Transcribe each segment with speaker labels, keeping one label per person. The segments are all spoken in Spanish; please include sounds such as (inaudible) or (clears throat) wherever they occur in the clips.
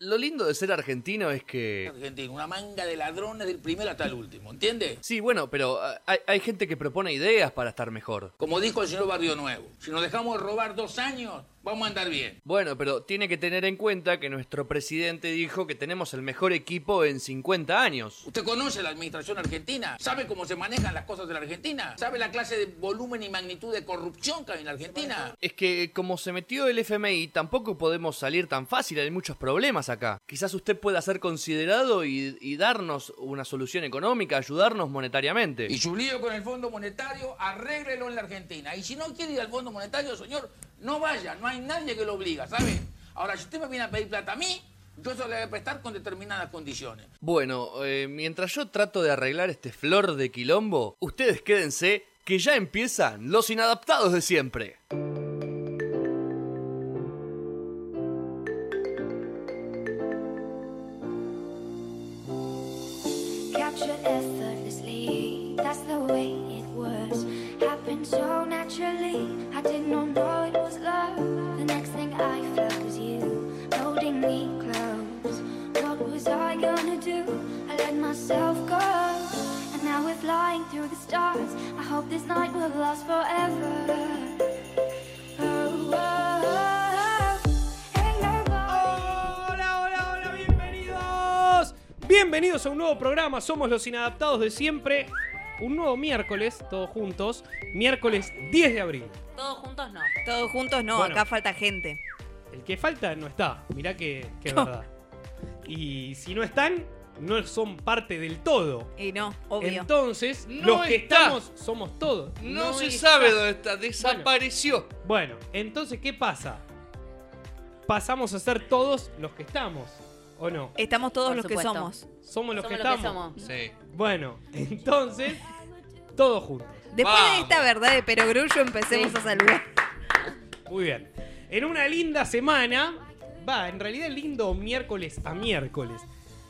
Speaker 1: Lo lindo de ser argentino es que...
Speaker 2: Argentina, una manga de ladrones del primero hasta el último, ¿entiendes?
Speaker 1: Sí, bueno, pero ah, hay, hay gente que propone ideas para estar mejor.
Speaker 2: Como dijo el señor Barrio Nuevo, si nos dejamos de robar dos años, vamos a andar bien.
Speaker 1: Bueno, pero tiene que tener en cuenta que nuestro presidente dijo que tenemos el mejor equipo en 50 años.
Speaker 2: ¿Usted conoce la administración argentina? ¿Sabe cómo se manejan las cosas de la Argentina? ¿Sabe la clase de volumen y magnitud de corrupción que hay en la Argentina?
Speaker 1: Es que como se metió el FMI tampoco podemos salir tan fácil, hay muchos problemas acá. Quizás usted pueda ser considerado y, y darnos una solución económica, ayudarnos monetariamente.
Speaker 2: Y su lío con el Fondo Monetario, arréglelo en la Argentina. Y si no quiere ir al Fondo Monetario, señor, no vaya, no hay nadie que lo obliga, ¿sabe? Ahora, si usted me viene a pedir plata a mí, yo se la voy a prestar con determinadas condiciones.
Speaker 1: Bueno, eh, mientras yo trato de arreglar este flor de quilombo, ustedes quédense que ya empiezan los inadaptados de siempre.
Speaker 3: captured effortlessly. That's the way it was. Happened so naturally. I did not know it was love. The next thing I felt was you holding me close. What was I gonna do? I let myself go. And now we're flying through the stars. I hope this night will last forever. Oh, oh, oh. Ain't nobody.
Speaker 4: Hola, hola, hola, bienvenidos. Bienvenidos a un nuevo programa, somos los inadaptados de siempre. Un nuevo miércoles, todos juntos, miércoles 10 de abril.
Speaker 5: Todos juntos no.
Speaker 6: Todos juntos no,
Speaker 4: Bueno.
Speaker 6: acá falta gente.
Speaker 4: El que falta no está, mirá que, que es verdad. Y si no están, no son parte del todo.
Speaker 6: Y no, obvio.
Speaker 4: Entonces,
Speaker 1: No
Speaker 4: los que
Speaker 1: está.
Speaker 4: estamos somos todos.
Speaker 1: No, se
Speaker 4: está.
Speaker 1: sabe dónde está, desapareció.
Speaker 4: Bueno, entonces, ¿qué pasa? Pasamos a ser todos los que estamos, ¿o no?
Speaker 6: Estamos todos
Speaker 5: Por
Speaker 6: los
Speaker 5: supuesto.
Speaker 6: que somos.
Speaker 4: Somos los
Speaker 5: Somos
Speaker 4: que
Speaker 5: lo que
Speaker 4: estamos.
Speaker 5: somos.
Speaker 1: Sí.
Speaker 4: Bueno, (laughs) entonces, todos juntos.
Speaker 6: Después
Speaker 1: Vamos.
Speaker 6: de esta verdad de perogrullo empecemos a saludar.
Speaker 4: Muy bien. En una linda semana, va, en realidad lindo miércoles a miércoles.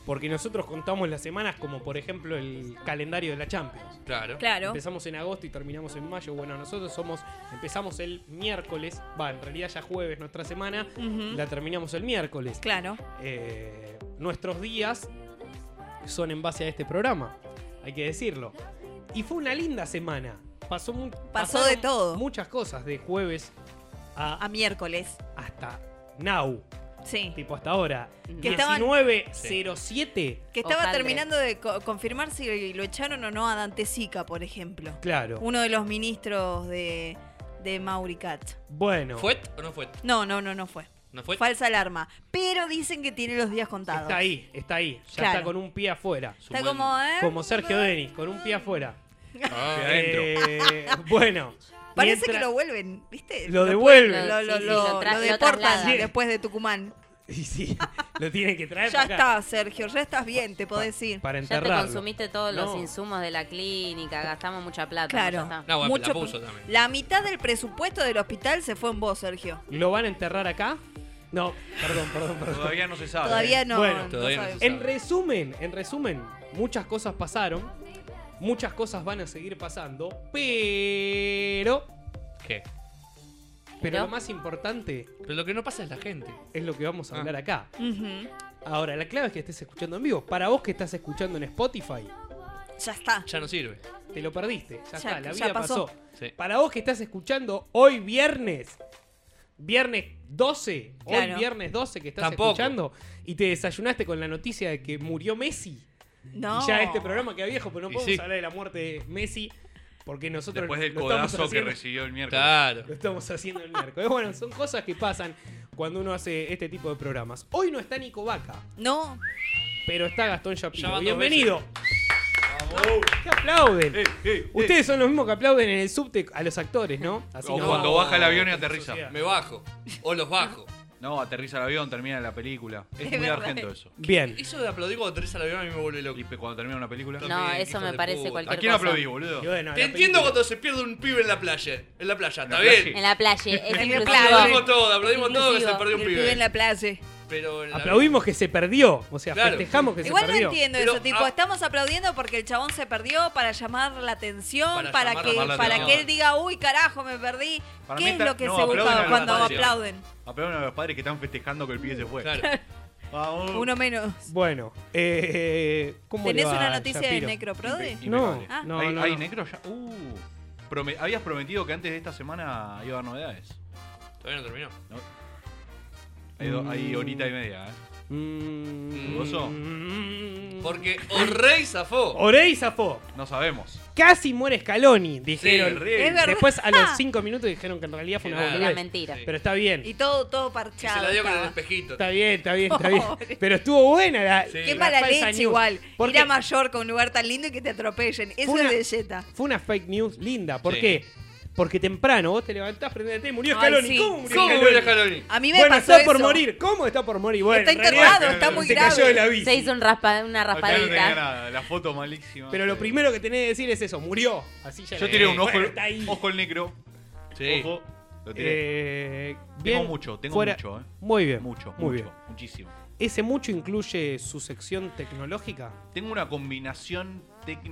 Speaker 4: Porque nosotros contamos las semanas como, por ejemplo, el calendario de la Champions.
Speaker 1: Claro.
Speaker 6: Claro.
Speaker 4: Empezamos en agosto y terminamos en mayo. Bueno, nosotros somos, empezamos el miércoles, va, en realidad ya jueves nuestra semana,
Speaker 6: Ujú.
Speaker 4: la terminamos el miércoles.
Speaker 6: Claro.
Speaker 4: Eh, nuestros días son en base a este programa, hay que decirlo. Y fue una linda semana. Pasó, mu-
Speaker 6: Pasó
Speaker 4: pasaron
Speaker 6: de todo.
Speaker 4: Muchas cosas de jueves a,
Speaker 6: A miércoles.
Speaker 4: hasta now,
Speaker 6: Sí.
Speaker 4: tipo hasta ahora.
Speaker 6: Que estaban-
Speaker 4: 1907.
Speaker 6: Que estaba
Speaker 5: Ojalá.
Speaker 6: terminando de co- confirmar si lo echaron o no a Dante Sica, por ejemplo.
Speaker 4: Claro.
Speaker 6: Uno de los ministros de, de Mauricat.
Speaker 4: Bueno,
Speaker 1: ¿Fue o no fue?
Speaker 6: No, no, no, no fue.
Speaker 1: ¿No fue?
Speaker 6: Falsa alarma. Pero dicen que tiene los días contados.
Speaker 4: está ahí, está ahí. Ya
Speaker 6: Claro.
Speaker 4: está con un pie afuera.
Speaker 6: Está como, ¿eh?
Speaker 4: Como Sergio Denis, con un pie afuera.
Speaker 1: Ah, adentro.
Speaker 4: Eh, (laughs) bueno.
Speaker 6: Parece
Speaker 4: mientras-
Speaker 6: que lo vuelven, ¿viste?
Speaker 4: Lo
Speaker 6: pueden-
Speaker 4: devuelven.
Speaker 6: Lo, lo-
Speaker 5: Sí, sí,
Speaker 6: lo-
Speaker 5: lo tra-
Speaker 6: lo
Speaker 5: lo
Speaker 6: deportan
Speaker 5: trasladan.
Speaker 6: después de Tucumán.
Speaker 4: Y sí, (laughs) lo tienen que traer
Speaker 6: Ya
Speaker 4: para acá,
Speaker 6: está, Sergio, ya estás bien, te podés ir.
Speaker 4: Para
Speaker 5: Ya te
Speaker 4: enterrarlo.
Speaker 5: consumiste todos los
Speaker 4: No.
Speaker 5: insumos de la clínica, gastamos mucha plata.
Speaker 6: Claro.
Speaker 5: ya está.
Speaker 1: No, bueno, la
Speaker 6: pro-
Speaker 1: puso también.
Speaker 6: la mitad del presupuesto del hospital se fue en vos, Sergio.
Speaker 4: ¿Lo van a enterrar acá? No, perdón, perdón, perdón.
Speaker 7: Todavía no se sabe.
Speaker 6: Todavía no.
Speaker 4: Bueno,
Speaker 6: no
Speaker 1: todavía no
Speaker 6: sabemos.
Speaker 1: se
Speaker 4: En resumen, en resumen, muchas cosas pasaron, muchas cosas van a seguir pasando, pero
Speaker 1: ¿Qué?
Speaker 4: pero
Speaker 5: ¿No?
Speaker 4: lo más importante
Speaker 1: Pero lo que no pasa es la gente. Ah.
Speaker 4: es lo que vamos a hablar acá.
Speaker 6: Ujú.
Speaker 4: Ahora, la clave es que estés escuchando en vivo. Para vos que estás escuchando en Spotify,
Speaker 6: Ya está.
Speaker 1: Ya no sirve.
Speaker 4: te lo perdiste, ya,
Speaker 6: Ya-
Speaker 4: está,
Speaker 6: ya
Speaker 4: la vida
Speaker 6: pasó.
Speaker 4: pasó.
Speaker 1: Sí.
Speaker 4: Para vos que estás escuchando hoy viernes, viernes 12,
Speaker 6: Claro.
Speaker 4: hoy viernes 12 que estás
Speaker 1: Tampoco.
Speaker 4: escuchando y te desayunaste con la noticia de que murió Messi.
Speaker 6: No.
Speaker 4: Y ya este programa queda viejo, pero no
Speaker 1: Y
Speaker 4: podemos
Speaker 1: sí.
Speaker 4: hablar de la muerte de Messi porque nosotros
Speaker 7: Después del
Speaker 4: lo estamos
Speaker 7: codazo que
Speaker 4: haciendo-
Speaker 7: recibió el miércoles.
Speaker 1: Claro.
Speaker 4: Lo estamos haciendo el miércoles. Bueno, son cosas que pasan cuando uno hace este tipo de programas. Hoy no está Nico Vaca,
Speaker 6: No.
Speaker 4: pero está Gastón
Speaker 1: Ya
Speaker 4: Shapiro.
Speaker 1: van dos
Speaker 4: Bienvenido. ¿Qué aplauden?
Speaker 7: Eh, eh, eh.
Speaker 4: Ustedes son los mismos que aplauden en el subte a los actores, ¿no? Así
Speaker 7: O
Speaker 4: no.
Speaker 7: cuando baja el avión y
Speaker 4: No,
Speaker 7: aterriza.
Speaker 4: sociedad.
Speaker 1: Me bajo. O los bajo.
Speaker 7: (laughs) No, aterriza el avión, termina la película. Es
Speaker 5: (laughs)
Speaker 6: Es
Speaker 7: muy
Speaker 6: verdad.
Speaker 7: argento eso.
Speaker 4: Bien.
Speaker 1: Eso de aplaudir cuando aterriza el avión a mí me vuelve loco.
Speaker 7: Y pe- cuando termina una película.
Speaker 5: No,
Speaker 1: También,
Speaker 5: eso
Speaker 1: hijo
Speaker 5: me
Speaker 1: de
Speaker 5: parece
Speaker 1: puta.
Speaker 7: ¿A
Speaker 5: cualquier
Speaker 7: quién
Speaker 5: cosa.
Speaker 7: aplaudís, boludo?
Speaker 4: Y bueno,
Speaker 1: Te
Speaker 4: la
Speaker 1: entiendo
Speaker 4: película-
Speaker 1: cuando se pierde un pibe en la playa. En la playa,
Speaker 7: ¿En
Speaker 1: ¿está
Speaker 7: la
Speaker 1: bien?
Speaker 5: En la playa, es
Speaker 6: En la
Speaker 5: inclusivo.
Speaker 6: playa.
Speaker 1: Aplaudimos todo, aplaudimos todo que se
Speaker 5: Inclusivo.
Speaker 1: perdió un
Speaker 6: el
Speaker 1: pibe.
Speaker 6: pibe en la playa.
Speaker 1: Pero en la-
Speaker 4: Aplaudimos que se perdió. O sea,
Speaker 1: Claro.
Speaker 4: festejamos que
Speaker 6: Igual
Speaker 4: se
Speaker 6: no
Speaker 4: perdió.
Speaker 6: entiendo
Speaker 1: Pero,
Speaker 6: eso, tipo,
Speaker 1: ah-
Speaker 6: estamos aplaudiendo porque el chabón se perdió para llamar la atención,
Speaker 1: Para
Speaker 6: para,
Speaker 1: llamar-
Speaker 6: que,
Speaker 7: llamar la
Speaker 6: para
Speaker 1: atención.
Speaker 6: que él diga, uy, carajo, me perdí.
Speaker 7: Para mí
Speaker 6: ¿Qué es
Speaker 7: está-
Speaker 6: lo que
Speaker 7: no,
Speaker 6: se
Speaker 7: aplauden
Speaker 6: buscaba
Speaker 7: a
Speaker 6: cuando
Speaker 1: la atención.
Speaker 6: aplauden?
Speaker 7: Aplauden a los padres que están festejando que el pibe se fue.
Speaker 1: Claro.
Speaker 7: Vamos.
Speaker 6: Uno menos.
Speaker 4: Bueno, eh, ¿cómo le
Speaker 6: ¿Tenés
Speaker 4: va,
Speaker 6: una noticia de
Speaker 4: Shapiro?
Speaker 6: Necroprode?
Speaker 7: Impe-
Speaker 4: No,
Speaker 7: impecable.
Speaker 6: Ah.
Speaker 4: no,
Speaker 7: ¿Hay,
Speaker 4: no,
Speaker 7: hay
Speaker 4: no.
Speaker 7: necro ya? Uh, prome- habías prometido que antes de esta semana iba a haber novedades.
Speaker 2: Todavía no terminó.
Speaker 7: Hay, do- hay
Speaker 4: Mm.
Speaker 7: horita y media, ¿eh?
Speaker 4: Mm,
Speaker 7: ¿Dudoso?
Speaker 4: mm.
Speaker 2: Porque Orrey zafó.
Speaker 4: Orey zafó.
Speaker 7: No sabemos.
Speaker 4: Casi muere Scaloni, dijeron.
Speaker 7: re.
Speaker 6: Es verdad.
Speaker 4: (laughs) Después a los 5 minutos dijeron que en realidad fue una
Speaker 2: Era
Speaker 5: Era
Speaker 4: boludez.
Speaker 5: mentira.
Speaker 2: Sí.
Speaker 4: Pero está bien.
Speaker 6: Y todo, todo
Speaker 2: Que
Speaker 6: parchado.
Speaker 2: se la dio con el
Speaker 6: estaba.
Speaker 2: espejito.
Speaker 4: Está bien, está bien, está bien. Pero estuvo buena la.
Speaker 2: Sí.
Speaker 6: Qué
Speaker 4: la
Speaker 6: mala
Speaker 4: falsa
Speaker 6: leche
Speaker 4: news.
Speaker 6: igual.
Speaker 4: Porque
Speaker 6: Ir a Mallorca, un lugar tan lindo y que te atropellen. Eso
Speaker 4: Fue una-
Speaker 6: es de Jetta.
Speaker 4: Fue una fake news linda. ¿Por
Speaker 7: Sí.
Speaker 4: qué? Porque temprano vos te levantás, prendés la tele, murió
Speaker 6: Ay,
Speaker 4: Scaloni.
Speaker 6: sí,
Speaker 4: ¿Cómo
Speaker 6: sí.
Speaker 4: murió
Speaker 2: ¿Cómo
Speaker 4: Scaloni?
Speaker 2: vuelve Scaloni?
Speaker 6: A mí me
Speaker 4: bueno,
Speaker 6: pasó
Speaker 4: está por
Speaker 6: eso.
Speaker 4: morir. ¿Cómo está por morir? Bueno,
Speaker 6: Está
Speaker 4: en realidad,
Speaker 6: internado, está muy
Speaker 4: se cayó
Speaker 6: grave.
Speaker 4: de la bici.
Speaker 5: Se hizo un raspa- una
Speaker 7: Acá no tenía
Speaker 5: raspadita.
Speaker 7: nada, la foto malísima.
Speaker 4: Pero lo
Speaker 7: Sí.
Speaker 4: primero que tenés que decir es eso, murió. Así ya
Speaker 7: Yo
Speaker 4: la-
Speaker 7: tiré un ojo,
Speaker 4: Bueno, está ahí.
Speaker 7: ojo al necro.
Speaker 2: Sí.
Speaker 7: Ojo. Lo tiré.
Speaker 4: Eh,
Speaker 7: tengo
Speaker 4: bien,
Speaker 7: mucho, tengo
Speaker 4: fuera-
Speaker 7: mucho, ¿eh?
Speaker 4: Muy bien.
Speaker 7: Mucho,
Speaker 4: muy
Speaker 7: mucho,
Speaker 4: bien.
Speaker 7: muchísimo.
Speaker 4: ¿Ese mucho incluye su sección tecnológica?
Speaker 7: Tengo una combinación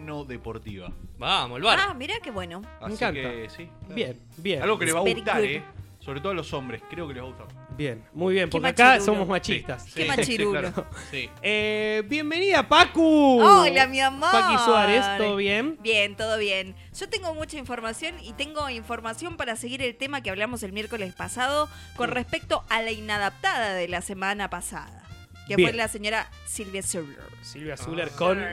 Speaker 7: tecno-deportiva.
Speaker 2: Vamos, el bar.
Speaker 6: Ah, mirá qué bueno.
Speaker 7: Así
Speaker 4: encanta.
Speaker 7: que sí. claro.
Speaker 4: Bien, bien.
Speaker 7: Algo que les va a
Speaker 6: Very
Speaker 7: gustar,
Speaker 6: good.
Speaker 7: ¿eh? Sobre todo a los hombres, creo que les va a gustar.
Speaker 4: Bien, muy bien,
Speaker 6: Qué
Speaker 4: porque acá
Speaker 6: machirulo.
Speaker 4: somos machistas.
Speaker 6: Qué
Speaker 4: (laughs)
Speaker 7: Sí,
Speaker 6: machirulo.
Speaker 7: sí, claro.
Speaker 2: Sí.
Speaker 4: Eh, bienvenida, Pacu.
Speaker 6: Hola, mi amor.
Speaker 4: Paqui Suárez, ¿todo bien?
Speaker 6: Bien, todo bien. Yo tengo mucha información y tengo información para seguir el tema que hablamos el miércoles pasado
Speaker 4: Mm.
Speaker 6: con respecto a la inadaptada de la semana pasada, que
Speaker 4: Bien.
Speaker 6: fue la señora Silvia Zuller.
Speaker 4: Silvia
Speaker 7: Ah.
Speaker 4: Zuller con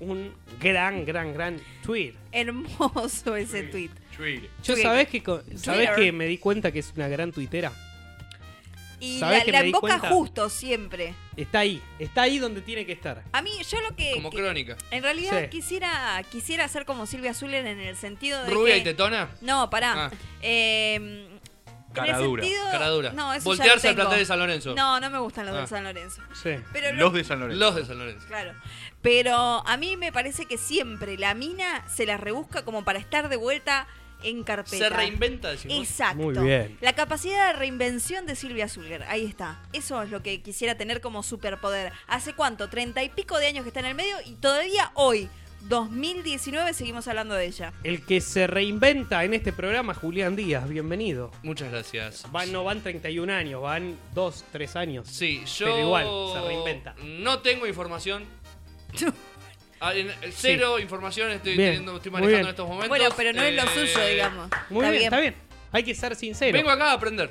Speaker 4: un gran, gran, gran tweet.
Speaker 6: Hermoso ese tweet.
Speaker 7: Chuire.
Speaker 4: Yo
Speaker 6: Tweet.
Speaker 4: sabés que, co- sabés
Speaker 6: Twitter.
Speaker 4: que me di cuenta que es una gran tuitera.
Speaker 6: Y
Speaker 4: ¿Sabés
Speaker 6: la,
Speaker 4: que
Speaker 6: la
Speaker 4: me di
Speaker 6: emboca
Speaker 4: cuenta?
Speaker 6: justo siempre.
Speaker 4: Está ahí, está ahí donde tiene que estar.
Speaker 6: A mí, yo lo que.
Speaker 2: Como
Speaker 6: que-
Speaker 2: crónica.
Speaker 6: en realidad
Speaker 4: Sí.
Speaker 6: quisiera quisiera ser como Silvia Zuller en el sentido de.
Speaker 2: ¿Rubia
Speaker 6: que-
Speaker 2: y tetona?
Speaker 6: No, pará.
Speaker 2: Ah.
Speaker 6: Eh,
Speaker 7: Cara
Speaker 6: en el
Speaker 7: dura,
Speaker 6: sentido-
Speaker 2: Cara dura.
Speaker 6: No, eso ya lo
Speaker 2: Voltearse al
Speaker 6: tengo.
Speaker 2: plantel de San Lorenzo.
Speaker 6: No, no me gustan los
Speaker 2: Ah.
Speaker 6: de San Lorenzo.
Speaker 4: Sí.
Speaker 6: Pero lo-
Speaker 7: Los de San Lorenzo.
Speaker 2: Los de San Lorenzo.
Speaker 6: Claro. Pero a mí me parece que siempre la mina se la rebusca como para estar de vuelta en carpeta.
Speaker 2: Se reinventa, decimos.
Speaker 6: Exacto.
Speaker 4: Muy bien.
Speaker 6: La capacidad de reinvención de Silvia Zulger. Ahí está. Eso es lo que quisiera tener como superpoder. ¿Hace cuánto? Treinta y pico de años que está en el medio y todavía hoy, 2019, seguimos hablando de ella.
Speaker 4: El que se reinventa en este programa, Julián Díaz, bienvenido.
Speaker 2: Muchas gracias.
Speaker 4: Van, no van 31 años, van 2, 3 años.
Speaker 2: Sí, yo.
Speaker 4: Pero igual, se reinventa.
Speaker 2: No tengo información. Ah, en- Cero información estoy,
Speaker 4: Bien,
Speaker 2: teniendo, estoy
Speaker 4: muy
Speaker 2: manejando
Speaker 4: bien.
Speaker 2: en estos momentos.
Speaker 6: Bueno, pero no es lo
Speaker 2: Eh,
Speaker 6: suyo, digamos.
Speaker 4: Muy bien, está bien. Hay que ser sincero.
Speaker 2: Vengo acá a aprender.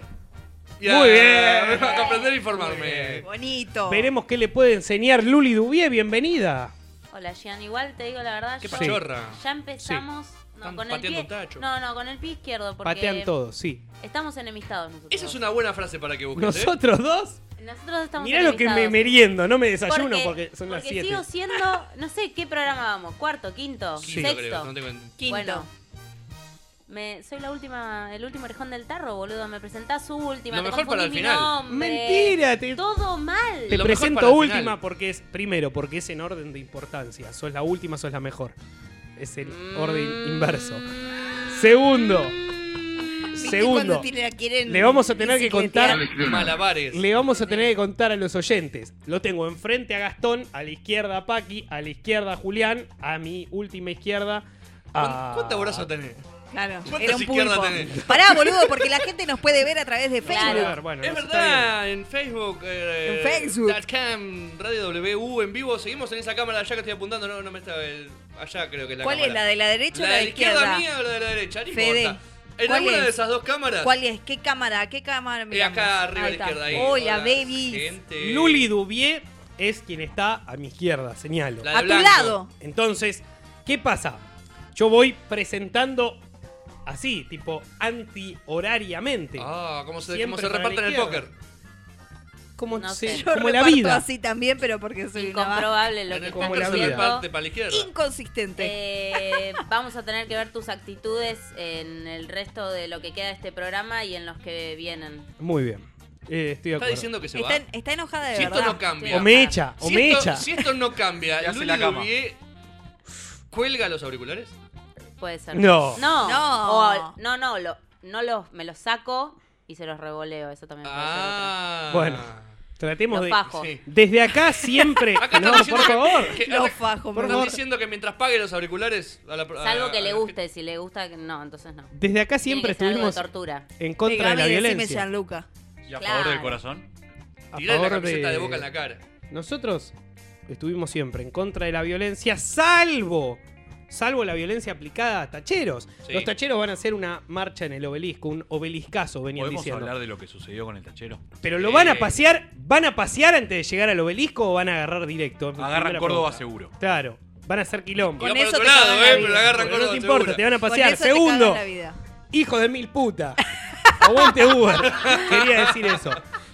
Speaker 2: Y
Speaker 4: Muy
Speaker 2: a-
Speaker 4: bien.
Speaker 2: Vengo acá a aprender a
Speaker 4: Muy
Speaker 2: informarme.
Speaker 4: bien.
Speaker 6: Bonito.
Speaker 4: Veremos qué le puede enseñar Luli Dubié, bienvenida.
Speaker 5: Hola, Gian. Igual te digo la verdad.
Speaker 2: Qué
Speaker 5: yo-
Speaker 2: pachorra.
Speaker 5: Ya empezamos.
Speaker 2: Están
Speaker 5: No, con el
Speaker 2: pateando
Speaker 5: pie,
Speaker 2: un tacho.
Speaker 5: no, no, con el pie izquierdo. Porque
Speaker 4: Patean todos, sí.
Speaker 5: Estamos enemistados nosotros.
Speaker 2: Esa es una buena frase para que busques. ¿eh?
Speaker 4: Nosotros dos,
Speaker 5: Nosotros estamos
Speaker 4: mirá lo que me
Speaker 5: enemistados.
Speaker 4: meriendo, no me desayuno porque, son las
Speaker 5: porque
Speaker 4: 7.
Speaker 5: sigo siendo, no sé, ¿qué programa vamos? ¿Cuarto? ¿Quinto?
Speaker 2: Sí,
Speaker 5: ¿Sexto?
Speaker 2: no creo, no tengo-
Speaker 6: Quinto.
Speaker 5: Bueno, me, soy la última, el último orejón del tarro, boludo. Me presentás su última.
Speaker 2: Lo
Speaker 5: te
Speaker 2: mejor para el
Speaker 5: confundís mi
Speaker 2: final.
Speaker 5: nombre.
Speaker 4: Mentira, te,
Speaker 5: Todo mal.
Speaker 2: Lo
Speaker 4: te
Speaker 2: mejor para
Speaker 4: presento
Speaker 2: el
Speaker 4: última
Speaker 2: final.
Speaker 4: porque es, primero, porque es en orden de importancia. Sos la última, sos la mejor. Es el
Speaker 2: Mm.
Speaker 4: orden inverso. Segundo,
Speaker 6: ¿Viste
Speaker 4: segundo,
Speaker 6: cuando te la quieren
Speaker 4: le vamos a tener que
Speaker 6: bicicletear?
Speaker 4: contar
Speaker 2: Malabares.
Speaker 4: Le vamos a tener que contar a los oyentes. Lo tengo enfrente a Gastón, a la izquierda a Paqui, a la izquierda a Julián, a mi última izquierda. A...
Speaker 2: ¿Cuántos brazos tenés?
Speaker 6: Claro,
Speaker 2: ¿Cuántas
Speaker 6: era un
Speaker 2: izquierdas
Speaker 6: pulpo.
Speaker 2: tenés?
Speaker 6: Pará, boludo, porque la gente nos puede ver a través de
Speaker 5: Claro.
Speaker 6: Facebook.
Speaker 4: Bueno, bueno,
Speaker 2: Es
Speaker 4: no se está
Speaker 2: verdad, en Facebook. eh,
Speaker 6: En Facebook.
Speaker 2: dot .com, Radio WU en vivo. Seguimos en esa cámara allá que estoy apuntando. No, no me está. el- allá creo que es la
Speaker 6: ¿Cuál es?
Speaker 2: cámara.
Speaker 6: ¿La de la derecha o la,
Speaker 2: de
Speaker 6: de
Speaker 2: la izquierda mía o la de la derecha? No
Speaker 6: Fede,
Speaker 2: importa. En
Speaker 6: ¿cuál
Speaker 2: alguna
Speaker 6: es?
Speaker 2: de esas dos cámaras.
Speaker 6: ¿Cuál es? ¿Qué cámara? ¿Qué cámara
Speaker 2: Eh,
Speaker 6: miramos?
Speaker 2: acá arriba a la
Speaker 5: Ahí está.
Speaker 2: izquierda. Ahí.
Speaker 6: Hola, babies.
Speaker 2: gente.
Speaker 4: bien. Luli Dubié es quien está a mi izquierda, señalo.
Speaker 2: La-
Speaker 6: A tu
Speaker 2: blanco.
Speaker 6: lado.
Speaker 4: Entonces, ¿qué pasa? Yo voy presentando así, tipo antihorariamente.
Speaker 2: Ah, cómo se,
Speaker 4: Siempre
Speaker 2: cómo se
Speaker 4: para la
Speaker 2: reparten el
Speaker 4: izquierda.
Speaker 2: póker.
Speaker 4: Como,
Speaker 5: No
Speaker 4: se-
Speaker 5: sé.
Speaker 6: Yo
Speaker 4: como la
Speaker 6: reparto
Speaker 4: vida.
Speaker 6: así también, pero porque soy una vaca
Speaker 5: Incomprobable lo
Speaker 2: En
Speaker 5: que
Speaker 2: el
Speaker 5: estás
Speaker 4: Como
Speaker 2: póker
Speaker 4: la
Speaker 2: se
Speaker 4: vida.
Speaker 5: diciendo.
Speaker 2: reparte para la izquierda.
Speaker 6: inconsistente.
Speaker 5: Eh, vamos a tener que ver tus actitudes en el resto de lo que queda de este programa y en los que vienen.
Speaker 4: Muy bien. Eh, estoy
Speaker 2: ¿Está
Speaker 4: de acuerdo.
Speaker 2: diciendo que se
Speaker 6: Está,
Speaker 2: va?
Speaker 6: está enojada de
Speaker 2: Si esto
Speaker 6: verdad.
Speaker 2: no cambia.
Speaker 4: O me echa, o
Speaker 2: si,
Speaker 4: me
Speaker 2: esto,
Speaker 4: echa.
Speaker 2: si esto no
Speaker 4: (laughs)
Speaker 7: Se
Speaker 2: cambia,
Speaker 7: hace
Speaker 2: Luli
Speaker 7: la cama.
Speaker 2: Dubié cuelga los auriculares.
Speaker 5: Puede ser.
Speaker 4: No.
Speaker 5: No.
Speaker 6: No.
Speaker 5: O- no, no, lo- no los, me los saco y se los revoleo. Eso también puede ser otra.
Speaker 2: Ah.
Speaker 4: Bueno, tratemos
Speaker 5: Los
Speaker 4: de.
Speaker 5: fajo.
Speaker 2: sí.
Speaker 4: Desde acá siempre.
Speaker 2: (laughs) Acá
Speaker 4: no,
Speaker 2: están
Speaker 4: por
Speaker 2: diciendo que-
Speaker 4: favor.
Speaker 2: que-
Speaker 6: Lo
Speaker 2: acá-
Speaker 6: fajo,
Speaker 2: están
Speaker 6: por favor.
Speaker 2: diciendo que mientras pague los auriculares. a la- a-
Speaker 5: Salvo que
Speaker 2: a
Speaker 5: le
Speaker 2: la-
Speaker 5: guste, si le gusta, que- no, entonces no.
Speaker 4: Desde acá siempre
Speaker 5: Tiene que ser algo
Speaker 4: estuvimos
Speaker 5: de tortura.
Speaker 4: en contra de la
Speaker 6: Pegame y decime
Speaker 4: violencia.
Speaker 6: Gianluca.
Speaker 7: ¿Y a
Speaker 5: Claro.
Speaker 7: favor del corazón?
Speaker 4: a
Speaker 1: Tirale la
Speaker 4: favor
Speaker 1: camiseta de... boca en la cara.
Speaker 4: Nosotros estuvimos siempre en contra de la violencia, salvo, salvo la violencia aplicada a tacheros.
Speaker 1: Sí.
Speaker 4: Los tacheros van a hacer una marcha en el obelisco, un obeliscazo, venían
Speaker 7: ¿Podemos
Speaker 4: diciendo.
Speaker 7: hablar de lo que sucedió con el tachero?
Speaker 4: Pero lo
Speaker 1: Sí.
Speaker 4: van a pasear, van a pasear antes de llegar al obelisco o van a agarrar directo.
Speaker 7: Agarran
Speaker 4: Primera
Speaker 7: Córdoba
Speaker 4: pregunta.
Speaker 7: seguro.
Speaker 4: Claro, van a hacer quilombo.
Speaker 1: Y va
Speaker 6: Con
Speaker 1: para
Speaker 6: eso
Speaker 1: otro
Speaker 6: te
Speaker 1: lado,
Speaker 6: cagan la
Speaker 1: eh,
Speaker 6: vida.
Speaker 1: pero la agarran
Speaker 4: Pero
Speaker 1: con
Speaker 4: no te importa, te van a
Speaker 6: Con
Speaker 4: pasear.
Speaker 6: eso te
Speaker 4: Segundo,
Speaker 6: cagan la vida.
Speaker 4: hijo de mil puta. (laughs) Aguante
Speaker 1: (laughs)
Speaker 4: Uber. Quería decir eso.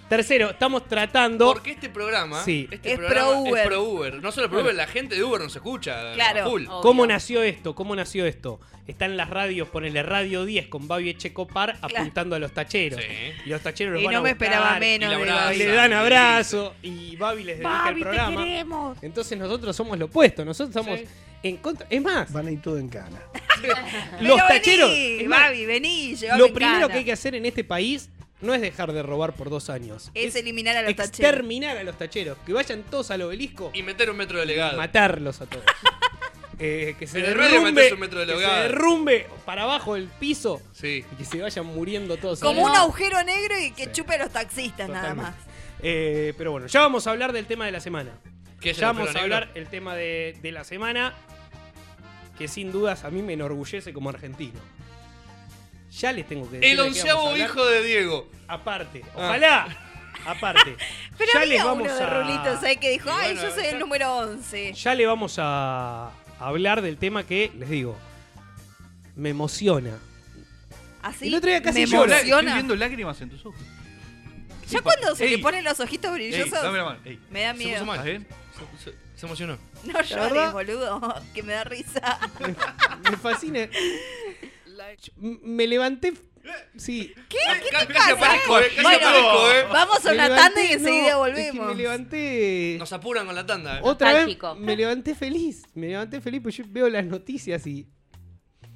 Speaker 4: Tercero, estamos tratando.
Speaker 1: Porque este programa,
Speaker 4: Sí.
Speaker 1: este
Speaker 6: Es
Speaker 1: programa
Speaker 6: pro Uber.
Speaker 1: es pro Uber. No solo pro Uber, la gente de Uber nos escucha.
Speaker 6: Claro.
Speaker 1: a Full.
Speaker 5: Obvio.
Speaker 4: ¿Cómo nació esto? ¿Cómo nació esto? Están las radios, ponele Radio 10 con Babi Echecopar apuntando a los tacheros.
Speaker 1: Sí.
Speaker 4: Y los tacheros los
Speaker 6: Y
Speaker 4: van a
Speaker 6: no me
Speaker 4: buscar,
Speaker 6: esperaba
Speaker 1: y la
Speaker 6: menos. de
Speaker 1: abraza.
Speaker 6: Babi.
Speaker 4: y Le dan abrazo y Babi les dedica el programa. Entonces nosotros somos lo opuesto, nosotros estamos en contra. Es más,
Speaker 8: Van a ir todo en cana.
Speaker 6: Pero
Speaker 4: los tacheros.
Speaker 6: Vení,
Speaker 4: es más,
Speaker 6: Babi, vení, llévame
Speaker 4: lo
Speaker 6: en
Speaker 4: primero
Speaker 6: cana.
Speaker 4: que hay que hacer en este país no es dejar de robar por dos años.
Speaker 6: es eliminar a los tacheros.
Speaker 4: exterminar a los tacheros. Que vayan todos al obelisco
Speaker 1: Y meter un metro de legado.
Speaker 4: matarlos a
Speaker 6: (laughs)
Speaker 4: todos. Eh, que se
Speaker 1: En el medio
Speaker 4: derrumbe,
Speaker 1: metés un metro de
Speaker 4: que se
Speaker 1: legado.
Speaker 4: derrumbe para abajo del piso
Speaker 1: Sí.
Speaker 4: y que se vayan muriendo todos.
Speaker 6: Como
Speaker 4: ahí.
Speaker 6: un agujero negro y que
Speaker 4: Sí.
Speaker 6: chupe a los taxistas nada más.
Speaker 4: Totalmente. Eh, pero bueno, ya vamos a hablar del tema de la semana.
Speaker 1: ¿Qué es el
Speaker 4: Ya vamos a
Speaker 1: agujero
Speaker 4: hablar
Speaker 1: negro?
Speaker 4: el tema de, de la semana que sin dudas a mí me enorgullece como argentino. Ya les tengo que decir.
Speaker 1: El
Speaker 4: de qué vamos a
Speaker 1: onceavo
Speaker 4: hablar.
Speaker 1: hijo de Diego. Ah.
Speaker 4: Aparte, ojalá. Aparte.
Speaker 6: Pero
Speaker 4: ya les
Speaker 6: había
Speaker 4: vamos
Speaker 6: uno de
Speaker 4: a...
Speaker 6: Rulitos ahí que dijo,
Speaker 1: Y
Speaker 6: ay,
Speaker 1: bueno,
Speaker 6: yo soy
Speaker 1: ya-
Speaker 6: el número 11.
Speaker 4: Ya le vamos a hablar del tema que, les digo, me emociona.
Speaker 6: Así
Speaker 4: El otro día casi
Speaker 6: me
Speaker 4: lloré.
Speaker 7: Estoy
Speaker 6: emociona.
Speaker 7: viendo lágrimas en tus ojos.
Speaker 6: Ya cuando se le
Speaker 7: Ey.
Speaker 6: ponen los ojitos
Speaker 7: Ey, dame la
Speaker 6: brillosos,
Speaker 7: mano. Ey,
Speaker 6: me da
Speaker 1: Se puso
Speaker 6: miedo.
Speaker 1: mal.
Speaker 7: ¿Estás bien?
Speaker 1: Se, se- se emocionó.
Speaker 6: No llores,
Speaker 4: verdad-
Speaker 6: boludo, que me da risa.
Speaker 4: Me fascina. M- Me levanté. Sí.
Speaker 6: ¿Qué? ¿Qué
Speaker 1: Casi
Speaker 6: te pasa?
Speaker 1: aparezco, eh, casi
Speaker 6: Bueno,
Speaker 1: aparezco, eh.
Speaker 6: Vamos a
Speaker 4: Me
Speaker 6: una
Speaker 4: levanté-
Speaker 6: tanda y
Speaker 4: no,
Speaker 6: enseguida
Speaker 4: es que
Speaker 6: volvemos.
Speaker 4: me levanté.
Speaker 1: Nos apuran con la tanda. eh.
Speaker 4: Otra vez
Speaker 5: Nostálgico.
Speaker 4: me levanté feliz. Me levanté feliz porque yo veo las noticias y.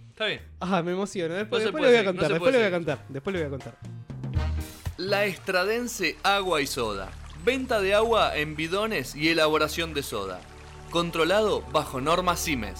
Speaker 1: Está bien.
Speaker 4: Ah, me emociono. Después,
Speaker 1: No se puede
Speaker 4: después lo voy a
Speaker 1: seguir, no
Speaker 4: contar.
Speaker 1: se
Speaker 4: después
Speaker 1: puede
Speaker 4: lo voy a
Speaker 1: seguir.
Speaker 4: contar. Después lo voy a contar.
Speaker 1: La Estradense Agua y Soda. Venta de agua en bidones y elaboración de soda. Controlado bajo normas CIMES.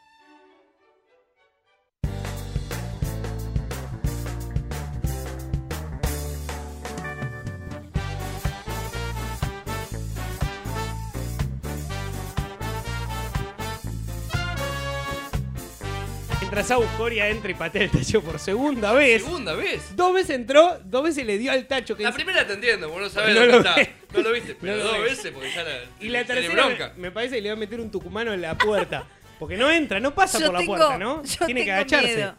Speaker 4: Mientras Aucoria entra y patea el tacho por segunda vez.
Speaker 1: Segunda vez.
Speaker 4: Dos veces entró, dos veces le dio al tacho. Que
Speaker 1: La
Speaker 4: dice-
Speaker 1: primera te entiendo, porque no sabés
Speaker 4: No
Speaker 1: dónde
Speaker 4: lo
Speaker 1: está.
Speaker 4: ve.
Speaker 1: No lo viste, pero
Speaker 4: No lo
Speaker 1: dos
Speaker 4: ve.
Speaker 1: veces porque ya la,
Speaker 4: Y la
Speaker 1: tiene
Speaker 4: tercera
Speaker 1: bronca.
Speaker 4: me parece que le va a meter un tucumano en la puerta. Porque no entra, no pasa
Speaker 6: Yo
Speaker 4: por la
Speaker 6: tengo-
Speaker 4: puerta, ¿no?
Speaker 6: yo
Speaker 4: Tiene que
Speaker 6: tengo
Speaker 4: agacharse.
Speaker 6: miedo.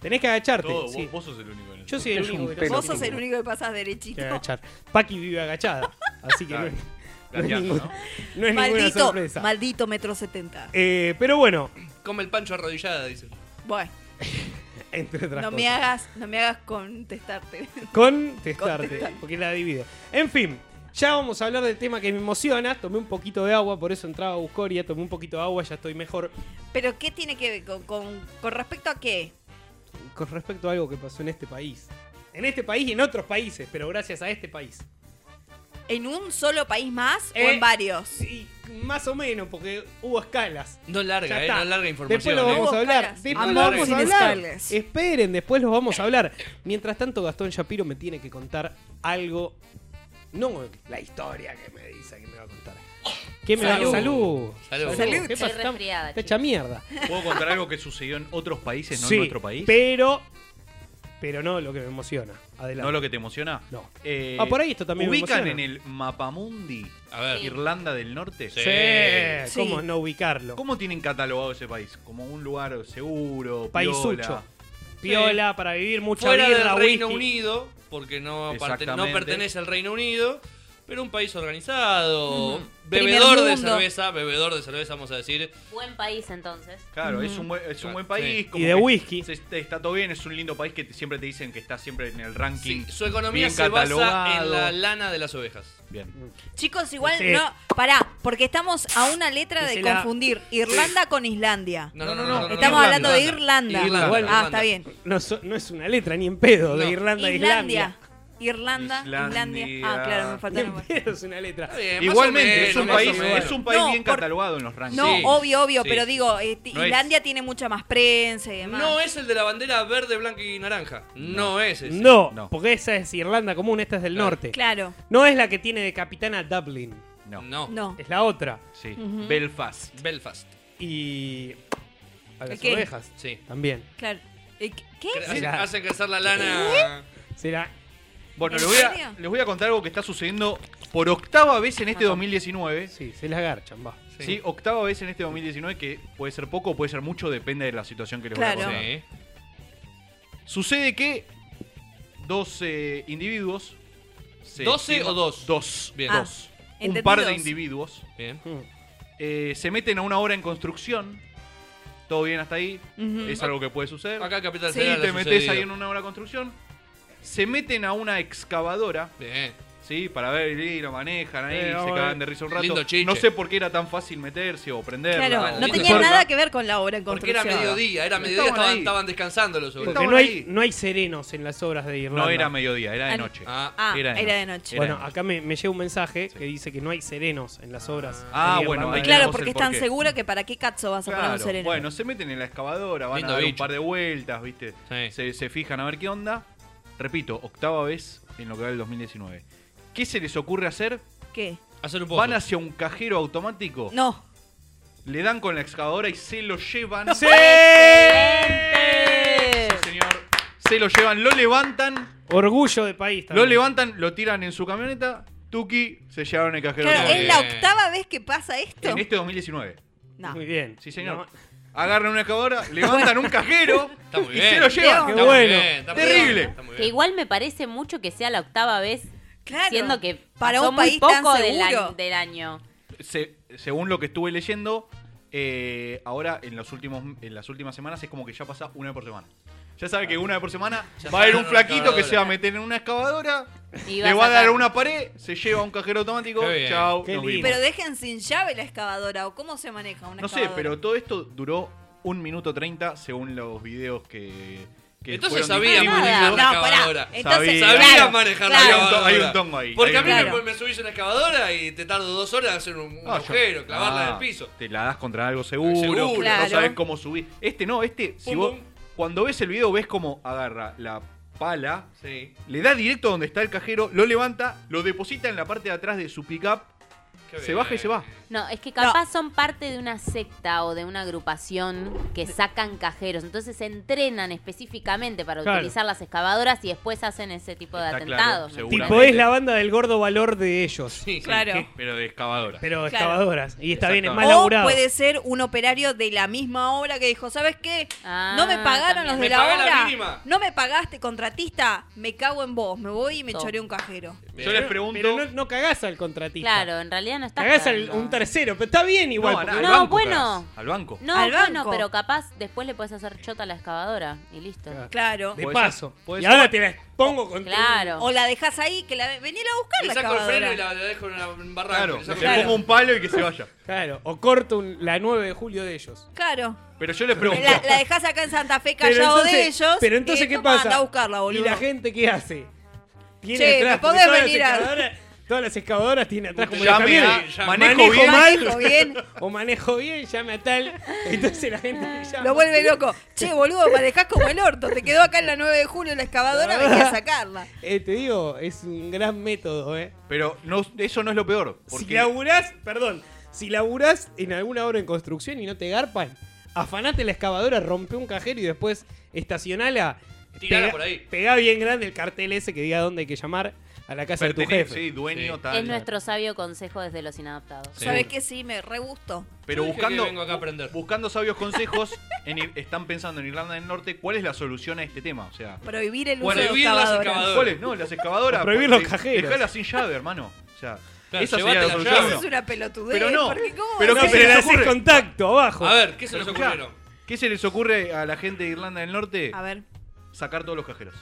Speaker 4: Tenés que agacharte.
Speaker 7: Todo,
Speaker 4: sí.
Speaker 7: vos, vos sos el único en el-
Speaker 4: Yo soy el
Speaker 8: Es un
Speaker 4: único que no
Speaker 8: pelo.
Speaker 4: se
Speaker 6: Vos sos
Speaker 4: tiene
Speaker 6: el único que pasas derechito.
Speaker 4: que agachar. Paki vive agachada. Así que no es, no es
Speaker 7: Gateando,
Speaker 4: ningún-
Speaker 7: ¿no?
Speaker 4: no es ninguna
Speaker 6: Maldito,
Speaker 4: sorpresa.
Speaker 6: maldito metro setenta.
Speaker 4: Eh, pero bueno,
Speaker 1: Come el pancho arrodillada, dice.
Speaker 6: Bueno,
Speaker 4: entre otras
Speaker 6: no me
Speaker 4: cosas.
Speaker 6: hagas, no me hagas contestarte.
Speaker 4: Contestarte,
Speaker 6: Contestarte.
Speaker 4: porque la divide. En fin, ya vamos a hablar del tema que me emociona. Tomé un poquito de agua, por eso entraba a Buscoria. Tomé un poquito de agua, ya estoy mejor.
Speaker 6: (laughs) Pero ¿qué tiene que ver con, con, con respecto a qué?
Speaker 4: con respecto a algo que pasó en este país. En este país y en otros países, pero gracias a este país.
Speaker 6: ¿En un solo país más o
Speaker 4: Eh,
Speaker 6: en varios?
Speaker 4: Sí, más o menos, porque hubo escalas.
Speaker 1: No
Speaker 4: Ya
Speaker 1: larga, eh,
Speaker 4: está.
Speaker 1: no larga
Speaker 4: Después
Speaker 1: información.
Speaker 4: lo
Speaker 1: eh.
Speaker 4: vamos
Speaker 6: Hubo
Speaker 4: a hablar.
Speaker 6: escalas.
Speaker 4: Después lo
Speaker 1: Andamos
Speaker 4: vamos
Speaker 1: sin
Speaker 4: a hablar.
Speaker 6: escalas.
Speaker 4: Esperen, después los vamos a hablar. Mientras tanto, Gastón Shapiro me tiene que contar algo. No la historia que me dice que me va a contar. ¿Qué me
Speaker 1: Salud.
Speaker 4: va a Salud.
Speaker 1: Salud.
Speaker 6: Salud.
Speaker 4: ¿Qué pasa?
Speaker 5: Estoy resfriada,
Speaker 4: Está hecha mierda.
Speaker 7: Puedo contar algo que sucedió en otros países, no en nuestro país.
Speaker 4: Pero. Pero no lo que me emociona. Adelante.
Speaker 7: ¿No lo que te emociona?
Speaker 4: No.
Speaker 7: Eh,
Speaker 4: Ah, por ahí esto también me
Speaker 7: ¿Ubican
Speaker 4: emociona.
Speaker 7: en el mapamundi
Speaker 1: A ver.
Speaker 5: Sí.
Speaker 7: Irlanda del Norte?
Speaker 1: Sí.
Speaker 4: Sí,
Speaker 6: Sí.
Speaker 4: ¿cómo no ubicarlo?
Speaker 7: ¿Cómo tienen catalogado ese país? Como un lugar seguro,
Speaker 4: Paisucho.
Speaker 7: piola.
Speaker 4: Piola para vivir mucha
Speaker 1: Fuera
Speaker 4: birra,
Speaker 1: del Reino
Speaker 4: whisky.
Speaker 1: Unido, porque no, parte- no
Speaker 7: Exactamente.
Speaker 1: pertenece al Reino Unido. pero un país organizado,
Speaker 6: Ujú.
Speaker 1: bebedor
Speaker 6: Primer
Speaker 1: de
Speaker 6: mundo.
Speaker 1: cerveza, bebedor de cerveza, vamos a decir.
Speaker 5: Buen país entonces.
Speaker 7: Claro, es un buen, es un buen
Speaker 1: Sí.
Speaker 7: país.
Speaker 4: Y de
Speaker 7: que
Speaker 4: whisky.
Speaker 7: se- te- está todo bien, es un lindo país que te- siempre te dicen que está siempre en el ranking.
Speaker 1: Sí, su economía
Speaker 7: bien
Speaker 1: se basa en
Speaker 7: catalogado.
Speaker 1: la lana de las ovejas.
Speaker 7: Bien.
Speaker 6: Chicos, igual
Speaker 4: Sí.
Speaker 6: no. Pará, porque estamos a una letra de
Speaker 4: Decela.
Speaker 6: confundir Irlanda con Islandia.
Speaker 1: No, no, no, no, no, no,
Speaker 6: Estamos
Speaker 1: no,
Speaker 6: hablando de Irlanda.
Speaker 1: Irlanda,
Speaker 6: ah,
Speaker 1: Irlanda.
Speaker 6: está bien.
Speaker 4: No, so- no es una letra ni en pedo, de
Speaker 1: No.
Speaker 4: Irlanda a
Speaker 6: Islandia.
Speaker 4: Islandia.
Speaker 6: Irlanda, Islandia.
Speaker 7: Islandia.
Speaker 6: Ah, claro, me
Speaker 4: Ni
Speaker 6: faltaron.
Speaker 4: en pedo es una letra.
Speaker 1: Está
Speaker 7: Eh,
Speaker 1: bien, más o
Speaker 7: Igualmente,
Speaker 1: menos,
Speaker 7: es un
Speaker 1: Eh, más o
Speaker 7: país,
Speaker 1: menos.
Speaker 7: es un país
Speaker 6: No,
Speaker 7: bien
Speaker 6: por-
Speaker 7: catalogado en los rankings.
Speaker 6: No,
Speaker 1: Sí,
Speaker 6: obvio, obvio,
Speaker 1: sí.
Speaker 6: pero digo, eh,
Speaker 1: este,
Speaker 7: No es-
Speaker 6: Islandia tiene mucha más prensa y demás.
Speaker 1: No es el de la bandera verde, blanca y naranja. No es ese.
Speaker 4: No,
Speaker 7: No.
Speaker 4: porque esa es Irlanda común, esta es del
Speaker 1: Claro.
Speaker 4: norte.
Speaker 6: Claro,
Speaker 4: No es la que tiene de capitana Dublin,
Speaker 7: No.
Speaker 1: No.
Speaker 6: no.
Speaker 4: es la otra.
Speaker 7: Sí. Belfast.
Speaker 1: Belfast.
Speaker 4: Y. A las
Speaker 6: ¿Qué?
Speaker 4: ovejas
Speaker 1: Sí.
Speaker 4: también.
Speaker 6: Claro. Eh, ¿Qué?
Speaker 1: Cre- hacen-
Speaker 4: Mirá.
Speaker 1: Hacen crecer la lana.
Speaker 4: Será.
Speaker 7: Bueno,
Speaker 6: ¿En
Speaker 7: les voy, a,
Speaker 6: serio?
Speaker 7: les voy a contar algo que está sucediendo por octava vez en este 2019.
Speaker 4: Sí, se las garchan, va.
Speaker 7: Sí. octava vez en este 2019 que puede ser poco o puede ser mucho, depende de la situación que les voy a
Speaker 6: Claro.
Speaker 7: contar.
Speaker 1: Sí.
Speaker 7: Sucede que dos eh, individuos. se
Speaker 1: ¿Doce
Speaker 7: estima-
Speaker 1: o dos?
Speaker 7: Dos.
Speaker 1: Bien.
Speaker 6: Ah.
Speaker 7: Dos. Un
Speaker 6: Entendí
Speaker 7: par de
Speaker 6: dos.
Speaker 7: individuos
Speaker 1: Bien.
Speaker 4: Mm.
Speaker 7: eh, se meten a una obra en construcción. Todo bien hasta ahí.
Speaker 6: Ujú.
Speaker 7: Es algo que puede suceder.
Speaker 1: Acá en Capital
Speaker 7: Sí,
Speaker 1: Federal
Speaker 7: te
Speaker 1: ha
Speaker 7: metes
Speaker 1: sucedido.
Speaker 7: ahí en una obra de construcción. Se meten a una excavadora.
Speaker 1: Bien.
Speaker 7: Sí, para ver y lo manejan ahí,
Speaker 4: Eh,
Speaker 7: se
Speaker 4: vamos a
Speaker 7: cagan
Speaker 4: ver.
Speaker 7: de risa un rato.
Speaker 1: Lindo chiche.
Speaker 7: No sé por qué era tan fácil meterse o prenderla.
Speaker 6: Claro,
Speaker 1: Ah,
Speaker 6: no
Speaker 1: lindo.
Speaker 6: tenía
Speaker 1: Forma.
Speaker 6: nada que ver con la obra en
Speaker 1: Porque era
Speaker 6: construcción.
Speaker 1: mediodía, era mediodía,
Speaker 7: Estaban
Speaker 1: estaban,
Speaker 7: ahí.
Speaker 1: estaban descansando los obreros.
Speaker 4: Porque
Speaker 7: Estaban
Speaker 4: no hay,
Speaker 7: ahí.
Speaker 4: no hay serenos en las obras de Irlanda.
Speaker 7: No era mediodía, era
Speaker 6: Ah,
Speaker 7: de noche.
Speaker 1: Ah,
Speaker 6: Ah,
Speaker 7: Era
Speaker 6: era
Speaker 7: de
Speaker 6: de, noche.
Speaker 7: Era
Speaker 4: Bueno,
Speaker 7: de noche.
Speaker 4: acá me, me llega un mensaje que dice que no hay serenos en las obras.
Speaker 7: Ah,
Speaker 4: en Irlanda
Speaker 7: bueno, ahí
Speaker 4: del
Speaker 7: tenemos
Speaker 6: Claro,
Speaker 4: Norte.
Speaker 6: porque es
Speaker 7: el
Speaker 6: tan
Speaker 7: porqué.
Speaker 6: seguro que para qué cazzo vas a poner
Speaker 7: Claro,
Speaker 6: un sereno.
Speaker 7: Bueno, se meten en la excavadora, van
Speaker 1: Lindo
Speaker 7: a dar un
Speaker 1: bicho.
Speaker 7: par de vueltas, ¿viste?
Speaker 1: Sí.
Speaker 7: Se, se fijan a ver qué onda. Repito, octava vez en lo que va el 2019. ¿Qué se les ocurre hacer?
Speaker 6: ¿Qué?
Speaker 1: hacer un poco.
Speaker 7: Van hacia un cajero automático,
Speaker 6: No.
Speaker 7: le dan con la excavadora y se lo llevan.
Speaker 4: ¡Sí!
Speaker 7: Sí, señor. Se lo llevan, lo levantan,
Speaker 4: Orgullo de país
Speaker 7: lo
Speaker 4: también.
Speaker 7: levantan, lo tiran en su camioneta. Tuki, se llevaron el cajero
Speaker 6: Claro,
Speaker 7: automático.
Speaker 6: es la
Speaker 1: bien.
Speaker 6: octava vez que pasa esto.
Speaker 7: En este 2019.
Speaker 6: No.
Speaker 4: Muy bien.
Speaker 7: Sí, señor.
Speaker 4: No,
Speaker 7: Agarran una excavadora, levantan un cajero
Speaker 1: Está muy
Speaker 7: y
Speaker 1: bien.
Speaker 7: se lo llevan.
Speaker 4: Qué
Speaker 1: Está muy
Speaker 4: bueno.
Speaker 1: bien, está muy
Speaker 7: Terrible.
Speaker 1: bien, está muy bien.
Speaker 5: Que igual me parece mucho que sea la octava vez,
Speaker 6: Claro.
Speaker 5: siendo que
Speaker 6: para
Speaker 5: pasó
Speaker 6: un
Speaker 5: muy
Speaker 6: país tan
Speaker 5: poco del,
Speaker 6: seguro.
Speaker 5: año- del año.
Speaker 7: Se- según lo que estuve leyendo, eh, ahora en, los últimos, en las últimas semanas es como que ya pasa una vez por semana. Ya sabe que una vez por semana
Speaker 1: Ya
Speaker 7: va a haber
Speaker 1: sacaron una
Speaker 7: un flaquito que
Speaker 1: excavadora.
Speaker 7: se va a meter en una excavadora,
Speaker 5: Y
Speaker 7: le
Speaker 5: a
Speaker 7: va a dar
Speaker 5: sacar-
Speaker 7: una pared, se lleva a un cajero automático,
Speaker 1: Qué bien.
Speaker 7: chao,
Speaker 4: Qué
Speaker 7: nos
Speaker 4: lindo.
Speaker 7: vimos.
Speaker 6: Pero dejen sin llave la excavadora o cómo se maneja una
Speaker 7: No sé,
Speaker 6: excavadora.
Speaker 7: pero todo esto duró un minuto treinta según los videos que, que
Speaker 1: Entonces
Speaker 7: fueron
Speaker 1: sabía
Speaker 7: difundidos.
Speaker 1: manejar una
Speaker 6: No, pará.
Speaker 1: excavadora.
Speaker 6: Entonces,
Speaker 7: Sabía.
Speaker 1: Eh, Sabía
Speaker 6: claro,
Speaker 1: manejar
Speaker 6: claro.
Speaker 1: la
Speaker 7: Hay un to-
Speaker 1: excavadora.
Speaker 7: hay un tongo ahí,
Speaker 1: Porque
Speaker 7: hay
Speaker 1: a
Speaker 7: un
Speaker 1: mí
Speaker 6: tongo.
Speaker 1: me, me subís una excavadora y te tardo dos horas en hacer un, un
Speaker 7: No, yo-
Speaker 1: agujero, clavarla
Speaker 7: Ah,
Speaker 1: en el piso.
Speaker 7: Te la das contra algo seguro,
Speaker 1: Seguro.
Speaker 7: no
Speaker 6: Claro.
Speaker 7: sabes cómo subir. Este no, este, si
Speaker 1: Pum,
Speaker 7: vos,
Speaker 1: pum.
Speaker 7: cuando ves el video, ves cómo agarra la pala,
Speaker 1: Sí.
Speaker 7: le da directo donde está el cajero, lo levanta, lo deposita en la parte de atrás de su pickup,
Speaker 1: Qué
Speaker 7: se
Speaker 1: bien.
Speaker 7: baja y se va.
Speaker 5: No, es que capaz son parte de una secta o de una agrupación que sacan cajeros. Entonces se entrenan específicamente para
Speaker 4: Claro.
Speaker 5: utilizar las excavadoras y después hacen ese tipo de
Speaker 7: Está claro,
Speaker 5: atentados. ¿me
Speaker 7: seguro.
Speaker 4: Tipo,
Speaker 5: entendés?
Speaker 4: es la banda del gordo valor de ellos.
Speaker 1: Sí, sí.
Speaker 6: Claro.
Speaker 7: Pero de excavadora.
Speaker 4: Pero
Speaker 6: Claro.
Speaker 4: excavadoras. Y está bien, es más
Speaker 7: Exactamente.
Speaker 6: O
Speaker 4: laburado.
Speaker 6: puede ser un operario de la misma obra que dijo, ¿sabes qué?
Speaker 5: Ah,
Speaker 6: no me
Speaker 5: también.
Speaker 6: pagaron los
Speaker 1: Me
Speaker 6: de la
Speaker 1: pagá la
Speaker 6: obra.
Speaker 1: mínima.
Speaker 6: no me pagaste, contratista. Me cago en vos. Me voy y me
Speaker 5: No.
Speaker 6: choré un cajero.
Speaker 7: Yo les pregunto,
Speaker 4: Pero no, no cagás al contratista.
Speaker 5: Claro, en realidad no está.
Speaker 4: Cagás al un tercero. Pero está bien igual.
Speaker 7: No,
Speaker 4: porque-
Speaker 7: al
Speaker 5: No,
Speaker 7: banco,
Speaker 5: bueno.
Speaker 7: cagás, al banco.
Speaker 5: No,
Speaker 6: Al
Speaker 5: bueno,
Speaker 6: banco.
Speaker 5: pero capaz después le puedes hacer chota a la excavadora y listo.
Speaker 4: Claro.
Speaker 6: Claro.
Speaker 4: De
Speaker 7: Puede
Speaker 4: paso.
Speaker 7: ser, puede
Speaker 4: Y
Speaker 7: ser.
Speaker 4: ahora te la pongo con
Speaker 5: Claro.
Speaker 6: O la dejas ahí, que la venir a buscar
Speaker 1: Le
Speaker 6: la
Speaker 1: saco el freno y la,
Speaker 6: excavadora.
Speaker 1: la dejo en una en un barranco.
Speaker 7: Claro,
Speaker 1: Le
Speaker 7: le
Speaker 1: saco
Speaker 6: Claro.
Speaker 7: pongo un palo y que se vaya.
Speaker 4: Claro. O corto un- la 9 de julio de ellos.
Speaker 6: Claro.
Speaker 7: Pero yo les pregunto,
Speaker 6: La, la dejas acá en Santa Fe callado de ellos.
Speaker 4: pero entonces
Speaker 6: y
Speaker 4: ¿qué
Speaker 6: toma,
Speaker 4: pasa?
Speaker 6: Anda a buscarla, boludo.
Speaker 4: ¿Y la gente qué hace? Tiene
Speaker 6: Che,
Speaker 4: atrás.
Speaker 6: ¿me
Speaker 4: porque
Speaker 6: podés
Speaker 4: todas,
Speaker 6: venir
Speaker 4: las
Speaker 6: a-
Speaker 4: excavadoras, todas las excavadoras tienen atrás como
Speaker 7: Llame
Speaker 4: los camiones.
Speaker 7: a- manejo bien.
Speaker 6: Manejo bien.
Speaker 4: O manejo bien, llame a tal. Entonces
Speaker 6: (laughs)
Speaker 4: la gente llama.
Speaker 6: Lo vuelve loco. Che, boludo, manejás como el orto. Te quedó acá en la 9 de julio la
Speaker 4: (laughs)
Speaker 6: excavadora, venía a sacarla.
Speaker 4: Eh, te digo, es un gran método, ¿eh?
Speaker 7: pero no, eso no es lo peor.
Speaker 4: Si
Speaker 7: Porque
Speaker 4: laburás, perdón, si laburás en alguna obra en construcción y no te garpan, afanate la excavadora, rompe un cajero y después estacionala.
Speaker 1: Tirala
Speaker 4: Pega-
Speaker 1: por ahí.
Speaker 4: Pegá bien grande el cartel ese que diga dónde hay que llamar. a la casa de tu
Speaker 7: Pertenece,
Speaker 4: jefe.
Speaker 7: sí, dueño,
Speaker 1: Sí.
Speaker 7: tal.
Speaker 5: Es nuestro sabio consejo desde los inadaptados.
Speaker 7: Sí.
Speaker 6: ¿Sabes qué? Sí, me re gustó.
Speaker 7: Pero
Speaker 1: Yo dije
Speaker 7: buscando,
Speaker 1: que vengo acá a aprender.
Speaker 7: buscando sabios consejos, (laughs) en Ir- están pensando en Irlanda del Norte cuál es la solución a este tema. O sea,
Speaker 6: Prohibir el uso
Speaker 1: Bueno,
Speaker 6: de
Speaker 1: prohibir las
Speaker 6: excavadoras.
Speaker 1: excavadoras.
Speaker 7: ¿cuál es? No, las excavadoras.
Speaker 4: O prohibir
Speaker 7: pues,
Speaker 4: los
Speaker 7: de-
Speaker 4: cajeros.
Speaker 7: Dejalas sin llave, hermano. O sea,
Speaker 1: Claro,
Speaker 7: esa sería
Speaker 1: llévate
Speaker 7: la
Speaker 1: la
Speaker 7: solución.
Speaker 1: llave.
Speaker 6: Eso es una pelotudez.
Speaker 7: Pero no,
Speaker 6: Porque ¿cómo
Speaker 7: pero
Speaker 6: vas
Speaker 4: No,
Speaker 6: a
Speaker 7: ¿qué
Speaker 4: pero le
Speaker 7: se les
Speaker 4: haces
Speaker 7: ocurre?
Speaker 4: contacto, abajo.
Speaker 1: A ver, ¿qué se
Speaker 7: Pero
Speaker 1: les
Speaker 7: escuchá,
Speaker 1: ocurrieron?
Speaker 7: ¿Qué se les ocurre a la gente de Irlanda del Norte?
Speaker 6: A ver. Ah.
Speaker 7: Sacar todos los cajeros.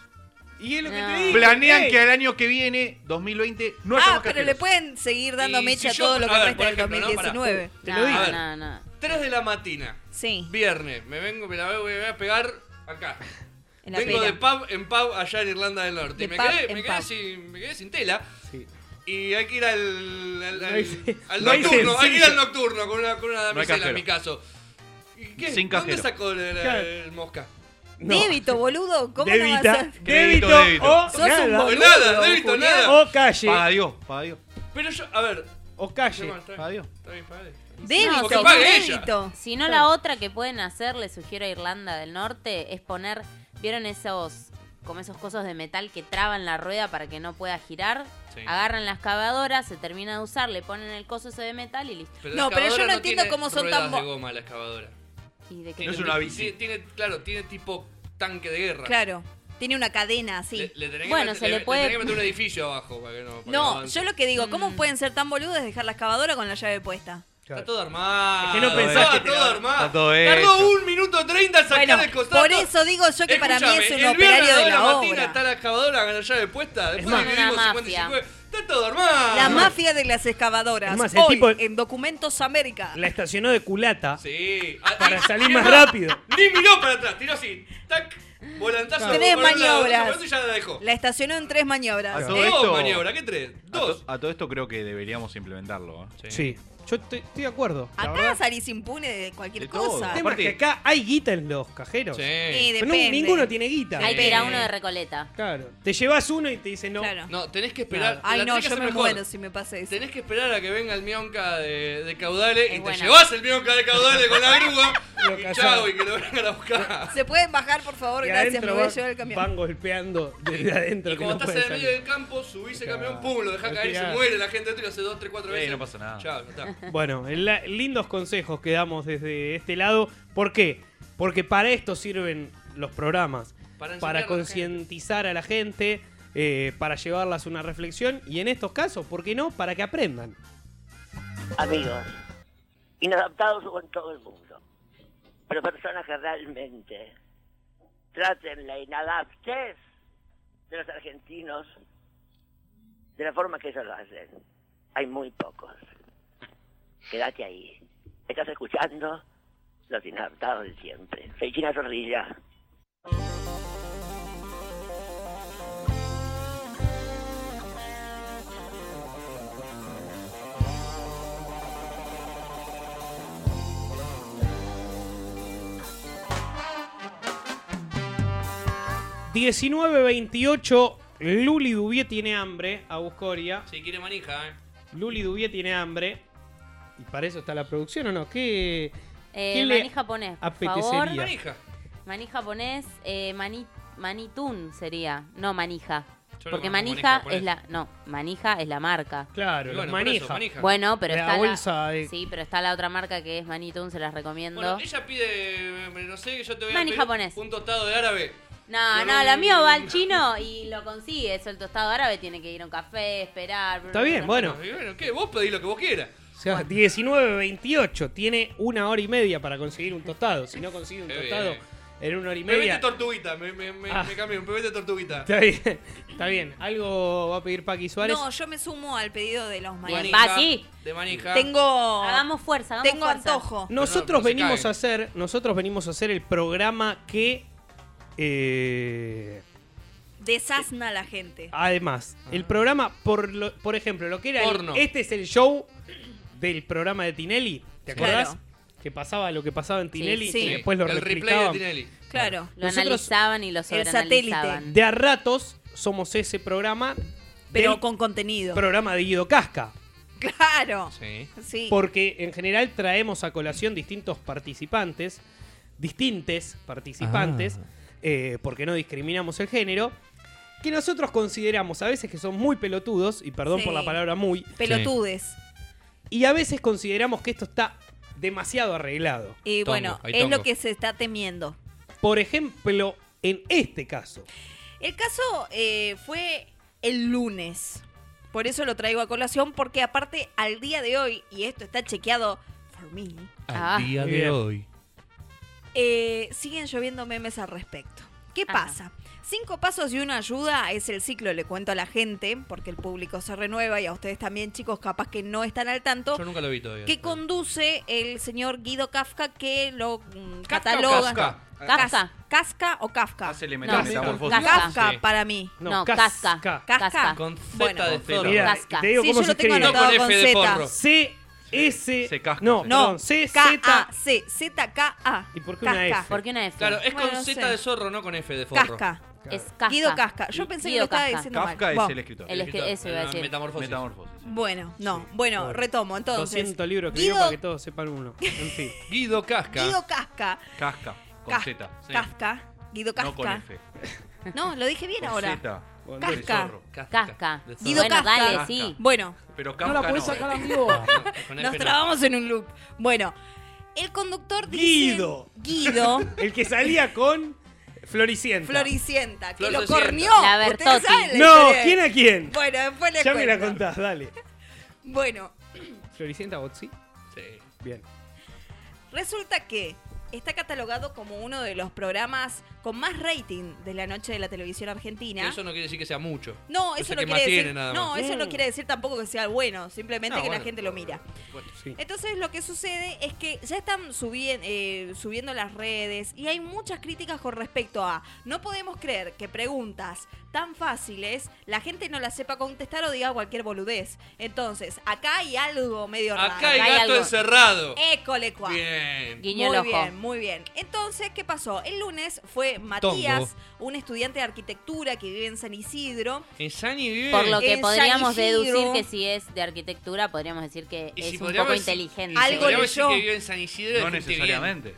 Speaker 4: Y es lo que
Speaker 5: No.
Speaker 4: te digo.
Speaker 7: Planean
Speaker 4: Ey,
Speaker 7: que al año que viene, 2020, no haya
Speaker 6: ah,
Speaker 7: más
Speaker 6: pero
Speaker 7: cajeros.
Speaker 6: le pueden seguir dando
Speaker 1: Y
Speaker 6: mecha
Speaker 1: si yo-
Speaker 6: todo lo
Speaker 1: a
Speaker 6: que
Speaker 1: ver,
Speaker 6: resta
Speaker 1: por
Speaker 6: del
Speaker 1: ejemplo, ¿no? Pará.
Speaker 6: 2019.
Speaker 4: Te
Speaker 5: no,
Speaker 4: lo dije.
Speaker 5: no, no.
Speaker 1: 3 de la mañana,
Speaker 6: Sí.
Speaker 1: viernes, me vengo, me la voy, voy a pegar acá.
Speaker 6: En la
Speaker 1: Vengo
Speaker 6: pera.
Speaker 1: de pub en pub allá en Irlanda del Norte.
Speaker 6: De
Speaker 1: Y me,
Speaker 6: pub
Speaker 1: quedé,
Speaker 6: en
Speaker 1: me, quedé
Speaker 6: pub.
Speaker 1: sin, me quedé sin tela.
Speaker 4: Sí.
Speaker 1: Y hay que ir al, al,
Speaker 4: No
Speaker 1: al-
Speaker 4: hay-
Speaker 1: al
Speaker 4: no hay
Speaker 1: nocturno. Hay que ir
Speaker 4: sencillo.
Speaker 1: al nocturno con una, con una
Speaker 7: No hay
Speaker 1: damisela en
Speaker 7: cajero.
Speaker 1: mi caso. ¿Y qué?
Speaker 7: Sin
Speaker 1: ¿Dónde
Speaker 7: cajero.
Speaker 1: sacó el, el-
Speaker 4: Claro.
Speaker 1: el mosca?
Speaker 4: No.
Speaker 6: Débito, boludo. ¿Cómo no vas
Speaker 4: Débita,
Speaker 6: a...?
Speaker 4: débito,
Speaker 7: Débito, débito.
Speaker 4: o
Speaker 6: Sos un
Speaker 4: nada.
Speaker 6: boludo,
Speaker 1: nada, débito,
Speaker 6: Julián.
Speaker 1: nada.
Speaker 4: O calle.
Speaker 7: Paga Dios, paga Dios.
Speaker 1: Pero yo, a ver.
Speaker 4: O calle.
Speaker 1: no, está bien,
Speaker 7: Adiós.
Speaker 1: está bien, está bien.
Speaker 6: Débito,
Speaker 5: No, que
Speaker 6: no,
Speaker 1: pague ella.
Speaker 6: débito.
Speaker 5: Si no, la otra que pueden hacer, les sugiero a Irlanda del Norte, es poner, ¿vieron esos, como esos cosos de metal que traban la rueda para que no pueda girar?
Speaker 1: Sí.
Speaker 5: Agarran la excavadora, se termina de usar, le ponen el coso ese de metal y listo.
Speaker 1: la
Speaker 6: No, pero yo
Speaker 1: excavadora
Speaker 6: no entiendo
Speaker 1: tiene
Speaker 6: cómo son
Speaker 1: ruedas
Speaker 6: tan
Speaker 1: de
Speaker 6: bo-
Speaker 1: goma la excavadora.
Speaker 5: ¿Y de qué?
Speaker 1: Tiene
Speaker 7: es una
Speaker 1: tipo-
Speaker 7: bici.
Speaker 1: Tiene, tiene- claro, tiene tipo tanque de guerra.
Speaker 6: Claro. Tiene una cadena así.
Speaker 1: Le, le tenés que
Speaker 5: Bueno,
Speaker 1: meter-
Speaker 5: se le
Speaker 1: tenés
Speaker 5: puede-
Speaker 1: que meter un edificio abajo para que no. para que
Speaker 6: No,
Speaker 1: avance.
Speaker 6: yo lo que digo,
Speaker 4: Mm.
Speaker 6: ¿cómo pueden ser tan boludos de dejar la excavadora con la llave puesta?
Speaker 1: Está todo armado.
Speaker 4: Es que no pensás
Speaker 1: Estaba
Speaker 4: que te
Speaker 1: todo
Speaker 4: la-
Speaker 1: armado.
Speaker 7: Está todo
Speaker 1: Tardó
Speaker 7: hecho.
Speaker 1: un minuto treinta en sacar
Speaker 6: Bueno,
Speaker 1: el costado.
Speaker 6: por eso digo yo que para mí es un operario de la
Speaker 1: mañana está
Speaker 6: obra.
Speaker 1: la excavadora con la llave puesta. Después
Speaker 5: más,
Speaker 1: de
Speaker 5: una mafia.
Speaker 1: 55. Está todo armado.
Speaker 6: La mafia de las excavadoras.
Speaker 4: Es más, el
Speaker 6: Hoy,
Speaker 4: tipo-
Speaker 6: en Documentos América.
Speaker 4: La estacionó de culata
Speaker 1: Sí.
Speaker 4: para salir más
Speaker 1: Tiró-
Speaker 4: rápido.
Speaker 1: Ni miró para atrás. Tiró así. Tac. Volantazo.
Speaker 6: Tres
Speaker 1: por un lado,
Speaker 6: maniobras.
Speaker 1: otro brazo y ya la dejó.
Speaker 6: La estacionó en tres maniobras.
Speaker 7: A todo
Speaker 1: Dos
Speaker 7: esto-
Speaker 1: maniobras. ¿Qué tres?
Speaker 7: A to-
Speaker 1: Dos.
Speaker 7: A, todo esto creo que deberíamos implementarlo. ¿eh?
Speaker 4: Sí. Yo estoy, estoy de acuerdo. la
Speaker 6: Acá
Speaker 4: verdad.
Speaker 6: salís impune de cualquier
Speaker 7: De todo.
Speaker 6: cosa.
Speaker 4: El tema es que acá hay guita en los cajeros.
Speaker 6: Y
Speaker 1: Sí.
Speaker 4: Pero no-
Speaker 6: depende.
Speaker 4: ninguno tiene guita.
Speaker 5: Hay
Speaker 1: Ahí
Speaker 5: que ir a
Speaker 1: Eh.
Speaker 5: uno de Recoleta.
Speaker 4: Claro. Te llevas uno y te dicen no.
Speaker 6: Claro.
Speaker 1: No, tenés que esperar.
Speaker 6: Ay,
Speaker 1: la
Speaker 6: no,
Speaker 1: tenés que
Speaker 6: yo
Speaker 1: hacer
Speaker 6: me
Speaker 1: mejor.
Speaker 6: muero si me pasa eso.
Speaker 1: Tenés que esperar a que venga el mionca de, de caudales
Speaker 5: Es
Speaker 1: y
Speaker 5: buena.
Speaker 1: te llevas el mionca de caudales con la
Speaker 6: (laughs)
Speaker 1: grúa
Speaker 4: Lo
Speaker 1: y
Speaker 4: cazás.
Speaker 1: chao, y que lo vengan a buscar.
Speaker 6: ¿Se pueden bajar, por favor?
Speaker 4: Y
Speaker 6: Gracias, me
Speaker 4: adentro
Speaker 6: voy a
Speaker 4: van-
Speaker 6: llevar el camión.
Speaker 4: Van golpeando desde adentro.
Speaker 1: Y
Speaker 4: que
Speaker 1: como
Speaker 4: no
Speaker 1: estás
Speaker 4: pueden
Speaker 1: en el medio
Speaker 4: salir.
Speaker 1: del campo, subís el camión,
Speaker 4: Claro.
Speaker 1: pum, lo dejás
Speaker 4: Lo
Speaker 1: caer y se
Speaker 4: tirás.
Speaker 1: muere la gente dentro y lo hace dos, tres, cuatro
Speaker 7: Sí,
Speaker 1: veces.
Speaker 7: no pasa nada.
Speaker 1: Chao, ya está.
Speaker 4: Bueno, en la- lindos consejos que damos desde este lado. ¿Por qué? Porque para esto sirven los programas.
Speaker 1: Para enseñarle a
Speaker 4: Para
Speaker 1: la
Speaker 4: concientizar a la gente, eh, para llevarlas a una reflexión y en estos casos, ¿por qué no? Para que aprendan.
Speaker 9: amigos, inadaptados con todo el mundo, pero personas que realmente traten la inadaptez de los argentinos de la forma que ellos lo hacen. Hay muy pocos. Quédate ahí. Estás escuchando los inadaptados de siempre. Fechina Zorrilla.
Speaker 4: veintiocho Luli Dubié tiene hambre a Buscoria.
Speaker 1: Si quiere manija, eh.
Speaker 4: Luli Dubié tiene hambre. ¿Y para eso está la producción o no? ¿Qué,
Speaker 5: Eh,
Speaker 4: qué le
Speaker 5: maní japonés, por favor.
Speaker 4: apetecería?
Speaker 1: Manija.
Speaker 5: Maní japonés, eh, maní, manitún sería. No, manija.
Speaker 1: Yo lo
Speaker 5: Porque
Speaker 1: conozco,
Speaker 5: manija
Speaker 1: manija
Speaker 5: es la... No, manija es la marca.
Speaker 4: Claro,
Speaker 1: Y bueno,
Speaker 4: los
Speaker 1: por
Speaker 4: manija.
Speaker 1: eso, manija.
Speaker 5: Bueno, pero
Speaker 4: La
Speaker 5: está
Speaker 4: bolsa de-
Speaker 5: Sí, pero está la otra marca que es Manitun, se las recomiendo.
Speaker 1: Bueno, ella pide, eh, no sé, yo te voy a
Speaker 5: Maní
Speaker 1: pedir
Speaker 5: japonés.
Speaker 1: un tostado de árabe.
Speaker 5: No,
Speaker 1: Con
Speaker 5: no, lo
Speaker 1: un-
Speaker 5: mío va al chino y lo consigue. Eso el tostado árabe tiene que ir a un café, esperar.
Speaker 4: Está bien, bueno.
Speaker 1: Y bueno, ¿qué? Vos pedís lo que vos quieras.
Speaker 4: O sea, 19.28 tiene una hora y media para conseguir un tostado. Si no consigue un
Speaker 1: Qué
Speaker 4: tostado
Speaker 1: bien.
Speaker 4: en una hora y
Speaker 1: Me vende
Speaker 4: media.
Speaker 1: tortuguita, me, me, me,
Speaker 4: Ah.
Speaker 1: me cambié, me vende tortuguita.
Speaker 4: Está bien, está bien. Algo va a pedir Paqui Suárez.
Speaker 6: No, yo me sumo al pedido de los
Speaker 5: Bien,
Speaker 6: maní.
Speaker 1: Manija,
Speaker 5: Paqui.
Speaker 1: De manija.
Speaker 6: Tengo,
Speaker 5: Hagamos fuerza, hagamos
Speaker 6: tengo
Speaker 5: fuerza.
Speaker 6: antojo.
Speaker 1: No, no,
Speaker 4: nosotros
Speaker 1: pero se
Speaker 4: venimos
Speaker 1: cae.
Speaker 4: a hacer, nosotros venimos a hacer el programa que eh,
Speaker 6: Desasna a la gente.
Speaker 4: además, el programa por lo- por ejemplo, lo que era el-
Speaker 1: Ah. Porno.
Speaker 4: este es el show del programa de Tinelli, ¿te
Speaker 6: Sí.
Speaker 4: acordás?
Speaker 6: Claro.
Speaker 4: Que pasaba lo que pasaba en Tinelli
Speaker 6: sí.
Speaker 4: y después lo
Speaker 1: El replay de
Speaker 4: replicaban.
Speaker 1: Tinelli.
Speaker 6: Claro.
Speaker 5: Lo
Speaker 4: Nosotros-
Speaker 5: analizaban y lo sobreanalizaban.
Speaker 4: De a ratos somos ese programa
Speaker 6: Pero
Speaker 4: del
Speaker 6: con contenido.
Speaker 4: programa de Guido Casca.
Speaker 6: Claro.
Speaker 1: Sí.
Speaker 6: Sí.
Speaker 4: Porque en general traemos a colación distintos participantes,
Speaker 1: Ah.
Speaker 4: distintes participantes, eh, porque no discriminamos el género. que nosotros consideramos a veces que son muy pelotudos, y perdón
Speaker 6: Sí.
Speaker 4: por la palabra muy,
Speaker 6: Pelotudes.
Speaker 4: y a veces consideramos que esto está demasiado arreglado.
Speaker 6: Y
Speaker 1: Tongo,
Speaker 6: bueno,
Speaker 1: hay
Speaker 6: es
Speaker 1: tongo.
Speaker 6: lo que se está temiendo.
Speaker 4: Por ejemplo, en este caso.
Speaker 6: El caso eh, fue el lunes. Por eso lo traigo a colación, porque aparte al día de hoy, y esto está chequeado por mí,
Speaker 5: Ah,
Speaker 7: día
Speaker 4: muy bien.
Speaker 7: hoy.
Speaker 6: eh, siguen lloviendo memes al respecto. ¿Qué
Speaker 5: Ajá.
Speaker 6: pasa? Cinco pasos y una ayuda es el ciclo, le cuento a la gente, porque el público se renueva y a ustedes también, chicos, capaz que no están al tanto.
Speaker 1: Yo nunca lo vi todavía.
Speaker 6: que conduce el señor Guido Kafka que lo mm,
Speaker 1: Kafka o
Speaker 6: cataloga
Speaker 1: Kafka?
Speaker 6: Cas-
Speaker 5: Kafka.
Speaker 6: Casca o Kafka
Speaker 7: Hace le
Speaker 5: No,
Speaker 7: metamorfosis.
Speaker 5: Kafka.
Speaker 6: Kafka
Speaker 1: Sí.
Speaker 6: para mí
Speaker 5: No, casca.
Speaker 4: casca.
Speaker 6: Casca
Speaker 1: Con Z
Speaker 6: Bueno.
Speaker 1: de zorro.
Speaker 4: Mirá,
Speaker 5: Casca.
Speaker 4: te digo
Speaker 6: sí
Speaker 4: cómo
Speaker 6: yo
Speaker 4: se
Speaker 6: lo tengo
Speaker 4: escribe.
Speaker 1: No
Speaker 6: anotado
Speaker 1: con
Speaker 6: con
Speaker 1: F de
Speaker 6: Z
Speaker 1: forro.
Speaker 4: C, S,
Speaker 7: Se casca,
Speaker 4: no,
Speaker 7: se-
Speaker 4: perdón,
Speaker 6: no
Speaker 4: C,
Speaker 6: K A
Speaker 4: Z,
Speaker 6: C Z K A
Speaker 4: ¿Y por qué una
Speaker 6: Casca.
Speaker 4: F?
Speaker 5: ¿Por qué una F?
Speaker 1: Claro, es
Speaker 6: Bueno,
Speaker 1: con
Speaker 6: no
Speaker 1: Z
Speaker 6: sé.
Speaker 1: de zorro, no con F de forro.
Speaker 6: Kafka
Speaker 5: Es casca.
Speaker 6: Guido Casca yo pensé que
Speaker 5: Guido
Speaker 6: lo estaba
Speaker 5: Kafka.
Speaker 6: diciendo
Speaker 7: Kafka
Speaker 6: mal
Speaker 7: es
Speaker 6: Bueno,
Speaker 7: el escritor.
Speaker 5: El escri- eso iba a
Speaker 1: Ah,
Speaker 5: decir.
Speaker 1: Metamorfosis.
Speaker 7: Metamorfosis. sí.
Speaker 6: bueno no bueno retomo entonces
Speaker 4: 200 libros que
Speaker 6: Guido-
Speaker 4: dio para que todos sepan uno. En fin.
Speaker 1: Guido Casca.
Speaker 6: Guido Casca
Speaker 7: Casca, con
Speaker 6: Cas-
Speaker 7: Z. sí.
Speaker 6: Kafka Guido
Speaker 7: No con
Speaker 6: Casca
Speaker 7: F.
Speaker 6: no lo dije bien
Speaker 7: Con
Speaker 6: ahora
Speaker 7: Z.
Speaker 6: Casca.
Speaker 7: De zorro.
Speaker 5: Casca.
Speaker 1: De zorro.
Speaker 6: Guido
Speaker 5: bueno,
Speaker 6: Casca.
Speaker 5: dale, sí.
Speaker 6: bueno
Speaker 7: Pero
Speaker 10: No
Speaker 7: Kafka
Speaker 10: la
Speaker 7: no.
Speaker 10: podés sacar,
Speaker 7: eh.
Speaker 10: amigo.
Speaker 1: Con
Speaker 6: Nos
Speaker 1: F no.
Speaker 6: trabamos en un loop. Bueno, el conductor dice.
Speaker 4: Guido.
Speaker 6: Guido.
Speaker 4: (laughs) El que salía con Floricienta.
Speaker 6: Floricienta, que lo
Speaker 1: Floricienta.
Speaker 6: corneó.
Speaker 5: La
Speaker 6: Ustedes
Speaker 5: Bertotti.
Speaker 6: saben la
Speaker 4: No,
Speaker 6: historia.
Speaker 4: ¿quién a quién?
Speaker 6: Bueno, después les
Speaker 4: Ya me la
Speaker 6: cuento.
Speaker 4: contás, dale.
Speaker 6: Bueno, (clears throat)
Speaker 4: Floricienta Botsi.
Speaker 1: Sí.
Speaker 4: Bien.
Speaker 6: resulta que está catalogado como uno de los programas con más rating de la noche de la televisión argentina.
Speaker 1: Eso no quiere decir que sea mucho.
Speaker 6: no,
Speaker 1: es
Speaker 6: eso
Speaker 1: el
Speaker 6: no
Speaker 1: que
Speaker 6: quiere
Speaker 1: más
Speaker 6: decir.
Speaker 1: tiene, nada
Speaker 6: no,
Speaker 1: más.
Speaker 6: eso
Speaker 4: Mm.
Speaker 6: no quiere decir tampoco que sea bueno, simplemente
Speaker 1: Ah,
Speaker 6: que la
Speaker 1: bueno.
Speaker 6: gente lo mira.
Speaker 1: Bueno,
Speaker 4: Sí.
Speaker 6: Entonces lo que sucede es que ya están subien- eh, subiendo las redes y hay muchas críticas con respecto a no podemos creer que preguntas tan fáciles la gente no las sepa contestar o diga cualquier boludez. Entonces, acá hay algo medio raro.
Speaker 1: Acá hay
Speaker 5: Acá hay
Speaker 1: gato
Speaker 5: algo.
Speaker 1: encerrado.
Speaker 6: École cuá.
Speaker 1: Bien.
Speaker 5: Guiño
Speaker 6: muy
Speaker 5: el ojo.
Speaker 6: bien, muy bien. Entonces, ¿qué pasó? El lunes fue Matías, un estudiante de arquitectura que vive en San Isidro.
Speaker 1: En Sani vive.
Speaker 5: Por lo que
Speaker 6: En
Speaker 5: podríamos
Speaker 6: San Isidro.
Speaker 5: deducir que si es de arquitectura, podríamos decir que
Speaker 1: Y
Speaker 5: es
Speaker 1: si
Speaker 5: un
Speaker 1: podríamos
Speaker 5: poco
Speaker 1: decir-
Speaker 5: inteligente.
Speaker 6: Algo
Speaker 1: Podríamos decir
Speaker 6: leyó.
Speaker 1: que vive en San Isidro.
Speaker 7: No
Speaker 1: de gente bien.
Speaker 7: necesariamente.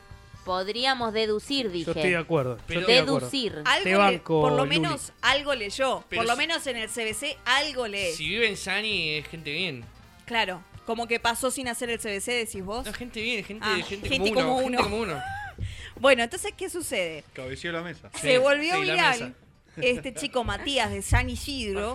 Speaker 5: Podríamos deducir,
Speaker 4: Yo estoy de
Speaker 5: dije.
Speaker 4: acuerdo. Yo
Speaker 1: Pero-
Speaker 4: estoy de acuerdo.
Speaker 5: Deducir.
Speaker 6: Algo
Speaker 4: Te
Speaker 6: le-
Speaker 4: banco,
Speaker 6: por lo
Speaker 4: Luli.
Speaker 6: menos algo leyó.
Speaker 1: Pero
Speaker 6: por lo
Speaker 1: si-
Speaker 6: menos en el CBC algo lee.
Speaker 1: Si vive en Sani es gente bien.
Speaker 6: Claro, como que pasó sin hacer el CBC, decís vos.
Speaker 1: No, gente bien, gente,
Speaker 6: Ah,
Speaker 1: gente,
Speaker 6: gente
Speaker 1: como,
Speaker 6: como
Speaker 1: uno,
Speaker 6: uno.
Speaker 1: Gente como
Speaker 6: (laughs)
Speaker 1: uno.
Speaker 6: Bueno, entonces, ¿qué sucede?
Speaker 7: Cabeció la mesa.
Speaker 6: Se volvió
Speaker 1: sí, la
Speaker 6: viral
Speaker 1: mesa.
Speaker 6: este chico Matías de San Isidro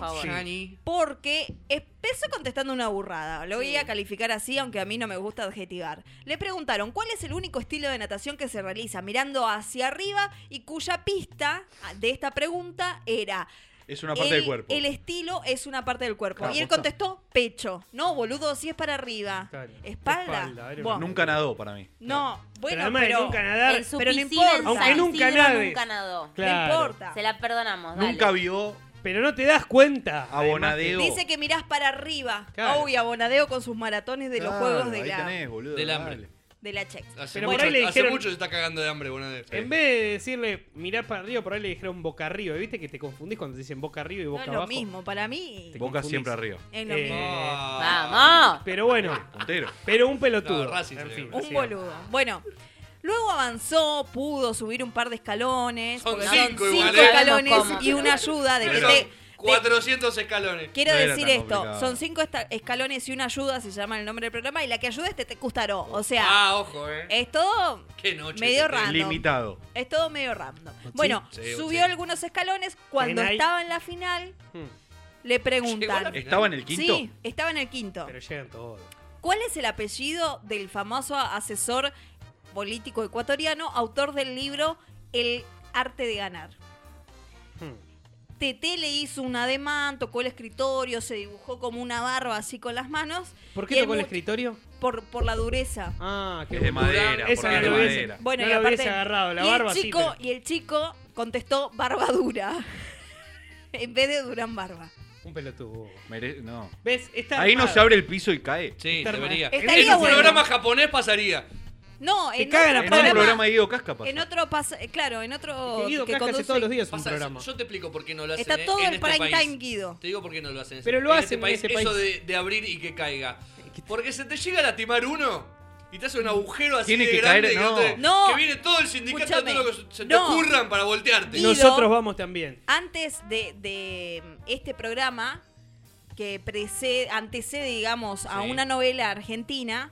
Speaker 5: Por favor.
Speaker 1: Sani.
Speaker 6: porque empezó contestando una burrada. Lo voy
Speaker 5: Sí.
Speaker 6: a calificar así, aunque a mí no me gusta adjetivar. Le preguntaron, ¿cuál es el único estilo de natación que se realiza mirando hacia arriba y cuya pista de esta pregunta era...
Speaker 7: Es una parte
Speaker 6: el,
Speaker 7: del cuerpo.
Speaker 6: el estilo es una parte del cuerpo.
Speaker 7: Claro,
Speaker 6: y él
Speaker 7: posta.
Speaker 6: contestó, pecho. No, boludo, si es para arriba.
Speaker 4: Claro.
Speaker 6: Espalda.
Speaker 4: Espalda, era
Speaker 6: Buah.
Speaker 4: una-
Speaker 7: Nunca nadó para mí.
Speaker 6: No, bueno,
Speaker 4: además de
Speaker 6: pero...
Speaker 4: nunca nadar,
Speaker 5: En su
Speaker 6: pero no
Speaker 5: piscina en
Speaker 6: importa.
Speaker 5: San
Speaker 4: Aunque nunca
Speaker 5: Isidro
Speaker 4: nades.
Speaker 5: nunca nadó.
Speaker 4: Claro.
Speaker 6: No importa.
Speaker 5: Se la perdonamos, dale.
Speaker 7: Nunca vio
Speaker 4: Pero no te das cuenta.
Speaker 7: abonadeo.
Speaker 6: Dice que mirás para arriba.
Speaker 4: Claro.
Speaker 6: Uy, abonadeo con sus maratones de los
Speaker 7: Claro,
Speaker 6: juegos de
Speaker 7: ahí
Speaker 6: la,
Speaker 7: tenés, boludo,
Speaker 1: Del hambre.
Speaker 7: dale.
Speaker 6: de la Chex.
Speaker 1: Hace,
Speaker 4: Pero por
Speaker 1: mucho,
Speaker 4: ahí le
Speaker 1: hace
Speaker 4: dijeron-
Speaker 1: mucho se está cagando de hambre, bueno. de-
Speaker 4: En vez de decirle mirar para arriba, por ahí le dijeron boca arriba. ¿Viste que te confundís cuando te dicen boca arriba y
Speaker 6: No
Speaker 4: boca
Speaker 6: es lo
Speaker 4: abajo?
Speaker 6: mismo, para mí
Speaker 4: Te
Speaker 7: Boca
Speaker 4: confundís.
Speaker 7: siempre arriba. Ah.
Speaker 6: es lo
Speaker 4: Eh,
Speaker 6: mismo.
Speaker 5: ¡Vamos!
Speaker 4: Pero bueno,
Speaker 7: Puntero.
Speaker 4: pero un pelotudo.
Speaker 1: No, Racing
Speaker 4: En
Speaker 1: se
Speaker 4: fin,
Speaker 1: le
Speaker 6: Un
Speaker 4: sí.
Speaker 6: boludo. Bueno, luego avanzó, pudo subir un par de escalones.
Speaker 1: Son
Speaker 6: porque
Speaker 1: cinco igual, ¿eh?
Speaker 6: escalones
Speaker 5: Sabemos cómo.
Speaker 6: y una ayuda de que
Speaker 1: Pero
Speaker 6: te- te-
Speaker 1: 400 escalones.
Speaker 6: Quiero
Speaker 7: No era
Speaker 6: decir
Speaker 7: tan
Speaker 6: esto,
Speaker 7: complicado.
Speaker 6: son cinco esta- escalones y una ayuda, se llama el nombre del programa, y la que ayuda es Tete Custaró. O sea,
Speaker 1: Ah, ojo, eh.
Speaker 6: es todo
Speaker 1: Qué noche.
Speaker 6: medio
Speaker 1: que
Speaker 6: raro.
Speaker 1: tenés.
Speaker 7: Limitado.
Speaker 6: es todo medio random. Bueno,
Speaker 1: Sí,
Speaker 6: subió
Speaker 1: sí.
Speaker 6: algunos escalones, cuando
Speaker 4: Ven ahí.
Speaker 6: estaba en la final,
Speaker 4: Hmm,
Speaker 6: le
Speaker 1: Llegó a la
Speaker 6: preguntan.
Speaker 1: final.
Speaker 7: ¿Estaba en el quinto?
Speaker 6: Sí, estaba en el quinto.
Speaker 4: Pero llegan todos.
Speaker 6: ¿Cuál es el apellido del famoso asesor político ecuatoriano, autor del libro El arte de ganar?
Speaker 4: Hmm.
Speaker 6: Tete le hizo un ademán, tocó el escritorio, se dibujó como una barba así con las manos.
Speaker 4: ¿Por
Speaker 6: Y
Speaker 4: qué
Speaker 6: el
Speaker 4: tocó el
Speaker 6: mu-
Speaker 4: escritorio?
Speaker 6: por, por la dureza.
Speaker 4: Ah, qué
Speaker 7: Es de
Speaker 4: boludo.
Speaker 7: madera.
Speaker 4: Esa
Speaker 7: porque
Speaker 4: no
Speaker 7: es de
Speaker 4: lo hubiese-
Speaker 7: madera.
Speaker 6: Bueno,
Speaker 4: No
Speaker 6: y
Speaker 4: la
Speaker 6: aparte,
Speaker 4: hubiese agarrado, la
Speaker 6: y
Speaker 4: barba
Speaker 6: el
Speaker 4: sí,
Speaker 6: chico,
Speaker 4: pero-
Speaker 6: Y el chico contestó barba dura. (laughs) en vez de Durán Barba.
Speaker 4: Un pelotudo.
Speaker 7: Mere- no.
Speaker 4: ¿Ves? Está
Speaker 7: Ahí no
Speaker 4: armado.
Speaker 7: se abre el piso y cae.
Speaker 1: Sí,
Speaker 4: Está
Speaker 1: debería.
Speaker 4: armado.
Speaker 1: en
Speaker 6: Estaría
Speaker 1: un
Speaker 6: bueno.
Speaker 1: programa japonés pasaría.
Speaker 6: No,
Speaker 4: Te
Speaker 6: en
Speaker 4: cagan
Speaker 6: otro
Speaker 4: a
Speaker 7: En un
Speaker 4: programa-
Speaker 7: programa de Guido Casca pasa.
Speaker 6: En otro pasa- eh, claro, en otro
Speaker 4: Que Oh, Guido
Speaker 6: que
Speaker 4: Casca hace
Speaker 6: conduce-
Speaker 4: todos los días un
Speaker 1: Pasa-
Speaker 4: programa.
Speaker 1: Yo te explico por qué no lo hacen
Speaker 6: Está
Speaker 1: en-
Speaker 6: todo
Speaker 1: en
Speaker 6: el
Speaker 1: este
Speaker 6: prime
Speaker 1: país.
Speaker 6: time Guido.
Speaker 1: Te digo por qué no lo hacen. en
Speaker 4: Pero
Speaker 1: ese-
Speaker 4: lo
Speaker 1: en
Speaker 4: hacen
Speaker 1: este
Speaker 4: en
Speaker 1: país.
Speaker 4: ese
Speaker 1: Eso
Speaker 4: país.
Speaker 1: de, de abrir y que caiga. Porque se te llega a lastimar uno y te hace un agujero así
Speaker 7: Tiene
Speaker 1: de
Speaker 7: que
Speaker 1: grande
Speaker 7: caer-
Speaker 1: que, no te-
Speaker 6: no.
Speaker 1: que viene todo el sindicato,
Speaker 6: Escuchame.
Speaker 1: todo lo que se te
Speaker 6: No.
Speaker 1: ocurran para voltearte.
Speaker 6: Guido-
Speaker 4: Nosotros vamos también.
Speaker 6: Antes de, de este programa, que precede, antecede, digamos, a
Speaker 1: Sí.
Speaker 6: una novela argentina,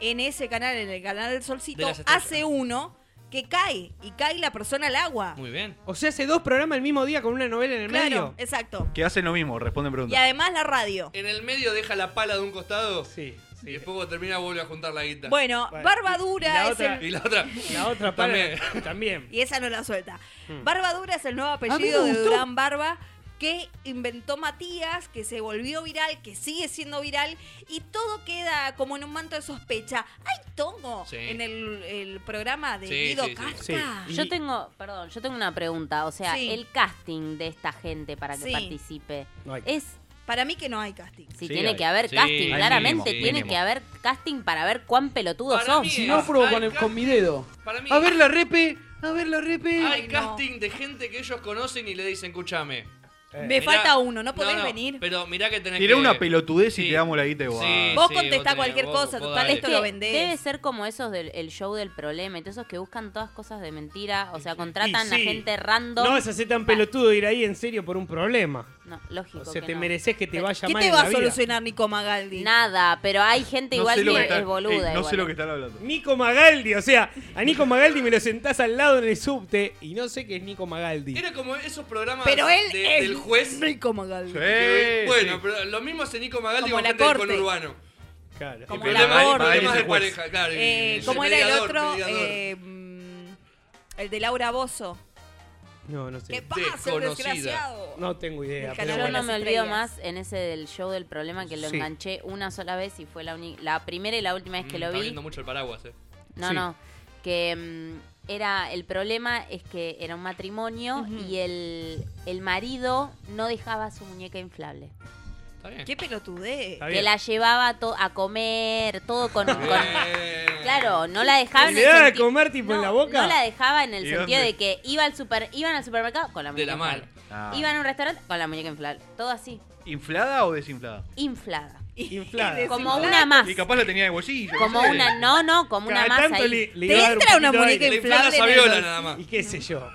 Speaker 6: en ese canal, en el canal del
Speaker 1: De
Speaker 6: Solcito,
Speaker 1: las estrellas.
Speaker 6: hace uno que cae y cae la persona al agua.
Speaker 1: Muy bien.
Speaker 4: O sea, hace dos programas el mismo día con una novela en el
Speaker 6: claro,
Speaker 4: medio.
Speaker 6: exacto.
Speaker 7: Que hacen lo mismo,
Speaker 6: Y
Speaker 7: responden preguntas.
Speaker 6: además la radio.
Speaker 1: En el medio deja la pala de un costado
Speaker 4: Sí, sí.
Speaker 1: y después cuando termina vuelve a juntar la guita.
Speaker 6: Bueno,
Speaker 4: Vale. Y
Speaker 6: Barbadura
Speaker 4: la
Speaker 6: es
Speaker 4: otra-
Speaker 6: el-
Speaker 1: Y la otra.
Speaker 4: La otra
Speaker 1: (laughs)
Speaker 4: parte
Speaker 1: También.
Speaker 4: también.
Speaker 6: Y esa no la suelta.
Speaker 7: Hmm.
Speaker 6: Barbadura es el nuevo apellido
Speaker 4: A mí me
Speaker 6: de
Speaker 4: gustó.
Speaker 6: Durán Barba que inventó Matías, que se volvió viral, que sigue siendo viral y todo queda como en un manto de sospecha. Hay tongo
Speaker 1: Sí.
Speaker 6: en el, el programa de
Speaker 1: Sí,
Speaker 6: Guido
Speaker 1: sí, sí.
Speaker 6: Casca.
Speaker 4: Sí. Y-
Speaker 5: Yo tengo, perdón, yo tengo una pregunta. O sea,
Speaker 6: Ah. Sí.
Speaker 5: el casting de esta gente para que
Speaker 6: Sí.
Speaker 5: participe
Speaker 4: No hay.
Speaker 5: es
Speaker 6: Para mí que no hay casting.
Speaker 5: si
Speaker 7: Sí,
Speaker 5: tiene
Speaker 7: hay.
Speaker 5: que haber
Speaker 1: Sí,
Speaker 5: casting,
Speaker 1: hay
Speaker 5: claramente
Speaker 1: mínimo,
Speaker 5: tiene
Speaker 7: mínimo.
Speaker 5: que haber casting para ver cuán pelotudo
Speaker 1: Para
Speaker 5: sos.
Speaker 1: mí
Speaker 5: Sí.
Speaker 1: es-
Speaker 4: No pruebo
Speaker 1: Hay
Speaker 4: con, el-
Speaker 1: ca-
Speaker 4: con mi dedo.
Speaker 1: Para mí,
Speaker 4: A ver la repe, a ver la repe.
Speaker 1: hay
Speaker 6: no.
Speaker 1: casting de gente que ellos conocen y le dicen, escúchame. Eh,
Speaker 6: Me
Speaker 1: mirá-
Speaker 6: falta uno, no podés
Speaker 1: no,
Speaker 6: venir.
Speaker 1: Pero mirá que tenés
Speaker 7: Tiré
Speaker 1: que-
Speaker 7: una pelotudez y
Speaker 1: Sí.
Speaker 7: te damos la guita igual.
Speaker 1: Sí,
Speaker 6: Vos
Speaker 1: sí,
Speaker 6: contestá
Speaker 1: tenés-
Speaker 6: cualquier cosa, total,
Speaker 1: dale.
Speaker 5: Es
Speaker 6: esto
Speaker 5: que
Speaker 6: lo vendés.
Speaker 5: Debe ser como esos del el show del problema y todos esos que buscan todas cosas de mentira. O sea, contratan
Speaker 4: Y sí.
Speaker 5: a gente random.
Speaker 4: No vas a ser tan pelotudo de ir ahí en serio por un problema.
Speaker 5: No, lógico.
Speaker 4: O sea,
Speaker 5: que
Speaker 4: te
Speaker 5: no.
Speaker 4: mereces que te
Speaker 5: Pero-
Speaker 4: vaya
Speaker 6: ¿Qué
Speaker 4: mal
Speaker 6: te
Speaker 4: en
Speaker 6: va
Speaker 4: la
Speaker 6: a
Speaker 4: vida.
Speaker 6: solucionar Nico Magaldi?
Speaker 5: Nada, pero hay gente
Speaker 7: No
Speaker 5: igual
Speaker 7: sé lo
Speaker 5: que
Speaker 7: que están-
Speaker 5: es boluda.
Speaker 7: Ey, Eh, no sé
Speaker 5: igual.
Speaker 4: eh.
Speaker 7: lo que están hablando.
Speaker 4: Nico Magaldi, o sea, a Nico Magaldi me lo sentás al lado en el subte y no sé qué es Nico Magaldi.
Speaker 1: Era como esos programas
Speaker 6: Pero él
Speaker 1: de-
Speaker 6: es
Speaker 1: del juez.
Speaker 6: Nico Magaldi.
Speaker 7: Sí,
Speaker 1: que- bueno,
Speaker 7: sí.
Speaker 1: pero lo mismo hace Nico Magaldi
Speaker 6: Como
Speaker 1: con
Speaker 6: la
Speaker 1: gente del
Speaker 6: corte.
Speaker 1: conurbano.
Speaker 4: Claro.
Speaker 6: Como
Speaker 1: Y
Speaker 6: la
Speaker 1: problemas-
Speaker 6: corte.
Speaker 1: problemas
Speaker 7: Magaldi es
Speaker 1: de
Speaker 7: el juez.
Speaker 1: pareja, claro, y-
Speaker 6: Eh,
Speaker 1: y- y-
Speaker 6: ¿Cómo era el
Speaker 1: mediador,
Speaker 6: otro?
Speaker 1: mediador.
Speaker 6: Eh, mm, el de Laura Bozo.
Speaker 4: No, no sé.
Speaker 6: ¿Qué pasa, el
Speaker 1: Desconocida.
Speaker 6: desgraciado?
Speaker 4: No tengo
Speaker 1: Eh,
Speaker 4: idea.
Speaker 5: Yo
Speaker 6: Del
Speaker 4: pero
Speaker 6: canal de
Speaker 4: bueno.
Speaker 5: no
Speaker 6: las
Speaker 5: me olvido
Speaker 6: estrellas.
Speaker 5: más en ese del show del problema que lo
Speaker 4: Sí.
Speaker 5: enganché una sola vez y fue la, uni- la primera y la última vez que
Speaker 1: Mm,
Speaker 5: lo
Speaker 1: está
Speaker 5: vi.
Speaker 1: viendo mucho el paraguas, eh.
Speaker 5: No,
Speaker 4: Sí.
Speaker 5: no. Que mm, era. El problema es que era un matrimonio y el, el marido no dejaba su muñeca inflable.
Speaker 1: Está bien.
Speaker 6: Qué pelotudez.
Speaker 4: Está
Speaker 5: Que
Speaker 4: bien.
Speaker 5: la llevaba to- a comer, todo con. con-
Speaker 1: Bien.
Speaker 5: Claro, no la dejaba en
Speaker 4: ¿Le
Speaker 5: el
Speaker 4: daba de
Speaker 5: senti-
Speaker 4: comer, tipo, en la boca?
Speaker 5: No la dejaba en el
Speaker 7: ¿Y
Speaker 5: sentido
Speaker 7: dónde?
Speaker 5: de que iba al super, iban al supermercado con la
Speaker 1: De
Speaker 5: muñeca
Speaker 1: la mano.
Speaker 5: inflable.
Speaker 7: Ah.
Speaker 5: Iban a un restaurante con la muñeca inflable. Todo así,
Speaker 7: ¿Inflada o desinflada?
Speaker 5: inflada.
Speaker 1: (laughs)
Speaker 4: Inflada.
Speaker 5: Como una más.
Speaker 7: Y capaz la tenía de bolsillo. no
Speaker 5: Como
Speaker 7: sé.
Speaker 5: una, no, no, como una
Speaker 4: Cada
Speaker 5: masa
Speaker 4: tanto
Speaker 5: ahí.
Speaker 4: le- le
Speaker 6: ¿Te
Speaker 4: iba a dar un
Speaker 6: entra una
Speaker 4: poquito de
Speaker 6: muñeca
Speaker 4: aire.
Speaker 1: Le inflan la
Speaker 6: inflable en el
Speaker 1: sabiola
Speaker 6: bolsillo.
Speaker 1: nada más.
Speaker 4: Y qué sé yo.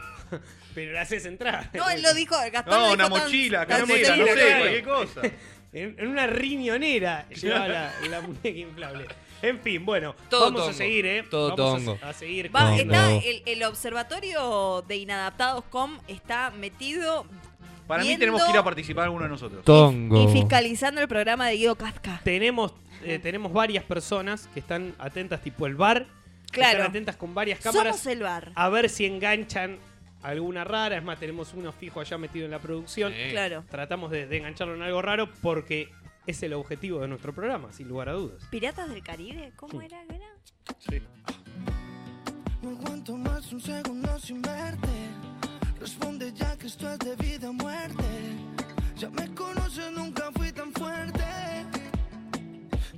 Speaker 4: Pero la haces entrar.
Speaker 6: No, él lo dijo. Gastón
Speaker 7: No,
Speaker 6: lo dijo tan-
Speaker 7: una mochila,
Speaker 6: tan
Speaker 7: cartera, no
Speaker 6: serio.
Speaker 7: sé,
Speaker 4: claro.
Speaker 7: cualquier cosa.
Speaker 4: (laughs) En, en una riñonera llevaba la, la muñeca inflable. En fin, bueno,
Speaker 1: Todo
Speaker 4: vamos a
Speaker 1: tongo.
Speaker 4: seguir, ¿eh?
Speaker 1: Todo
Speaker 4: vamos a-
Speaker 1: tongo.
Speaker 4: A, seguir.
Speaker 6: Va,
Speaker 4: con-
Speaker 6: está el, el observatorio de inadaptados com está metido
Speaker 7: Para mí
Speaker 6: Viendo-
Speaker 7: tenemos que ir a participar alguno de nosotros.
Speaker 6: y fiscalizando el programa de Guido Casca.
Speaker 4: Tenemos, eh, tenemos varias personas que están atentas, tipo el bar. que
Speaker 6: Claro.
Speaker 4: Están atentas con varias cámaras.
Speaker 6: Somos el bar.
Speaker 4: A ver si enganchan alguna rara. Es más, tenemos uno fijo allá metido en la producción.
Speaker 1: Sí.
Speaker 6: Claro.
Speaker 4: Tratamos de, de engancharlo en algo raro porque es el objetivo de nuestro programa, sin lugar a dudas.
Speaker 6: ¿Piratas del Caribe? ¿Cómo era? que era?
Speaker 11: No aguanto más un segundo sin verte. Responde ya que esto es de vida o muerte. Ya me conoces, nunca fui tan fuerte.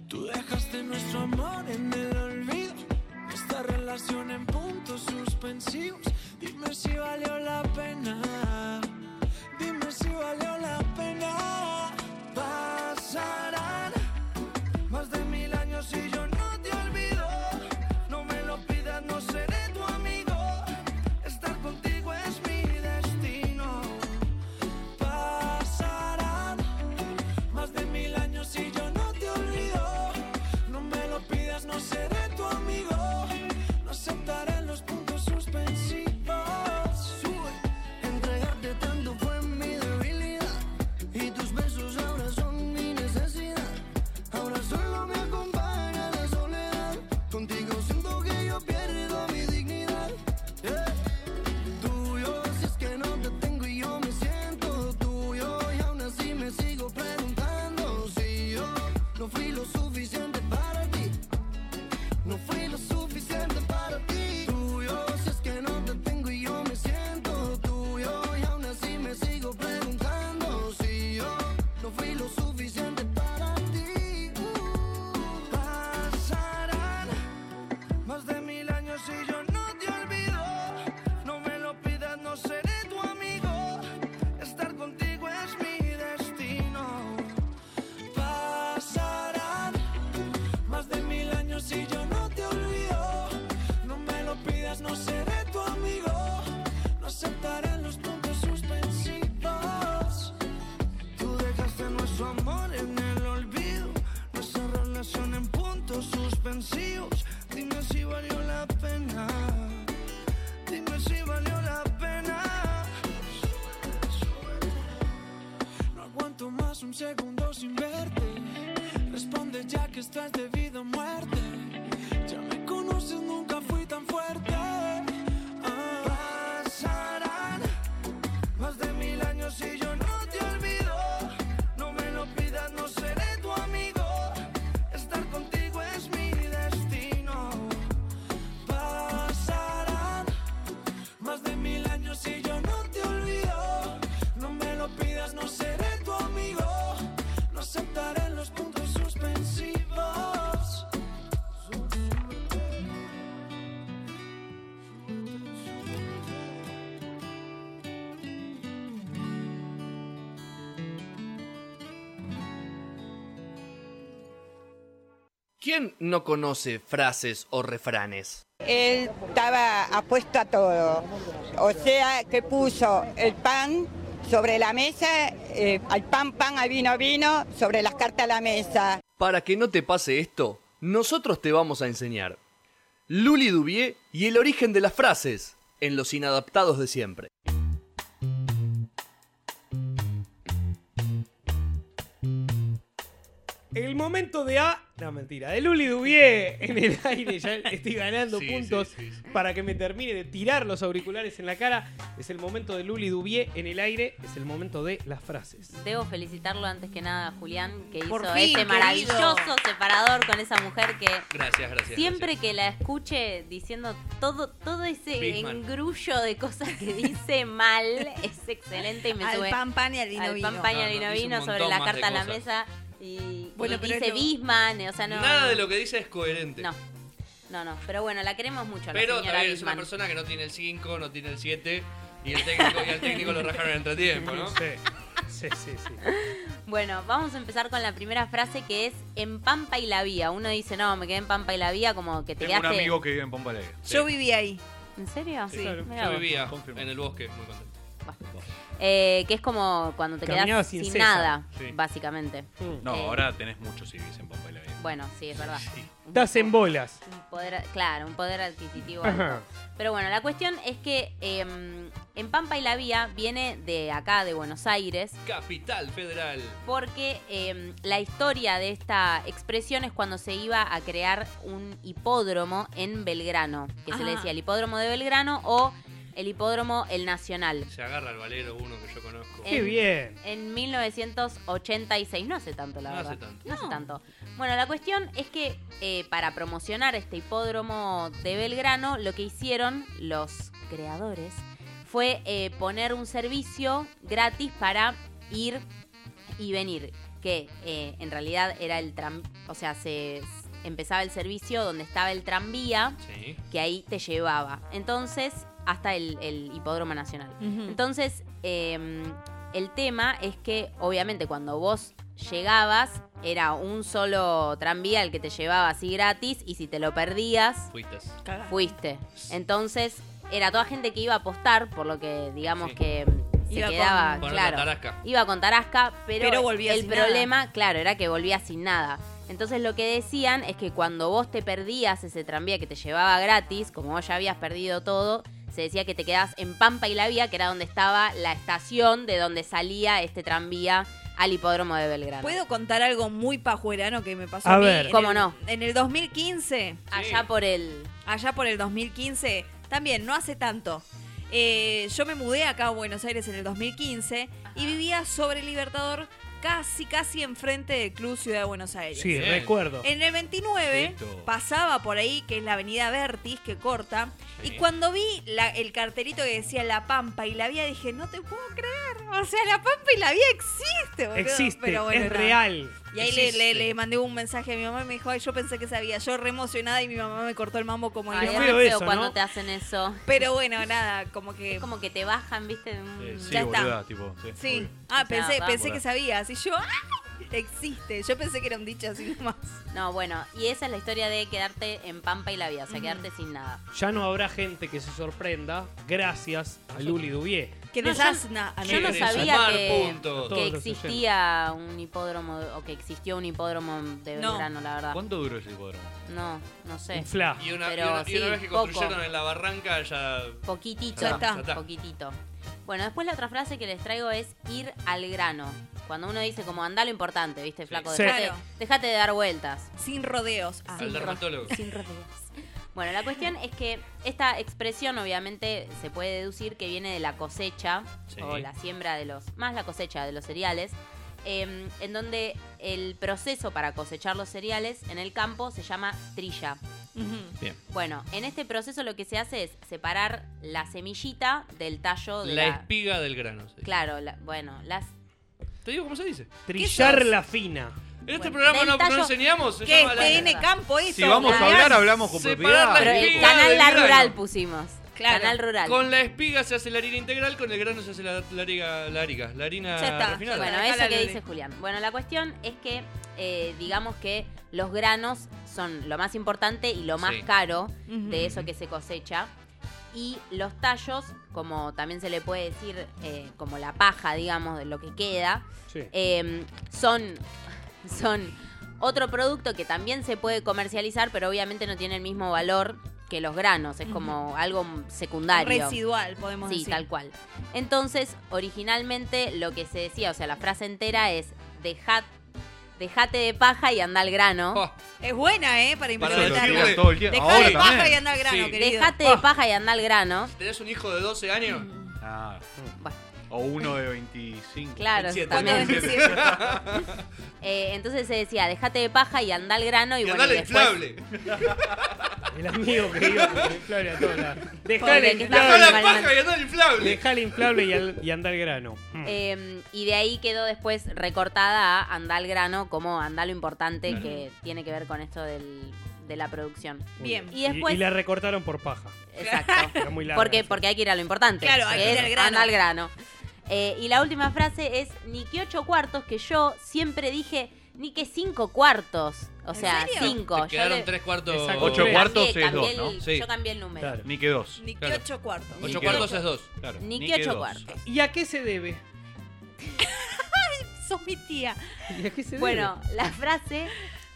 Speaker 11: Tú dejaste nuestro amor en el olvido. Esta relación en puntos suspensivos. Dime si valió la pena. Dime si valió la pena. Pasarán más de mil años y yo no te olvido. No me lo pidas, no seré tu amigo. Estar contigo es mi destino. Pasarán más de mil años y yo no te olvido. No me lo pidas, no seré tu amigo. No aceptaré los puntos suspensivos. Sube, entregarte tanto fue mi debilidad. Y tus besos más un segundo sin verte. Responde ya que estás de vida o muerte. Ya me conoces, nunca fui tan fuerte. Ah. Pasarán más de mil años y yo no te olvido. No me lo pidas, no seré tu amigo. Estar contigo es mi destino. Pasarán más de mil años y yo no te olvido. No me lo pidas, no seré tu amigo. No aceptaré los puntos suspensivos.
Speaker 2: ¿Quién no conoce frases o refranes?
Speaker 12: Él estaba apuesto a todo. O sea, que puso el pan sobre la mesa, eh, al pan, pan, al vino, vino, sobre las cartas a la mesa.
Speaker 2: Para que no te pase esto, nosotros te vamos a enseñar. Luli Dubié y el origen de las frases en Los Inadaptados de Siempre.
Speaker 4: El momento de A. No, mentira. De Luli Dubié en el (laughs) aire. Ya estoy ganando puntos para que me termine de tirar los auriculares en la cara. Es el momento de Luli Dubié en el aire. Es el momento de las frases.
Speaker 5: Debo felicitarlo antes que nada a Julián, que hizo
Speaker 4: Por fin,
Speaker 5: este
Speaker 4: querido.
Speaker 5: maravilloso separador con esa mujer que
Speaker 1: Gracias, gracias.
Speaker 5: siempre que la escuche diciendo todo, todo ese
Speaker 1: Bismarck.
Speaker 5: engrullo de cosas que
Speaker 6: (laughs)
Speaker 5: dice mal es excelente y me
Speaker 6: Al
Speaker 5: sube
Speaker 6: pan, pan y al vino,
Speaker 5: al
Speaker 6: vino.
Speaker 5: pan, pan y
Speaker 1: No,
Speaker 5: al
Speaker 1: no,
Speaker 5: vino,
Speaker 1: dice un
Speaker 5: vino, sobre
Speaker 1: montón
Speaker 5: la
Speaker 1: más de
Speaker 5: carta a la
Speaker 1: cosas.
Speaker 5: mesa y,
Speaker 6: Bueno,
Speaker 5: y
Speaker 6: pero
Speaker 5: dice
Speaker 6: es lo-
Speaker 5: Bisman, o sea, no...
Speaker 1: Nada de lo que dice es coherente.
Speaker 5: No, no, no, pero bueno, la queremos mucho a la
Speaker 1: Pero
Speaker 5: señora
Speaker 1: también es una
Speaker 5: Bisman.
Speaker 1: persona que no tiene el 5, no tiene el 7 y el técnico y al técnico lo rajaron en entretiempo, ¿no?
Speaker 4: Sí, sí, sí. sí.
Speaker 5: Bueno, vamos a empezar con la primera frase que es en Pampa y la Vía. Uno dice, no, me quedé en Pampa y la Vía, como que te
Speaker 7: Tengo un
Speaker 5: quedaste...
Speaker 7: amigo que vive en Pompa Alegre.
Speaker 6: Yo viví ahí.
Speaker 5: ¿En serio?
Speaker 7: Sí.
Speaker 4: Claro.
Speaker 5: Mirá
Speaker 1: Yo
Speaker 5: vos.
Speaker 1: vivía
Speaker 7: Confirmo.
Speaker 1: en el bosque, muy contento.
Speaker 5: Eh, que es como cuando te
Speaker 4: Caminaba
Speaker 5: quedas
Speaker 4: sin
Speaker 5: sin,
Speaker 4: cesa.
Speaker 5: nada,
Speaker 7: Sí.
Speaker 5: básicamente.
Speaker 4: Mm.
Speaker 7: No,
Speaker 5: Eh.
Speaker 7: ahora tenés muchos si vivís en Pompa Alegre.
Speaker 5: Bueno, sí, es verdad. Un
Speaker 4: Estás en bolas.
Speaker 5: un poder, claro, un poder adquisitivo. alto.
Speaker 4: Ajá.
Speaker 5: Pero bueno, la cuestión es que eh, en Pampa y la Vía viene de acá, de Buenos Aires,
Speaker 1: Capital Federal.
Speaker 5: porque eh, la historia de esta expresión es cuando se iba a crear un hipódromo en Belgrano, que se le
Speaker 6: Ajá.
Speaker 5: decía el hipódromo de Belgrano o el hipódromo El Nacional.
Speaker 1: Se agarra al valero uno que yo conozco.
Speaker 5: Eh,
Speaker 4: Qué bien.
Speaker 5: En 1986, no hace tanto la
Speaker 1: No
Speaker 5: verdad.
Speaker 1: hace tanto.
Speaker 5: No hace tanto. Bueno, la cuestión es que eh, para promocionar este hipódromo de Belgrano, lo que hicieron los creadores fue eh, poner un servicio gratis para ir y venir, que eh, en realidad era el tram, o sea, se empezaba el servicio donde estaba el tranvía
Speaker 1: Sí.
Speaker 5: que ahí te llevaba. Entonces, hasta el, el hipódromo nacional. Entonces, eh, el tema es que, obviamente, cuando vos llegabas, era un solo tranvía el que te llevaba así gratis, y si te lo perdías,
Speaker 1: Fuiste.
Speaker 6: Cagá.
Speaker 5: fuiste. Entonces, era toda gente que iba a apostar, por lo que digamos
Speaker 1: Sí.
Speaker 5: que mm, se
Speaker 6: Iba con-
Speaker 5: quedaba,
Speaker 1: Con
Speaker 5: claro.
Speaker 1: la tarasca.
Speaker 5: Iba con Tarasca, pero,
Speaker 6: Pero volvía
Speaker 5: el
Speaker 6: sin
Speaker 5: problema, claro, era que volvía sin nada. Entonces lo que decían es que cuando vos te perdías ese tranvía que te llevaba gratis, como vos ya habías perdido todo, se decía que te quedabas en Pampa y la Vía, que era donde estaba la estación de donde salía este tranvía al hipódromo de Belgrano.
Speaker 6: ¿Puedo contar algo muy pajuerano que me pasó
Speaker 4: A
Speaker 6: a, mí?
Speaker 4: ver.
Speaker 6: En
Speaker 5: ¿Cómo
Speaker 6: el-
Speaker 5: no?
Speaker 6: En el 2015,
Speaker 5: Allá por el...
Speaker 6: allá por el 2015, también, no hace tanto. eh, yo me mudé acá a Buenos Aires en el 2015 y vivía sobre el Libertador, casi, casi enfrente del Club Ciudad de Buenos Aires.
Speaker 4: Sí,
Speaker 1: Bien.
Speaker 4: recuerdo.
Speaker 6: En el 29
Speaker 7: Listo.
Speaker 6: pasaba por ahí, que es la avenida Vertis, que corta, y cuando vi la- el cartelito que decía La Pampa y la Vía, dije, no te puedo creer. O sea, La Pampa y la Vía existe, boludo.
Speaker 4: Existe,
Speaker 6: Pero bueno,
Speaker 4: es
Speaker 6: nada.
Speaker 4: real.
Speaker 6: Y ahí le, le-
Speaker 1: Existe.
Speaker 6: le mandé un mensaje a mi mamá y me dijo, ay, yo pensé que sabía, yo re emocionada y mi mamá me cortó el mambo como
Speaker 5: Ay,
Speaker 6: idiota.
Speaker 5: es
Speaker 4: feo
Speaker 5: re
Speaker 4: eso, ¿no?
Speaker 5: cuando te hacen eso.
Speaker 6: Pero bueno, nada, Ah, como que...
Speaker 5: Es como que te bajan, viste, de un-
Speaker 7: Eh, sí,
Speaker 6: Ya está.
Speaker 7: boluda, tipo. Sí.
Speaker 6: Sí.
Speaker 7: obvio.
Speaker 6: Ah,
Speaker 5: O sea,
Speaker 6: pensé,
Speaker 5: va.
Speaker 6: pensé que sabía, así yo... ¡ay! Existe, yo pensé que era un dicho así nomás.
Speaker 5: No, bueno, y esa es la historia de quedarte en Pampa y la Vía, o sea, quedarte sin nada.
Speaker 4: Ya no habrá gente que se sorprenda gracias a Luli Dubié.
Speaker 6: Que
Speaker 5: No,
Speaker 6: les
Speaker 5: yo-
Speaker 6: asna a
Speaker 5: Yo no
Speaker 1: Quiere
Speaker 5: sabía
Speaker 1: sumar
Speaker 5: que,
Speaker 1: puntos.
Speaker 5: que
Speaker 4: Todos los
Speaker 5: existía un hipódromo o que existió un hipódromo de
Speaker 6: No.
Speaker 5: Belgrano, la verdad.
Speaker 7: ¿Cuánto duró ese hipódromo?
Speaker 5: No, no sé.
Speaker 4: Un flash.
Speaker 1: Y una, y
Speaker 5: Pero
Speaker 1: una- y una
Speaker 5: sí,
Speaker 1: vez que
Speaker 5: poco.
Speaker 1: construyeron en la barranca ya...
Speaker 5: Poquitito,
Speaker 6: Ya está.
Speaker 5: poquitito. Bueno, después la otra frase que les traigo es ir al grano. Cuando uno dice como anda lo importante, ¿viste, flaco?
Speaker 6: Sí.
Speaker 5: Dejate,
Speaker 6: Claro.
Speaker 5: dejate de dar vueltas.
Speaker 6: Sin rodeos.
Speaker 5: Ah.
Speaker 1: Al
Speaker 5: Sin ro-
Speaker 1: dermatólogo.
Speaker 5: sin rodeos. Bueno, la cuestión es que esta expresión obviamente se puede deducir que viene de la cosecha
Speaker 1: Sí.
Speaker 5: o la siembra de los, más la cosecha de los cereales, eh, en donde el proceso para cosechar los cereales en el campo se llama trilla.
Speaker 6: Ujú.
Speaker 1: Bien.
Speaker 5: Bueno, en este proceso lo que se hace es separar la semillita del tallo de
Speaker 1: La espiga del grano. se dice.
Speaker 5: Claro, la- bueno, las
Speaker 1: ¿Te digo cómo se dice?
Speaker 4: Trillar la fina.
Speaker 1: En este
Speaker 5: Bueno,
Speaker 1: programa no,
Speaker 5: del tallo-
Speaker 1: no enseñamos. se
Speaker 6: ¿Qué
Speaker 1: llama
Speaker 6: es
Speaker 1: la-
Speaker 6: TN Campo eso?
Speaker 7: Si vamos a
Speaker 5: Claro.
Speaker 7: hablar, hablamos con
Speaker 1: Separar
Speaker 7: propiedad.
Speaker 5: Pero
Speaker 1: la
Speaker 5: el
Speaker 1: espiga
Speaker 5: canal
Speaker 1: del
Speaker 5: La
Speaker 1: grano.
Speaker 5: Rural pusimos.
Speaker 6: Claro.
Speaker 5: Canal Rural.
Speaker 1: Con la espiga se hace la harina integral, con el grano se hace la, la, hariga- la hariga, la harina
Speaker 6: Ya está,
Speaker 1: refinada.
Speaker 5: Bueno,
Speaker 6: Acá
Speaker 5: eso
Speaker 6: la
Speaker 5: que
Speaker 6: Luli.
Speaker 5: dice Julián. Bueno, la cuestión es que eh, digamos que los granos son lo más importante y lo más
Speaker 1: Sí.
Speaker 5: caro
Speaker 6: Ujú.
Speaker 5: de eso que se cosecha. Y los tallos, como también se le puede decir, eh, como la paja, digamos, de lo que queda,
Speaker 4: Sí.
Speaker 5: eh, son, son otro producto que también se puede comercializar, pero obviamente no tiene el mismo valor que los granos. Es como algo secundario.
Speaker 6: Residual, podemos
Speaker 5: Sí,
Speaker 6: decir.
Speaker 5: tal cual. Entonces, originalmente lo que se decía, o sea, la frase entera es dejad, dejate de paja y anda al grano.
Speaker 1: Oh,
Speaker 6: Es buena, ¿eh? Para
Speaker 1: Para
Speaker 6: implementar.
Speaker 1: decirle-
Speaker 7: todo el tiempo.
Speaker 6: Dejá
Speaker 7: Ahora
Speaker 6: de baja y
Speaker 7: también.
Speaker 6: anda al grano,
Speaker 1: Sí. Oh.
Speaker 6: querido.
Speaker 5: Dejate de paja y anda al grano.
Speaker 1: ¿Tenés un hijo de 12 años?
Speaker 5: Mm.
Speaker 7: Ah,
Speaker 5: Bueno,
Speaker 7: o uno de 25.
Speaker 5: claro,
Speaker 1: Entiendo.
Speaker 6: ¿Cuándo
Speaker 5: también.
Speaker 6: es decir?
Speaker 5: (laughs) Eh, entonces se decía, dejate de paja y anda al grano. Y,
Speaker 1: Y
Speaker 5: bueno,
Speaker 1: andale
Speaker 5: y después-
Speaker 1: inflable.
Speaker 5: (laughs)
Speaker 4: El amigo que iba con el inflable a todos lados. Dejá
Speaker 5: Pobre,
Speaker 4: el
Speaker 5: que
Speaker 1: Dejá
Speaker 5: está
Speaker 4: inflable.
Speaker 1: la
Speaker 5: mal,
Speaker 1: paja
Speaker 5: mal.
Speaker 1: y andale inflable.
Speaker 4: Dejá el inflable y, al- y anda al grano. Mm.
Speaker 5: Eh, y de ahí quedó después recortada a anda al grano como anda lo importante
Speaker 1: Claro.
Speaker 5: que tiene que ver con esto del- de la producción.
Speaker 6: Bien.
Speaker 5: Y después...
Speaker 4: Mm. y la recortaron por paja.
Speaker 5: Exacto.
Speaker 4: Era muy larga.
Speaker 5: Porque, porque hay que ir a lo importante.
Speaker 6: Claro, hay que ir
Speaker 5: es
Speaker 6: al grano.
Speaker 5: anda al grano. Eh, y la última frase es, ni que ocho cuartos, que yo siempre dije, ni que cinco cuartos. O
Speaker 6: ¿En
Speaker 5: sea,
Speaker 6: serio?
Speaker 5: cinco.
Speaker 1: Te quedaron
Speaker 5: le-
Speaker 1: 3 cuartos.
Speaker 4: Exacto.
Speaker 7: Ocho
Speaker 4: Cambié,
Speaker 7: cuartos
Speaker 5: cambié,
Speaker 7: es dos,
Speaker 5: cambié
Speaker 7: ¿no?
Speaker 5: el-
Speaker 1: Sí.
Speaker 5: Yo cambié el número.
Speaker 4: Claro.
Speaker 7: Ni que dos.
Speaker 6: Ni que
Speaker 1: Claro.
Speaker 6: ocho cuartos. Eh,
Speaker 7: Ni
Speaker 1: 8
Speaker 7: que
Speaker 1: cuartos
Speaker 7: ocho.
Speaker 1: es 2.
Speaker 7: Claro.
Speaker 5: Ni que ocho
Speaker 7: dos.
Speaker 5: cuartos.
Speaker 4: ¿Y a qué se debe?
Speaker 6: Sos mi tía.
Speaker 4: ¿Y a qué se debe?
Speaker 5: Bueno, (laughs) la frase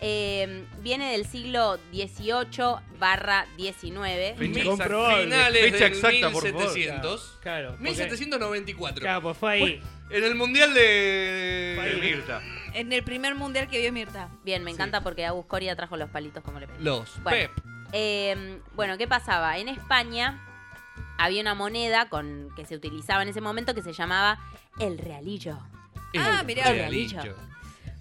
Speaker 5: eh, viene del siglo XVIII barra XIX.
Speaker 7: Fecha
Speaker 4: comprobable.
Speaker 1: Finales
Speaker 7: Fecha
Speaker 1: del
Speaker 7: exacta, por favor.
Speaker 1: 1700.
Speaker 4: Claro. porque-
Speaker 1: 1794.
Speaker 4: Claro, pues fue ahí.
Speaker 1: En el mundial
Speaker 7: De
Speaker 1: de.
Speaker 7: Mirta.
Speaker 6: En el primer mundial que vio Mirta.
Speaker 5: Bien, me encanta porque Agus Coria trajo los palitos como le pedí.
Speaker 1: Los
Speaker 5: Bueno.
Speaker 1: Pep.
Speaker 5: Eh, bueno, ¿qué pasaba? En España había una moneda con, que se utilizaba en ese momento que se llamaba el realillo.
Speaker 6: Ah,
Speaker 1: El
Speaker 6: mirá.
Speaker 1: Realillo.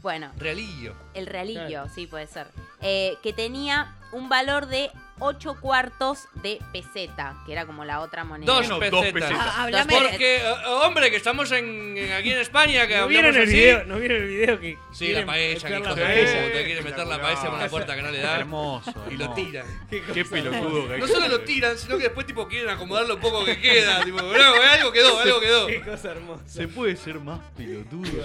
Speaker 5: Bueno,
Speaker 1: Realillo.
Speaker 5: el realillo,
Speaker 4: Claro.
Speaker 5: sí, puede ser. Eh, que tenía un valor de 8 cuartos de peseta, que era como la otra moneda.
Speaker 1: Dos
Speaker 7: No, dos
Speaker 1: pesetas.
Speaker 7: pesetas.
Speaker 6: Ah, háblame.
Speaker 1: Porque, eh, hombre, que estamos en, en- aquí en España, que
Speaker 4: ¿No
Speaker 1: hablamos
Speaker 4: vieron el
Speaker 1: así.
Speaker 4: video? ¿No vieron el video que
Speaker 1: Sí, la
Speaker 4: quieren
Speaker 1: paella, que
Speaker 4: mezclar
Speaker 1: hijo
Speaker 4: la
Speaker 1: de
Speaker 4: paella?
Speaker 1: puta, quiere meter la paella por la puerta que no le da.
Speaker 7: Hermoso.
Speaker 1: Y lo
Speaker 7: hermoso.
Speaker 1: tiran.
Speaker 7: Qué pelotudo que hay
Speaker 1: No
Speaker 7: que
Speaker 1: solo lo
Speaker 7: ser.
Speaker 1: tiran, sino que después tipo quieren acomodar lo poco que queda. Tipo, "No, algo quedó, algo quedó.
Speaker 4: Qué cosa hermosa.
Speaker 7: Se puede ser más pelotudo.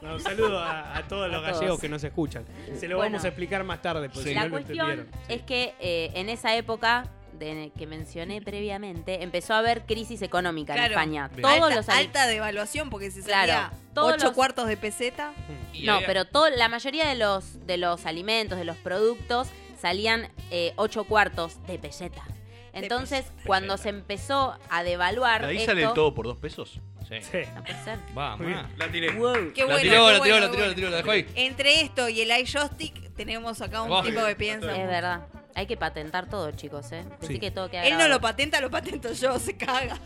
Speaker 4: No, un saludo a, a todos los
Speaker 5: A todos.
Speaker 4: gallegos que nos escuchan. Se lo
Speaker 5: Bueno.
Speaker 4: vamos a explicar más tarde.
Speaker 1: Sí.
Speaker 4: porque si
Speaker 5: Pues la
Speaker 4: no lo
Speaker 5: cuestión
Speaker 4: entendieron.
Speaker 5: es que eh, en esa época de-
Speaker 1: (laughs)
Speaker 5: que mencioné previamente, empezó a haber crisis económica en
Speaker 6: Claro.
Speaker 5: España.
Speaker 1: Bien.
Speaker 5: Todos
Speaker 6: alta,
Speaker 5: los ali-
Speaker 6: alta devaluación porque se
Speaker 5: Claro.
Speaker 6: salía
Speaker 5: Todos
Speaker 6: ocho
Speaker 5: los-
Speaker 6: cuartos de peseta.
Speaker 1: Y
Speaker 5: No,
Speaker 1: había-
Speaker 5: pero todo, la mayoría de los, de los alimentos, de los productos, salían eh, ocho cuartos de peseta. Entonces, cuando se empezó a devaluar.
Speaker 7: ¿De ahí
Speaker 5: esto,
Speaker 7: sale el todo por dos pesos?
Speaker 1: Sí.
Speaker 4: Sí.
Speaker 5: No puede ser.
Speaker 1: Va,
Speaker 4: Muy
Speaker 1: ma.
Speaker 7: La tiré.
Speaker 6: Qué
Speaker 1: La
Speaker 6: bueno,
Speaker 1: tiró,
Speaker 6: qué
Speaker 1: la tiró,
Speaker 6: bueno,
Speaker 1: la tiró,
Speaker 6: qué
Speaker 1: la tiró, la dejó ahí.
Speaker 6: bueno. Entre esto y el iJoystick tenemos acá un
Speaker 1: Oh,
Speaker 6: tipo que piensa.
Speaker 5: Es verdad. Hay que patentar todo, chicos, ¿eh? Decí
Speaker 4: Sí.
Speaker 5: que todo queda
Speaker 6: Él no lo
Speaker 5: grabado.
Speaker 6: patenta, lo patento yo, se caga.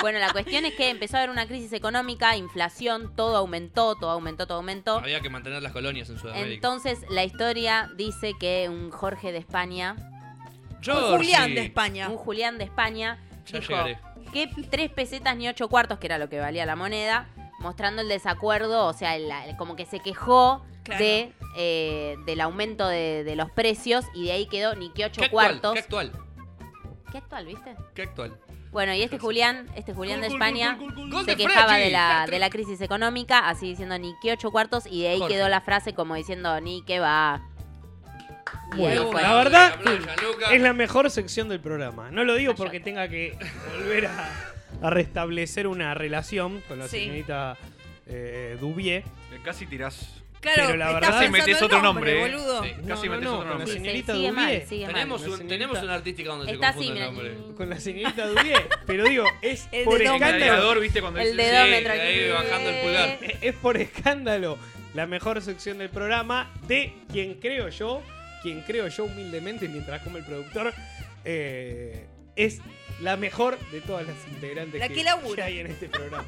Speaker 5: Bueno, la cuestión es que empezó a haber una crisis económica, inflación, todo aumentó, todo aumentó, todo aumentó.
Speaker 1: Había que mantener las colonias en Sudamérica.
Speaker 5: Entonces, la historia dice que un Jorge de España,
Speaker 1: Georgie.
Speaker 6: Julián de España.
Speaker 5: un Julián de España,
Speaker 1: Ya
Speaker 5: dijo
Speaker 1: llegaré.
Speaker 5: que tres pesetas ni ocho cuartos, que era lo que valía la moneda, mostrando el desacuerdo, o sea, el- el- como que se quejó
Speaker 6: Claro.
Speaker 5: de, eh, del aumento de, de los precios y de ahí quedó ni que ocho
Speaker 1: ¿Qué actual?
Speaker 5: cuartos.
Speaker 1: ¿Qué actual?
Speaker 5: ¿Qué actual, viste?
Speaker 1: ¿Qué actual?
Speaker 5: Bueno, y este Julián, este Julián de
Speaker 1: Gol, gol,
Speaker 5: España
Speaker 1: gol, gol, gol, gol
Speaker 5: se
Speaker 1: de
Speaker 5: quejaba
Speaker 1: Frechi.
Speaker 5: de la, de la crisis económica, así diciendo ni que ocho cuartos, y de ahí
Speaker 1: Jorge.
Speaker 5: quedó la frase como diciendo ni que va. Y
Speaker 4: Bueno,
Speaker 5: ahí fue.
Speaker 4: la verdad,
Speaker 1: playa, Luca.
Speaker 4: Es la mejor sección del programa. No lo digo porque tenga que volver a, a restablecer una relación con la
Speaker 6: Sí.
Speaker 4: señorita eh, Dubié.
Speaker 7: Casi tirás.
Speaker 6: Claro,
Speaker 4: pero la
Speaker 6: estás
Speaker 4: verdad
Speaker 6: Casi metés pensando el otro nombre, nombre, ¿eh? boludo. Sí,
Speaker 4: No,
Speaker 1: casi metés
Speaker 4: no, no,
Speaker 1: otro
Speaker 4: con
Speaker 1: nombre.
Speaker 4: La
Speaker 1: Sí,
Speaker 4: señorita
Speaker 5: sigue mal,
Speaker 4: Dubié,
Speaker 5: sigue
Speaker 1: Tenemos,
Speaker 4: La
Speaker 1: un, tenemos una artística donde
Speaker 5: Está
Speaker 1: se confunde
Speaker 5: así,
Speaker 1: el
Speaker 5: mira.
Speaker 1: nombre.
Speaker 4: con la señorita Dubié, pero digo, es
Speaker 6: (laughs) El
Speaker 4: por
Speaker 6: dedómetro. Eh.
Speaker 1: El
Speaker 4: escándalo.
Speaker 1: radiador, ¿viste? Cuando
Speaker 5: El
Speaker 1: dice,
Speaker 5: dedómetro
Speaker 1: sí,
Speaker 5: aquí.
Speaker 1: ahí bajando el pulgar.
Speaker 4: Es por escándalo la mejor sección del programa de quien creo yo, quien creo yo humildemente mientras come el productor, eh, es la mejor de todas las integrantes
Speaker 6: La
Speaker 4: que,
Speaker 6: que labura.
Speaker 4: que hay en este programa.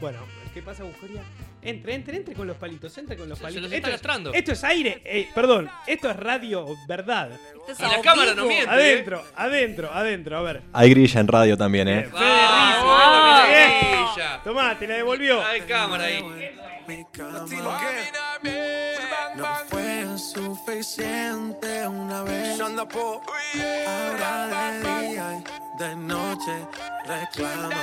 Speaker 4: bueno, ¿qué pasa, Bujoria? Entre, entre, entre con los palitos, entre con los
Speaker 1: Se- se
Speaker 4: palitos.
Speaker 1: los está
Speaker 4: es-
Speaker 1: lastrando.
Speaker 4: esto es aire, eh, perdón, esto es radio, verdad.
Speaker 6: Esto es
Speaker 1: Y la
Speaker 6: a
Speaker 1: cámara no
Speaker 6: vivo.
Speaker 1: miente. ¿eh?
Speaker 4: Adentro, adentro, adentro, a ver.
Speaker 13: Hay grilla en radio también, ¿eh?
Speaker 4: Fede Rizzo.
Speaker 1: ¡Ah!
Speaker 4: Bien.
Speaker 1: bueno, mira, brilla.
Speaker 4: Tomá, te la devolvió.
Speaker 1: Hay cámara ahí.
Speaker 11: No fue suficiente una vez. Ahora de día y de noche reclama.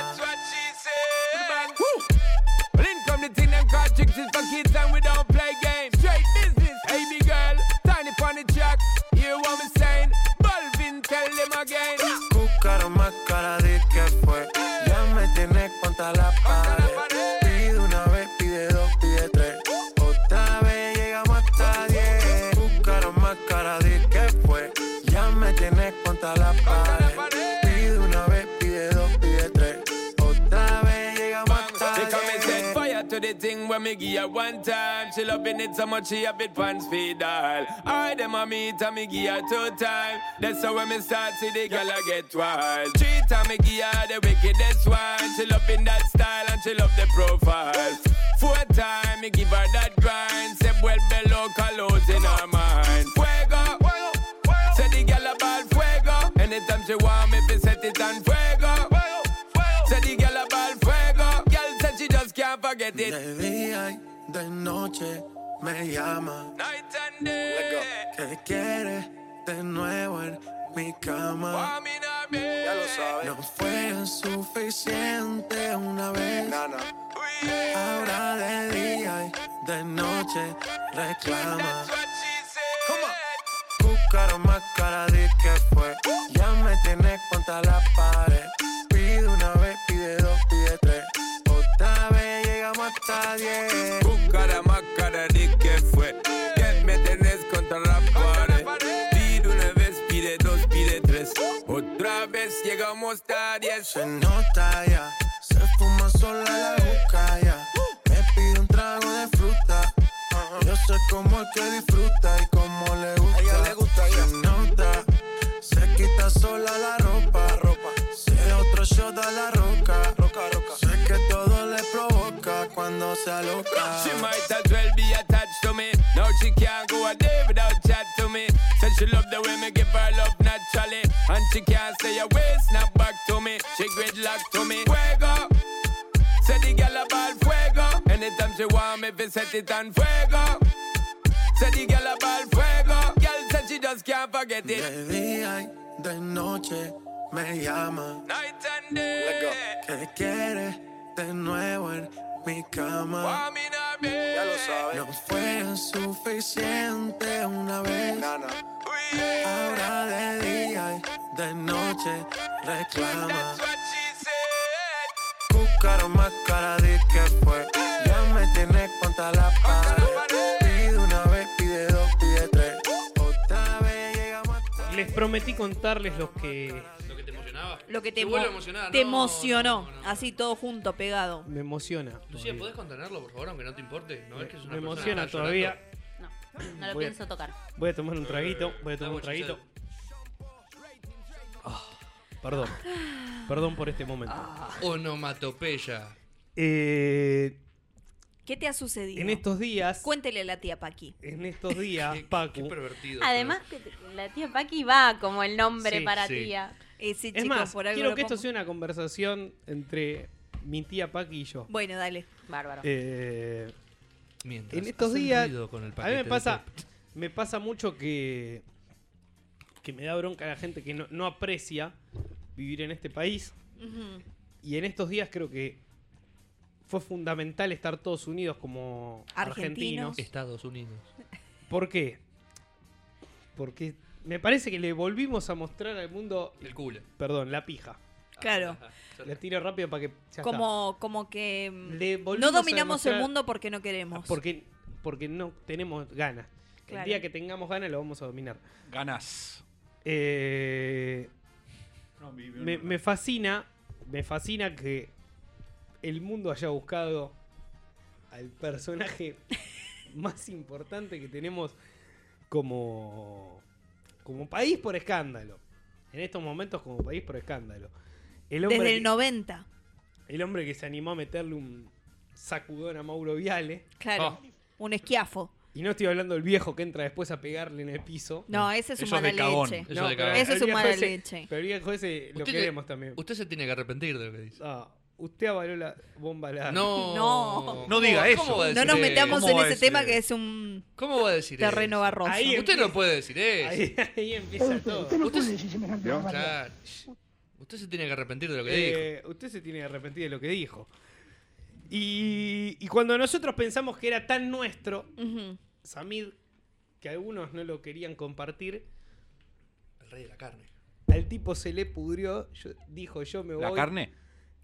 Speaker 11: Cúcaro más cara de que fue. Ya me tienes contra la pared. Pide una vez, pide dos, pide tres. Otra vez llegamos hasta diez. Cúcaro más cara de que fue. Ya me tienes contra la pared. Pide una vez, pide dos, pide tres. Otra vez llegamos hasta
Speaker 14: She come and set
Speaker 11: diez.
Speaker 14: fire to the thing when me give her one time. She loving it so much she a bit pants feed all. I them a meet and me give her two time. That's how when me start see the girl I get wild. Three time me give her the wickedest one. She loving that style and she love the profile. Four time me give her that grind. Say well below colors in her mind. Fuego, fuego, fuego. Say the girl about fuego. Anytime she want me, fi set it on fuego. fuego, fuego. Say the girl about fuego. Girl said she just can't forget it.
Speaker 11: De día y de noche me llama.
Speaker 14: Night and day.
Speaker 11: ¿Qué quieres de nuevo en mi cama?
Speaker 14: Ya lo sabes.
Speaker 11: No fue suficiente una vez. Ahora de día y de noche reclama. Cúcaro más cara de que fue. Ya me tienes contra la pared. Pide una vez, pide dos, pide tres. Otra vez llegamos hasta diez.
Speaker 14: Buscara más cara de que fue. Que me tenés contra la pared. Pide una vez, pide dos, pide tres. Otra vez llegamos a diez.
Speaker 11: Se nota ya, se fuma sola la boca ya. Me pide un trago de fruta. Yo sé cómo es que disfruta y cómo le gusta. Se nota, se quita sola la ropa. ropa. Se otro shot a la roca. roca, roca. Sé que todo le provoca cuando se aloca.
Speaker 14: She might as well be attached to me. Now she can't go a day without chat to me. Said she love the way me give her love naturally. And she can't stay away, snap back to me. She luck to me. Fuego. Said the gal about fuego. Anytime she want me, we set it on fuego. Said the gal about fuego. Girl said she just can't forget it.
Speaker 11: De día y de noche me llama.
Speaker 14: Night and day.
Speaker 11: ¿Qué quieres de nuevo en mi cama?
Speaker 14: Want me not be.
Speaker 11: No fue suficiente una vez. Ahora de día y de noche reclama.
Speaker 14: What she said.
Speaker 11: Cúcaro más cara de que fue. Ya me tienes contra la pared. Pide una vez, pide dos, pide tres. Otra vez llegamos hasta.
Speaker 4: Les prometí contarles los que
Speaker 1: Lo que te emocionaba.
Speaker 6: Lo que te,
Speaker 1: Te vuelve
Speaker 6: emo-
Speaker 1: a emocionar,
Speaker 6: te
Speaker 1: no,
Speaker 6: emocionó.
Speaker 1: no, no, no.
Speaker 6: Así todo junto, pegado.
Speaker 4: me emociona.
Speaker 1: Lucía,
Speaker 4: todavía.
Speaker 1: ¿podés contenerlo, por favor, aunque no te importe? No es que es una
Speaker 4: me
Speaker 1: persona
Speaker 4: emociona
Speaker 1: que está
Speaker 4: todavía.
Speaker 1: llorando.
Speaker 5: No, no lo
Speaker 4: Voy a-
Speaker 5: pienso tocar.
Speaker 4: Voy a tomar un traguito, voy a tomar un
Speaker 1: Está
Speaker 4: traguito.
Speaker 1: bochizado.
Speaker 4: Perdón. Perdón por este momento.
Speaker 1: Ah. Onomatopeya.
Speaker 4: Eh,
Speaker 6: ¿Qué te ha sucedido?
Speaker 4: en estos días,
Speaker 6: Cuéntele a la tía Paqui.
Speaker 4: en estos
Speaker 1: (laughs)
Speaker 4: días,
Speaker 1: Qué- Qué
Speaker 4: Paco.
Speaker 1: pervertido.
Speaker 5: Además, que te- la tía Paqui va como el nombre
Speaker 4: Sí,
Speaker 5: para
Speaker 1: sí.
Speaker 5: tía.
Speaker 6: Eh, sí,
Speaker 4: Es
Speaker 6: chicos,
Speaker 4: más,
Speaker 6: por algo
Speaker 4: quiero
Speaker 6: lo
Speaker 4: que esto
Speaker 6: pongo.
Speaker 4: sea una conversación entre mi tía Paqui y yo.
Speaker 6: Bueno, dale.
Speaker 5: Bárbaro.
Speaker 4: Eh,
Speaker 1: pero- Mientras
Speaker 4: en estos
Speaker 1: hace
Speaker 4: días,
Speaker 1: ruido
Speaker 4: (laughs)
Speaker 1: con el
Speaker 4: a mí
Speaker 1: paquete
Speaker 4: me
Speaker 1: de
Speaker 4: pasa,
Speaker 1: tape.
Speaker 4: me pasa mucho que, que me da bronca la gente que no, no aprecia vivir en este país.
Speaker 6: Ujú.
Speaker 4: Y en estos días creo que fue fundamental estar todos unidos como
Speaker 6: Argentinos.
Speaker 4: argentinos.
Speaker 1: Estados Unidos.
Speaker 4: ¿Por qué? Porque me parece que le volvimos a mostrar al mundo,
Speaker 1: El culo.
Speaker 4: perdón, la pija.
Speaker 6: Claro.
Speaker 4: La tiro rápido para que. ya
Speaker 6: Como, como que mm,
Speaker 4: Le volvimos
Speaker 6: no
Speaker 4: a
Speaker 6: dominamos el
Speaker 4: demostrar-
Speaker 6: mundo porque no
Speaker 4: está.
Speaker 6: queremos.
Speaker 4: Porque, porque no tenemos ganas.
Speaker 6: Claro.
Speaker 4: El día que tengamos ganas lo vamos a dominar.
Speaker 7: Ganas.
Speaker 4: Eh,
Speaker 7: No, mi- mi-
Speaker 4: me, me fascina. Me fascina que el mundo haya buscado al personaje (laughs) más importante que tenemos como. como país por escándalo. En estos momentos, como país por escándalo. El hombre
Speaker 6: Desde
Speaker 4: que-
Speaker 6: el 90.
Speaker 4: El hombre que se animó a meterle un sacudón a Mauro Viale. Ah.
Speaker 6: Claro. Un esquiafo.
Speaker 4: Y no estoy hablando del viejo que entra después a pegarle en el piso.
Speaker 6: No, ese es un Eso es de mala cagón. leche. Eso
Speaker 4: No,
Speaker 1: es de
Speaker 4: pero
Speaker 1: cagón.
Speaker 6: Ese es
Speaker 4: el
Speaker 6: un
Speaker 4: viejo
Speaker 6: mala
Speaker 4: ese-
Speaker 6: leche.
Speaker 4: Pero el viejo ese lo
Speaker 1: Usted-
Speaker 4: queremos también.
Speaker 1: Usted se tiene que arrepentir de lo que dice.
Speaker 4: Ah, usted avaló la bomba la.
Speaker 1: No. No. No diga
Speaker 4: digas
Speaker 1: eso. ¿Cómo va a decir
Speaker 6: No nos
Speaker 1: Sí.
Speaker 6: metamos
Speaker 1: ¿Cómo
Speaker 6: en
Speaker 1: va a
Speaker 6: ese
Speaker 1: decir
Speaker 6: tema
Speaker 1: eso?
Speaker 6: que es un
Speaker 1: ¿Cómo va a decir
Speaker 6: terreno
Speaker 1: eso?
Speaker 6: barroso.
Speaker 4: Ahí
Speaker 1: Usted no puede decir
Speaker 4: Ahí,
Speaker 1: eso.
Speaker 4: ahí empieza todo.
Speaker 1: O sea, Usted se tiene que arrepentir de lo que dijo.
Speaker 4: Eh, usted se tiene que arrepentir de lo que dijo. Y, y cuando nosotros pensamos que era tan nuestro,
Speaker 6: Ujú.
Speaker 4: Samid, que algunos no lo querían compartir,
Speaker 1: El rey de la carne.
Speaker 4: al tipo se le pudrió, yo- dijo yo me voy.
Speaker 7: ¿La carne?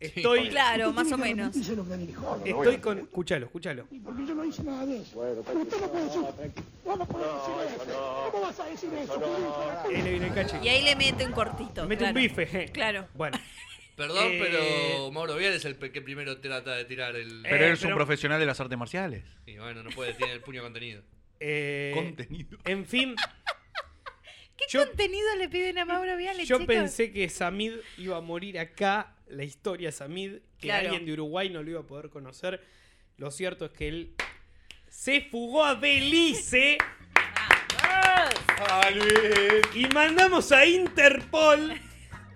Speaker 4: Estoy,
Speaker 6: Claro, más o menos.
Speaker 4: Estoy con. Escúchalo, escúchalo.
Speaker 11: Porque yo no hice nada de eso. Usted
Speaker 15: pues,
Speaker 11: no puede decir eso. Vos no podés decir eso. ¿Cómo vas a decir eso?
Speaker 4: Ahí le viene el cacho.
Speaker 6: Y ahí le mete un cortito.
Speaker 4: Mete un
Speaker 6: claro.
Speaker 4: bife. je.
Speaker 6: Claro.
Speaker 4: Bueno.
Speaker 1: Perdón,
Speaker 4: Eh,
Speaker 1: pero Mauro Vial es el pe- que primero trata de tirar el.
Speaker 4: Eh,
Speaker 7: Eh, Pero eres un profesional de las artes marciales.
Speaker 1: Y bueno, no puede, tiene el puño contenido.
Speaker 4: eh,
Speaker 7: Contenido.
Speaker 4: En fin,
Speaker 6: (laughs) ¿Qué
Speaker 4: Yo-
Speaker 6: contenido le piden a Mauro Viale,
Speaker 4: yo
Speaker 6: chicos?
Speaker 4: pensé que Samid iba a morir acá, la historia Samid, que
Speaker 6: Claro.
Speaker 4: alguien de Uruguay no lo iba a poder conocer. Lo cierto es que él se fugó a Belice y mandamos a Interpol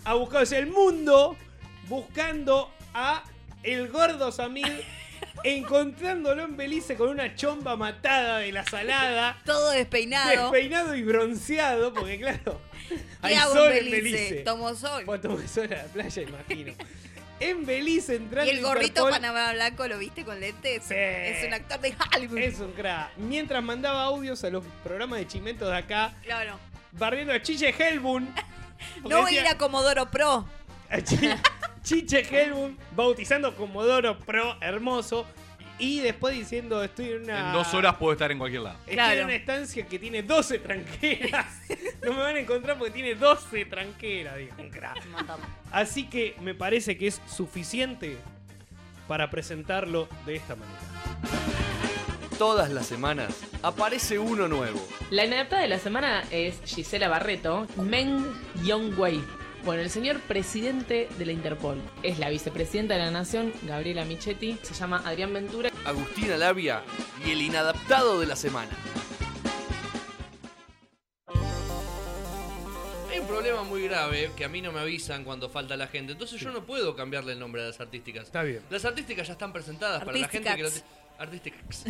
Speaker 4: a buscar o sea, el mundo buscando a el gordo Samid, encontrándolo en Belice con una chomba matada de la salada.
Speaker 6: Todo despeinado.
Speaker 4: Despeinado y bronceado, porque claro, hay
Speaker 6: ¿Qué hago
Speaker 4: sol
Speaker 6: en Belice?
Speaker 4: Belice.
Speaker 6: Tomo sol.
Speaker 4: Fue a tomar sol a la
Speaker 6: (laughs)
Speaker 4: playa, imagino. en Belice
Speaker 6: Y
Speaker 4: entrando
Speaker 6: el gorrito
Speaker 4: Interpol,
Speaker 6: Panamá Blanco, ¿lo viste con lentes?
Speaker 4: Sí.
Speaker 6: Es un actor de Hollywood.
Speaker 4: es un crack. Mientras mandaba audios a los programas de chimentos de acá,
Speaker 6: Claro.
Speaker 4: barriendo a Chiche
Speaker 6: (laughs)
Speaker 4: Helbun.
Speaker 6: No
Speaker 4: porque
Speaker 6: voy a
Speaker 4: decía-
Speaker 6: ir a Comodoro Pro.
Speaker 4: (laughs) a Chi- Chiche Helbun bautizando Comodoro Pro hermoso y después diciendo estoy en una
Speaker 7: En Ah. dos horas puedo estar en cualquier lado.
Speaker 4: estoy
Speaker 6: Claro.
Speaker 4: en una estancia que tiene 12 tranqueras.
Speaker 6: (laughs)
Speaker 4: No me van a encontrar porque tiene 12 tranqueras, dijo un crack.
Speaker 5: Un montón.
Speaker 4: Así que me parece que es suficiente para presentarlo de esta manera.
Speaker 2: Todas las semanas aparece uno nuevo.
Speaker 16: La inadaptada de la semana es Gisela Barreto, Meng Yongwei. Bueno, el señor presidente de la Interpol es la vicepresidenta de la Nación, Gabriela Michetti, se llama Adrián Ventura.
Speaker 2: Agustina Labia y el inadaptado de la semana.
Speaker 1: Hay un problema muy grave que a mí no me avisan cuando falta la gente. Entonces yo no puedo cambiarle el nombre a las artísticas.
Speaker 4: Está bien.
Speaker 1: Las artísticas ya están presentadas para la gente que lo, ti- artísticas,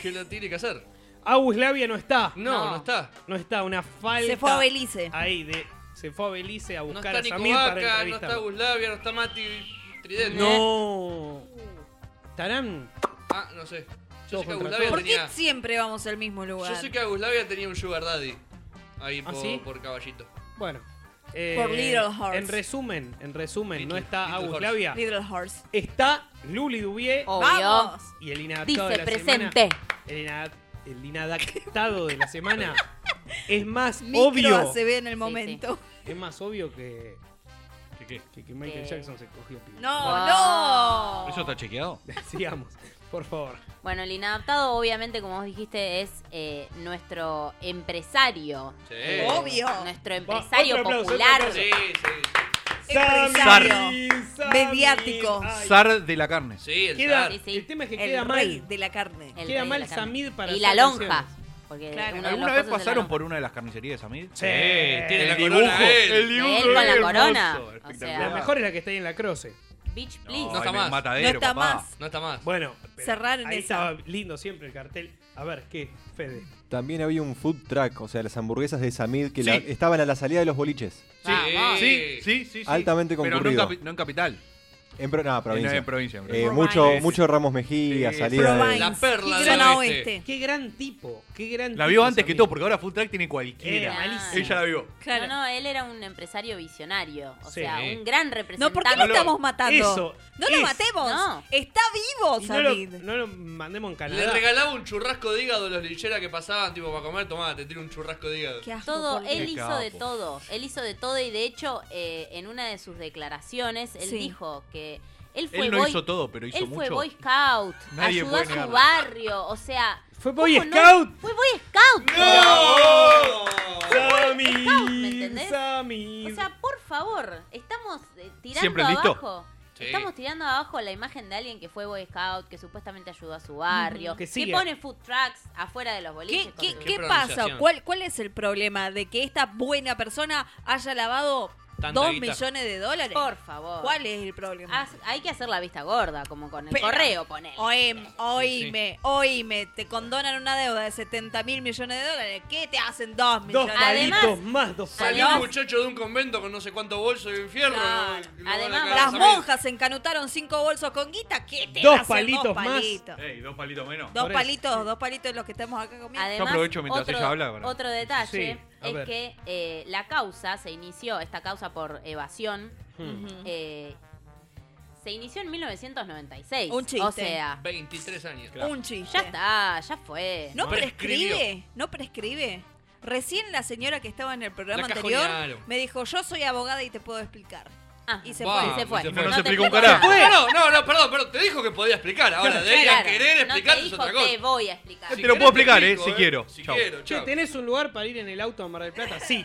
Speaker 1: que lo tiene que hacer.
Speaker 4: Agus Labia no está.
Speaker 1: No, no, está.
Speaker 4: No está, una falta.
Speaker 6: Se fue a Belice.
Speaker 4: Ahí, de, se fue a Belice a
Speaker 1: No
Speaker 4: buscar
Speaker 1: está
Speaker 4: a Samir para
Speaker 1: Nicoaca, no está ¿eh?
Speaker 4: entrevistarlo.
Speaker 1: Guslavia, no está Mati Tridente.
Speaker 4: No. Tarán.
Speaker 1: Ah, no sé. Yo
Speaker 4: Todo
Speaker 1: sé que
Speaker 4: contra
Speaker 1: Guslavia
Speaker 6: ¿Por qué
Speaker 1: tenía.
Speaker 6: siempre vamos al mismo lugar?
Speaker 1: Yo sé que Guslavia tenía un Sugar Daddy. Ahí
Speaker 4: ¿Ah,
Speaker 1: por,
Speaker 4: sí?
Speaker 1: por caballito.
Speaker 4: Bueno. eh,
Speaker 6: Por Little Horse.
Speaker 4: En resumen, en resumen, no está
Speaker 1: Little
Speaker 4: Agus
Speaker 1: Horse.
Speaker 4: Labia.
Speaker 6: Little Horse.
Speaker 4: Está Luli Dubié
Speaker 5: Obvio.
Speaker 6: ¡Vamos!
Speaker 4: y el inadaptado
Speaker 5: Dice
Speaker 4: de la
Speaker 5: presente.
Speaker 4: semana. El, inad- el inadaptado de la
Speaker 5: (laughs)
Speaker 4: semana es más
Speaker 6: Micro
Speaker 4: obvio.
Speaker 6: se ve en el momento.
Speaker 4: Es más obvio que,
Speaker 7: ¿Qué, qué?
Speaker 4: que, que Michael
Speaker 5: Que-
Speaker 4: Jackson se cogió pibe.
Speaker 6: No,
Speaker 5: Wow.
Speaker 7: ¿Eso está chequeado?
Speaker 4: (laughs) Sigamos, por favor.
Speaker 5: Bueno, el inadaptado, obviamente, como vos dijiste, es eh, nuestro empresario.
Speaker 1: Sí.
Speaker 5: Eh,
Speaker 6: Obvio.
Speaker 5: Nuestro empresario
Speaker 4: otro aplauso,
Speaker 5: popular.
Speaker 4: otro
Speaker 1: Sí, sí.
Speaker 6: no.
Speaker 4: Sammy,
Speaker 6: Empresario.
Speaker 4: Sammy.
Speaker 6: Mediático.
Speaker 4: Ay,
Speaker 7: Zar de la carne.
Speaker 1: Sí, el
Speaker 4: queda-
Speaker 1: zar.
Speaker 5: Sí, sí.
Speaker 4: El tema es que
Speaker 6: El
Speaker 4: queda
Speaker 6: rey
Speaker 4: mal.
Speaker 6: de la carne.
Speaker 5: El
Speaker 4: Queda
Speaker 5: rey
Speaker 4: mal
Speaker 5: de la carne.
Speaker 4: Samid para
Speaker 5: Y
Speaker 4: hacer
Speaker 5: la lonja.
Speaker 4: canciones.
Speaker 5: Porque
Speaker 6: Claro.
Speaker 5: una de
Speaker 7: ¿Alguna
Speaker 5: las cosas
Speaker 7: vez
Speaker 5: es la
Speaker 7: pasaron
Speaker 5: lonja.
Speaker 7: por una de las carnicerías de Samir?
Speaker 4: Sí.
Speaker 1: tiene la
Speaker 7: El dibujo.
Speaker 1: corona él.
Speaker 7: El
Speaker 5: De
Speaker 7: dibujo.
Speaker 5: él con la
Speaker 7: es
Speaker 5: corona.
Speaker 7: hermoso,
Speaker 5: O
Speaker 7: espectacular.
Speaker 4: La
Speaker 5: sea,
Speaker 4: mejor es la que está ahí en la croce.
Speaker 5: bitch,
Speaker 7: No,
Speaker 5: please.
Speaker 1: No está
Speaker 7: en el
Speaker 1: más.
Speaker 7: matadero,
Speaker 6: No está
Speaker 7: papá.
Speaker 6: más.
Speaker 1: No está más.
Speaker 4: Bueno, pero
Speaker 6: Cerraron
Speaker 4: ahí
Speaker 6: esa.
Speaker 4: estaba lindo siempre el cartel. A ver, ¿qué, Fede?
Speaker 13: También había un food truck, o sea, las hamburguesas de Samid que
Speaker 7: Sí.
Speaker 13: la- estaban a la salida de los boliches.
Speaker 7: Sí,
Speaker 5: Vamos.
Speaker 7: sí, sí, sí, sí.
Speaker 13: Altamente
Speaker 7: Pero no en,
Speaker 13: concurrido.
Speaker 7: capi- no en Capital.
Speaker 13: En pro- no, provincia.
Speaker 7: en provincia, en
Speaker 13: Eh,
Speaker 7: provincia.
Speaker 13: mucho,
Speaker 7: Provence.
Speaker 13: mucho Ramos Mejía,
Speaker 7: Sí,
Speaker 13: salida de-
Speaker 7: Provence. La perla
Speaker 4: Qué
Speaker 7: del
Speaker 4: gran-
Speaker 7: oeste.
Speaker 1: Este.
Speaker 4: Qué gran tipo. Qué gran
Speaker 7: La
Speaker 4: tipo
Speaker 7: vio
Speaker 4: ese
Speaker 7: antes que
Speaker 4: amigo.
Speaker 7: todo, porque ahora Food Track tiene cualquiera.
Speaker 5: Eh,
Speaker 4: Era malísimo.
Speaker 7: Ella la vio.
Speaker 5: No, no, él era un empresario visionario. O
Speaker 7: Sí.
Speaker 5: sea, un gran
Speaker 6: No,
Speaker 5: representante.
Speaker 6: ¿por qué lo estamos matando?
Speaker 4: Eso,
Speaker 6: no lo
Speaker 4: es-
Speaker 6: matemos.
Speaker 5: No.
Speaker 6: Está vivo,
Speaker 4: Y No lo,
Speaker 6: Samid.
Speaker 4: no lo mandemos en Canadá.
Speaker 1: Le regalaba un churrasco de hígado a los lincheras que pasaban, tipo, para comer, tomá, te tiro un churrasco de hígado.
Speaker 5: Todo,
Speaker 1: por
Speaker 5: él
Speaker 1: Dios.
Speaker 5: hizo de
Speaker 1: Qué capo.
Speaker 5: todo. Él hizo de todo y de hecho, eh, en una de sus declaraciones, él
Speaker 6: Sí.
Speaker 5: dijo que él fue
Speaker 7: Él no
Speaker 5: boy-
Speaker 7: hizo todo, pero hizo
Speaker 5: él fue
Speaker 7: mucho.
Speaker 5: Boy Scout,
Speaker 7: Nadie
Speaker 5: ayudó
Speaker 7: puede
Speaker 5: a su
Speaker 7: negarlo.
Speaker 5: barrio, o sea...
Speaker 4: ¿Fue Boy
Speaker 5: ¿cómo no?
Speaker 4: Scout?
Speaker 5: ¡Fue Boy Scout!
Speaker 4: Samid,
Speaker 5: Scout, ¿me entendés?
Speaker 4: Samid.
Speaker 5: O sea, por favor, estamos eh, tirando
Speaker 4: ¿Siempre listo?
Speaker 5: abajo.
Speaker 4: Sí.
Speaker 5: Estamos tirando abajo la imagen de alguien que fue Boy Scout, que supuestamente ayudó a su barrio,
Speaker 6: Ujú. Que
Speaker 5: que,
Speaker 6: sigue.
Speaker 5: pone food trucks afuera de los boliches.
Speaker 6: ¿Qué,
Speaker 5: con
Speaker 6: qué,
Speaker 5: su-
Speaker 6: qué pasa? ¿Cuál, ¿Cuál es el problema de que esta buena persona haya lavado
Speaker 5: Tanta
Speaker 6: dos
Speaker 5: guita.
Speaker 6: millones de dólares?
Speaker 5: Por favor.
Speaker 6: ¿Cuál es el problema?
Speaker 5: Haz- hay que hacer la vista gorda, como con el
Speaker 6: Pero-
Speaker 5: correo, ponele.
Speaker 6: Oem- Oíme, oíme, te condonan una deuda de 70 mil millones de dólares. ¿Qué te hacen dos millones?
Speaker 4: palitos más, dos
Speaker 1: Salió un muchacho de un convento con no sé cuánto bolso de infierno.
Speaker 6: Claro.
Speaker 1: Lo van a
Speaker 6: Además,
Speaker 1: cagar
Speaker 6: las
Speaker 1: también.
Speaker 6: monjas se encanutaron cinco bolsos con guita. ¿Qué te
Speaker 7: Dos
Speaker 6: hacen dos
Speaker 7: palitos más.
Speaker 6: palitos?
Speaker 7: Ey, dos palitos menos.
Speaker 6: Dos palitos, dos palitos de los que estamos acá comiendo.
Speaker 5: Además,
Speaker 7: Yo aprovecho mientras
Speaker 5: otro,
Speaker 7: ella habla para-
Speaker 5: Otro detalle
Speaker 7: Sí, a
Speaker 5: es
Speaker 7: ver.
Speaker 5: que eh, la causa se inició, esta causa por evasión,
Speaker 1: Hmm.
Speaker 5: eh, se inició en 1996.
Speaker 6: Un chiste.
Speaker 5: O sea,
Speaker 1: 23 años.
Speaker 6: Un chiste.
Speaker 5: ya está, ya fue.
Speaker 6: ¿No
Speaker 1: Prescribió.
Speaker 6: prescribe? ¿No prescribe? Recién la señora que estaba en el programa
Speaker 1: La
Speaker 6: anterior
Speaker 1: cajonearon.
Speaker 6: me dijo, yo soy abogada y te puedo explicar. y se
Speaker 1: Va,
Speaker 6: fue.
Speaker 1: no
Speaker 7: No, no se
Speaker 1: te
Speaker 7: explica un
Speaker 1: explico
Speaker 7: carajo.
Speaker 1: nada. No, no, no, perdón, perdón. Te dijo que podía explicar. Ahora, de ir a
Speaker 5: Claro,
Speaker 1: querer
Speaker 5: no
Speaker 1: explicar
Speaker 5: te
Speaker 1: es
Speaker 5: dijo,
Speaker 1: otra cosa.
Speaker 5: Te voy a explicar.
Speaker 7: Te lo puedo explicar, eh, si quiero.
Speaker 1: Si
Speaker 7: Chau.
Speaker 1: quiero,
Speaker 4: Che,
Speaker 1: chau.
Speaker 4: ¿tenés un lugar para ir en el auto a Mar del Plata? Sí.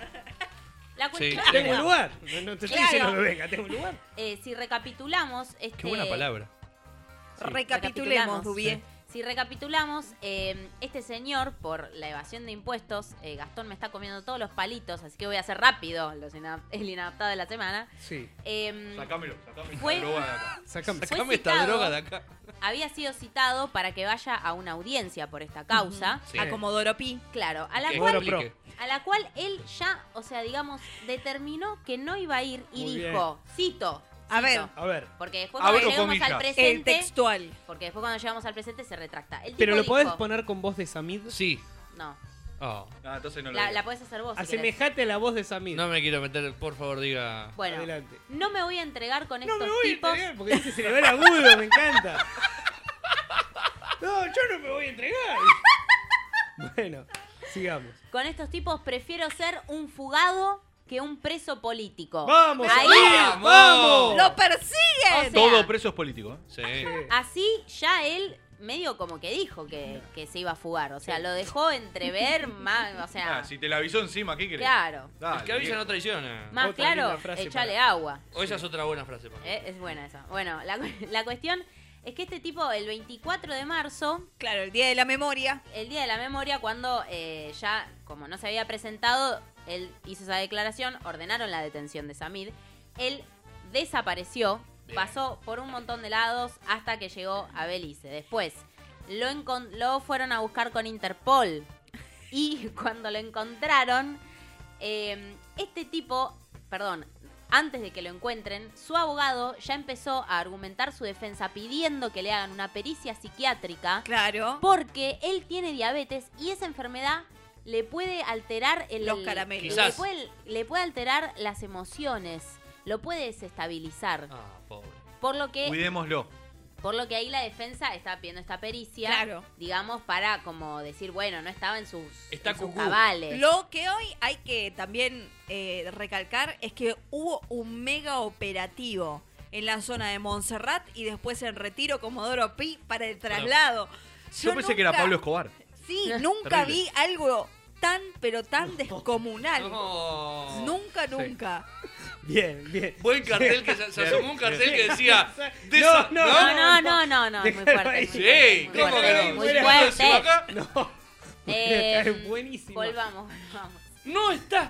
Speaker 5: La cuestión
Speaker 4: Tengo
Speaker 5: es- (laughs)
Speaker 4: un lugar. No, no te estoy
Speaker 5: Claro.
Speaker 4: diciendo que venga, tengo un lugar.
Speaker 5: Eh, si recapitulamos. Este,
Speaker 1: Qué buena palabra.
Speaker 6: Recapitulemos, Dubié.
Speaker 5: Si recapitulamos, eh, este señor, por la evasión de impuestos, eh, Gastón me está comiendo todos los palitos, así que voy a hacer rápido los inadap- (laughs) el inadaptado de la semana.
Speaker 4: Sí.
Speaker 5: Eh,
Speaker 7: Sacámelo, sacame
Speaker 5: Fue-
Speaker 7: esta droga de acá.
Speaker 5: Fue
Speaker 1: Sacame esta
Speaker 5: citado-
Speaker 1: droga de acá.
Speaker 5: Había sido citado para que vaya a una audiencia por esta causa.
Speaker 1: Ujú. Sí. A
Speaker 6: Comodoro Pi.
Speaker 5: Claro, a la,
Speaker 1: Que
Speaker 5: cual,
Speaker 1: explique.
Speaker 5: a la cual él ya, o sea, digamos, determinó que no iba a ir y
Speaker 4: Muy
Speaker 5: dijo, cito.
Speaker 6: A ver.
Speaker 4: A ver.
Speaker 5: Porque después
Speaker 4: Abro
Speaker 5: cuando llegamos
Speaker 6: Eh,
Speaker 4: comillas.
Speaker 5: al presente.
Speaker 4: El textual.
Speaker 5: Porque después cuando llegamos al presente se retracta. El tipo
Speaker 4: ¿Pero lo
Speaker 5: dijo-
Speaker 4: podés poner con voz de Samid?
Speaker 1: Sí. Oh.
Speaker 5: No.
Speaker 7: Ah, entonces no lo
Speaker 5: La,
Speaker 7: digas.
Speaker 5: la podés hacer vos. si querés.
Speaker 4: Asemejate a la voz de Samir.
Speaker 1: No me quiero meter, por favor, diga.
Speaker 5: Bueno, no me voy a entregar con estos tipos.
Speaker 4: (laughs) Porque ese se le ve Este el agudo, me encanta. No, yo no me voy a entregar. Bueno, sigamos.
Speaker 5: Con estos tipos prefiero ser un fugado que un preso político.
Speaker 4: ¡Vamos,
Speaker 5: Ahí-
Speaker 7: Samir! ¡Vamos!
Speaker 6: ¡Lo persiguen!
Speaker 5: O sea,
Speaker 7: Todo preso es político, ¿eh?
Speaker 1: Sí.
Speaker 5: Así ya él medio como que dijo que, que se iba a fugar. O sea, lo dejó entrever (laughs) más, o sea,
Speaker 7: Ah, si te la avisó encima, ¿qué querés?
Speaker 5: Claro.
Speaker 7: Dale,
Speaker 1: El que avisa
Speaker 7: viejo.
Speaker 1: no traiciona.
Speaker 5: más
Speaker 1: Otra linda
Speaker 5: claro, eh,
Speaker 1: frase
Speaker 5: echale
Speaker 1: para-
Speaker 5: agua.
Speaker 1: O esa es otra buena frase. para mí.
Speaker 5: Eh, Es buena esa. Bueno, la, (laughs) cu- la cuestión es que este tipo, el 24 de marzo.
Speaker 6: Claro, el Día de la Memoria.
Speaker 5: El Día de la Memoria, cuando eh, ya, como no se había presentado, él hizo esa declaración, ordenaron la detención de Samid. Él desapareció, pasó por un montón de lados hasta que llegó a Belice. Después, lo, encon- lo fueron a buscar con Interpol. Y (laughs) cuando lo encontraron, eh, este tipo, perdón, antes de que lo encuentren, su abogado ya empezó a argumentar su defensa pidiendo que le hagan una pericia psiquiátrica.
Speaker 6: Claro.
Speaker 5: Porque él tiene diabetes y esa enfermedad le puede alterar el,
Speaker 6: Los caramelos.
Speaker 5: Le
Speaker 6: Quizás.
Speaker 5: puede, le puede alterar las emociones. Lo puede desestabilizar.
Speaker 1: Ah, pobre.
Speaker 5: Por lo que
Speaker 7: Cuidémoslo.
Speaker 5: por lo que ahí la defensa está pidiendo esta pericia,
Speaker 6: Claro.
Speaker 5: digamos, para como decir, bueno, no estaba en sus,
Speaker 1: Está
Speaker 5: en sus
Speaker 1: cucú.
Speaker 5: cabales.
Speaker 6: Lo que (laughs) hoy hay que también eh, recalcar es que hubo un mega operativo en la zona de Montserrat y después en Retiro Comodoro Pi para el traslado.
Speaker 7: Yo, pensé que era
Speaker 6: nunca-
Speaker 7: Pablo Escobar.
Speaker 6: Sí, nunca
Speaker 7: Terrible.
Speaker 6: vi algo tan, pero tan descomunal. Nunca, nunca.
Speaker 4: Bien, bien.
Speaker 1: Buen cartel que se, se
Speaker 4: Bien,
Speaker 1: asomó un cartel
Speaker 4: bien.
Speaker 1: que
Speaker 5: (laughs)
Speaker 1: decía.
Speaker 4: No,
Speaker 1: desa-
Speaker 4: no,
Speaker 5: no, no, no, no, es muy
Speaker 4: Déjalo
Speaker 5: fuerte.
Speaker 4: ahí.
Speaker 5: es
Speaker 1: Sí,
Speaker 5: muy fuerte, muy
Speaker 1: ¿cómo
Speaker 5: fuerte,
Speaker 1: que no?
Speaker 5: muy
Speaker 1: Fuera.
Speaker 5: fuerte.
Speaker 1: Encima acá. (laughs)
Speaker 4: No.
Speaker 5: Eh,
Speaker 4: Es buenísimo.
Speaker 5: Volvamos, volvamos.
Speaker 1: ¡No está!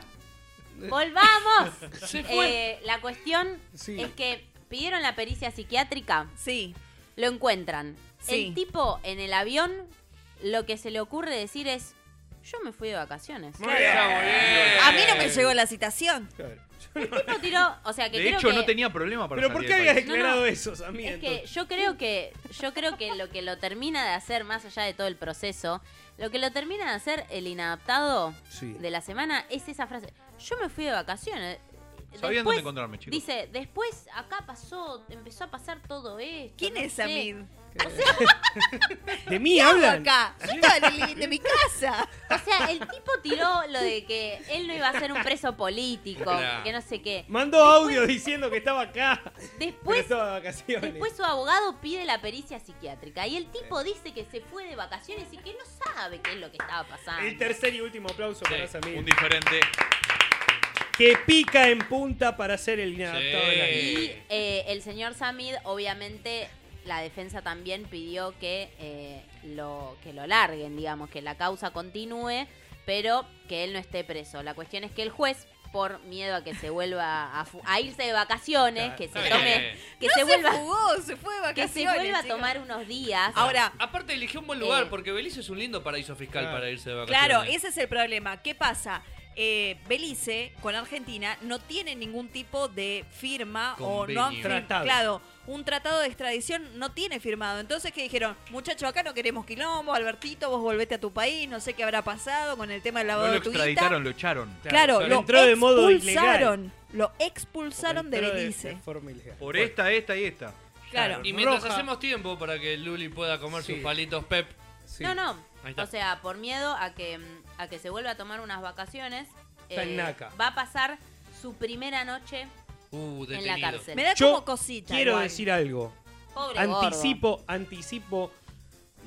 Speaker 5: ¡Volvamos!
Speaker 1: Se fue.
Speaker 5: Eh, la cuestión
Speaker 1: Sí.
Speaker 5: es que pidieron la pericia psiquiátrica.
Speaker 6: Sí.
Speaker 5: Lo encuentran.
Speaker 6: Sí.
Speaker 5: El tipo en el avión, lo que se le ocurre decir es: Yo me fui de vacaciones.
Speaker 6: Muy bien. Está muy
Speaker 7: Eh.
Speaker 6: bien. A mí no me llegó la citación.
Speaker 5: El tipo tiró, o sea, que
Speaker 7: De
Speaker 5: creo
Speaker 7: hecho,
Speaker 5: que-
Speaker 7: no tenía problema para
Speaker 4: Pero ¿por
Speaker 7: salir
Speaker 4: qué
Speaker 7: del
Speaker 4: habías
Speaker 7: país.
Speaker 4: declarado
Speaker 5: (laughs)
Speaker 4: eso, Sammy?
Speaker 5: Es que
Speaker 4: entonces?
Speaker 5: yo creo que yo creo que lo que lo termina de hacer más allá de todo el proceso, lo que lo termina de hacer el inadaptado
Speaker 7: Sí.
Speaker 5: de la semana es esa frase. Yo me fui de vacaciones.
Speaker 7: Sabían dónde encontrarme, chicos.
Speaker 5: Dice, después acá pasó, empezó a pasar todo esto.
Speaker 6: ¿Quién
Speaker 5: no
Speaker 6: es
Speaker 5: sé".
Speaker 6: Samid?
Speaker 4: ¿De mí
Speaker 6: ¿Qué hago
Speaker 4: hablan?
Speaker 6: acá? Yo estaba en el living de mi casa.
Speaker 5: Ah, O sea, el tipo tiró lo de que él no iba a ser un preso político,
Speaker 4: Claro.
Speaker 5: que no sé qué.
Speaker 4: Mandó audio diciendo que estaba acá.
Speaker 5: Después-
Speaker 4: Pero estaba de vacaciones.
Speaker 5: Después su abogado pide la pericia psiquiátrica y el tipo dice que se fue de vacaciones y que no sabe qué es lo que estaba pasando.
Speaker 4: El tercer y último aplauso para Samir.
Speaker 7: Un diferente.
Speaker 4: Que pica en punta para ser el inadaptado
Speaker 7: Sí.
Speaker 4: del
Speaker 5: Y
Speaker 4: año.
Speaker 5: eh, el señor Samid, obviamente, la defensa también pidió que, eh, lo, que lo larguen, digamos, que la causa continúe, pero que él no esté preso. La cuestión es que el juez por miedo a que se vuelva a, fu- a irse de vacaciones, que se
Speaker 1: Está
Speaker 5: tome,
Speaker 1: bien.
Speaker 5: que
Speaker 6: No
Speaker 5: se
Speaker 6: se
Speaker 5: vuelva,
Speaker 6: fugó, se fue de
Speaker 5: que se
Speaker 6: vacaciones,
Speaker 5: vuelva a
Speaker 6: chicos.
Speaker 5: tomar unos días.
Speaker 6: Ahora-
Speaker 1: Aparte eligió un buen lugar
Speaker 6: Eh.
Speaker 1: porque Belice es un lindo paraíso fiscal para irse de vacaciones.
Speaker 6: Claro, ese es el problema. ¿Qué pasa? Eh, Belice con Argentina no tiene ningún tipo de firma o no han
Speaker 5: Convenio. Tratado.
Speaker 6: firmado un tratado de extradición no tiene firmado. Entonces que dijeron, muchachos, acá no queremos quilombo, Albertito, vos volvete a tu país, no sé qué habrá pasado con el tema del
Speaker 7: No
Speaker 6: lavado
Speaker 7: lo
Speaker 6: de tu guita.
Speaker 7: extraditaron, lo echaron.
Speaker 6: Claro, lo
Speaker 4: entró de modo
Speaker 6: expulsaron, lo expulsaron de
Speaker 7: Entró de-
Speaker 6: Belice.
Speaker 7: Por esta, esta y esta.
Speaker 6: Claro.
Speaker 1: Y mientras
Speaker 7: Roja.
Speaker 1: hacemos tiempo para que Luli pueda comer
Speaker 7: Sí.
Speaker 1: sus palitos Pep.
Speaker 5: No, no.
Speaker 1: Ahí está.
Speaker 5: O sea, por miedo a que, mm, a que se vuelva a tomar unas vacaciones, eh,
Speaker 1: Está en naca.
Speaker 5: va a pasar su primera noche
Speaker 1: Uh,
Speaker 5: en la cárcel.
Speaker 6: Me da
Speaker 4: Yo
Speaker 6: como cosita.
Speaker 4: Quiero
Speaker 6: igual.
Speaker 4: decir algo.
Speaker 5: Pobre
Speaker 4: anticipo, anticipo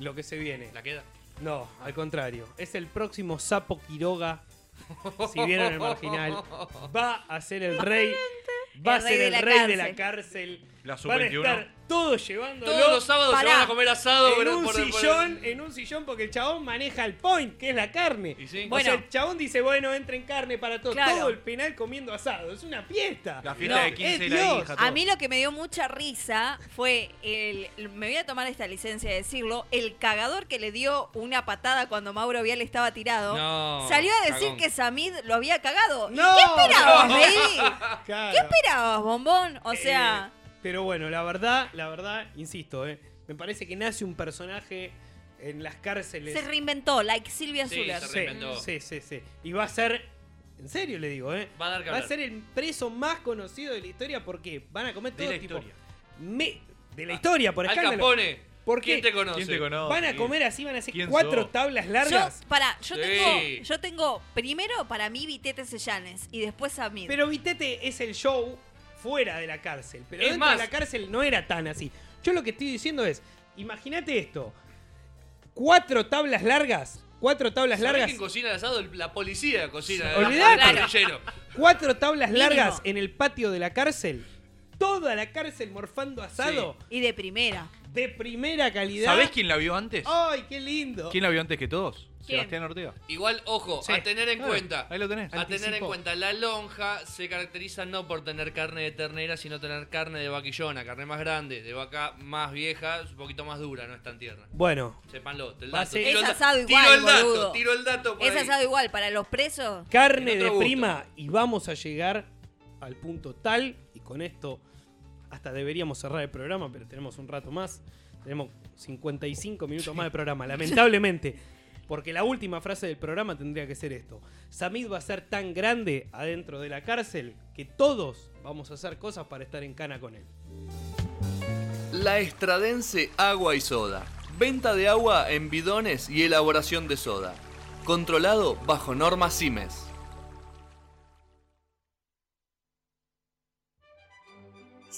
Speaker 4: lo que se viene.
Speaker 1: ¿La queda?
Speaker 4: No, al contrario. Es el próximo Sapo Quiroga. Si vieron
Speaker 1: (laughs)
Speaker 4: el marginal, va a ser el rey. Va a
Speaker 6: El rey
Speaker 4: ser
Speaker 6: de
Speaker 4: el
Speaker 6: la
Speaker 4: rey de la cárcel.
Speaker 7: La
Speaker 4: Van a
Speaker 7: sub-21.
Speaker 4: estar todos llevándolo.
Speaker 1: Todos los sábados se
Speaker 4: Pará.
Speaker 1: van a comer asado.
Speaker 4: En
Speaker 1: pero
Speaker 4: un
Speaker 1: por- por-
Speaker 4: sillón, en un sillón, porque el chabón maneja el point, que es la carne. O
Speaker 6: Bueno.
Speaker 4: sea, el chabón dice, bueno, entren carne para todo.
Speaker 6: Claro.
Speaker 4: Todo el penal comiendo asado. Es una fiesta. La
Speaker 7: fiesta de 15 de la hija,
Speaker 6: A mí lo que me dio mucha risa fue el. Me voy a tomar esta licencia de decirlo. El cagador que le dio una patada cuando Mauro Vial estaba tirado.
Speaker 4: No,
Speaker 6: salió a decir
Speaker 4: cagón.
Speaker 6: que Samid lo había cagado. ¿Y
Speaker 4: No,
Speaker 6: ¿Qué esperabas,
Speaker 4: no.
Speaker 6: baby?
Speaker 4: (laughs) Claro.
Speaker 6: ¿Qué esperabas, bombón? O sea.
Speaker 4: Pero bueno, la verdad, la verdad, insisto, eh, me parece que nace un personaje en las cárceles.
Speaker 6: se reinventó, like Silvia Zuller.
Speaker 4: Sí, sí, sí. Y va a ser, en serio le digo, eh,
Speaker 1: Va a dar que hablar.
Speaker 4: ser el preso más conocido de la historia porque van a comer
Speaker 1: De
Speaker 4: todo
Speaker 1: la
Speaker 4: tipo...
Speaker 1: historia.
Speaker 4: me- de la historia, por
Speaker 1: Al
Speaker 4: escándalo.
Speaker 1: Capone.
Speaker 4: ¿Por
Speaker 1: ¿Quién
Speaker 4: qué?
Speaker 1: te conoce? ¿Quién te conoce?
Speaker 4: Van a
Speaker 1: ¿Quién?
Speaker 4: comer así, van a hacer
Speaker 1: ¿Quién
Speaker 4: cuatro
Speaker 1: sos?
Speaker 4: tablas largas.
Speaker 6: Yo, para, yo
Speaker 4: Sí.
Speaker 6: tengo, yo tengo primero para mí Vitete Sellanes y después Samid.
Speaker 4: Pero Vitete es el show fuera de la cárcel. Pero
Speaker 6: Es
Speaker 4: dentro
Speaker 6: más-
Speaker 4: de la cárcel no era tan así. Yo lo que estoy diciendo es, imagínate esto. Cuatro tablas largas. Cuatro tablas
Speaker 1: ¿Sabés
Speaker 4: largas.
Speaker 1: quién cocina el asado? El- La policía cocina. el-
Speaker 4: Olvidate.
Speaker 1: el parrillero.
Speaker 4: Cuatro tablas
Speaker 1: Mínimo.
Speaker 4: largas en el patio de la cárcel. Toda la cárcel morfando asado.
Speaker 6: Y de primera.
Speaker 4: De primera calidad.
Speaker 7: ¿Sabés quién la vio antes?
Speaker 4: ¡Ay, qué lindo!
Speaker 7: ¿Quién la vio antes que todos?
Speaker 1: ¿Quién?
Speaker 7: Sebastián Ortega.
Speaker 1: Igual, ojo,
Speaker 7: Sí,
Speaker 1: a tener en
Speaker 7: claro,
Speaker 1: cuenta.
Speaker 7: ahí lo tenés.
Speaker 1: A tener en
Speaker 7: Anticipó.
Speaker 1: cuenta, la lonja se caracteriza no por tener carne de ternera, sino tener carne de vaquillona, carne más grande, de vaca más vieja, un poquito más dura, no es tan tierna.
Speaker 4: Bueno.
Speaker 1: Sépanlo, del
Speaker 4: Va a
Speaker 1: dato.
Speaker 4: ser-
Speaker 1: Tiro
Speaker 6: Es
Speaker 1: el da-
Speaker 6: asado
Speaker 1: tiro
Speaker 6: igual,
Speaker 1: el dato,
Speaker 6: boludo.
Speaker 1: tiro el dato por
Speaker 6: Es
Speaker 1: ahí.
Speaker 6: asado igual para los presos.
Speaker 4: Carne
Speaker 1: En
Speaker 4: de
Speaker 1: otro gusto.
Speaker 4: prima y vamos a llegar al punto tal y con esto hasta deberíamos cerrar el programa, pero tenemos un rato más. Tenemos 55 minutos más de programa,
Speaker 7: (laughs)
Speaker 4: lamentablemente. Porque la última frase del programa tendría que ser esto. Samid va a ser tan grande adentro de la cárcel que todos vamos a hacer cosas para estar en cana con él.
Speaker 2: La Estradense Agua y Soda. Venta de agua en bidones y elaboración de soda. Controlado bajo normas CIMES.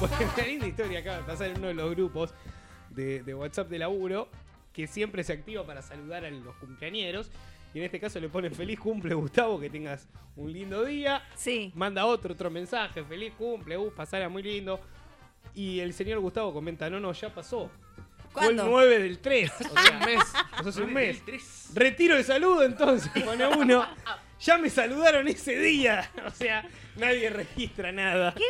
Speaker 4: Bueno, una linda historia acaba de pasar en uno de los grupos de, de WhatsApp de laburo que siempre se activa para saludar a los cumpleañeros. Y en este caso le ponen feliz cumple, Gustavo, que tengas un lindo día.
Speaker 6: Sí.
Speaker 4: Manda otro, otro mensaje, feliz cumple, uh, pasara muy lindo. Y el señor Gustavo comenta, no, no, ya pasó. Fue
Speaker 6: ¿Cuándo?
Speaker 4: el 9 del 3. O
Speaker 7: (laughs)
Speaker 4: sea, un mes. O sea, (laughs) hace un
Speaker 6: 9
Speaker 4: mes. Retiro el saludo entonces, pone uno. Ya me saludaron ese día. (laughs) O sea, nadie registra nada.
Speaker 6: ¿Qué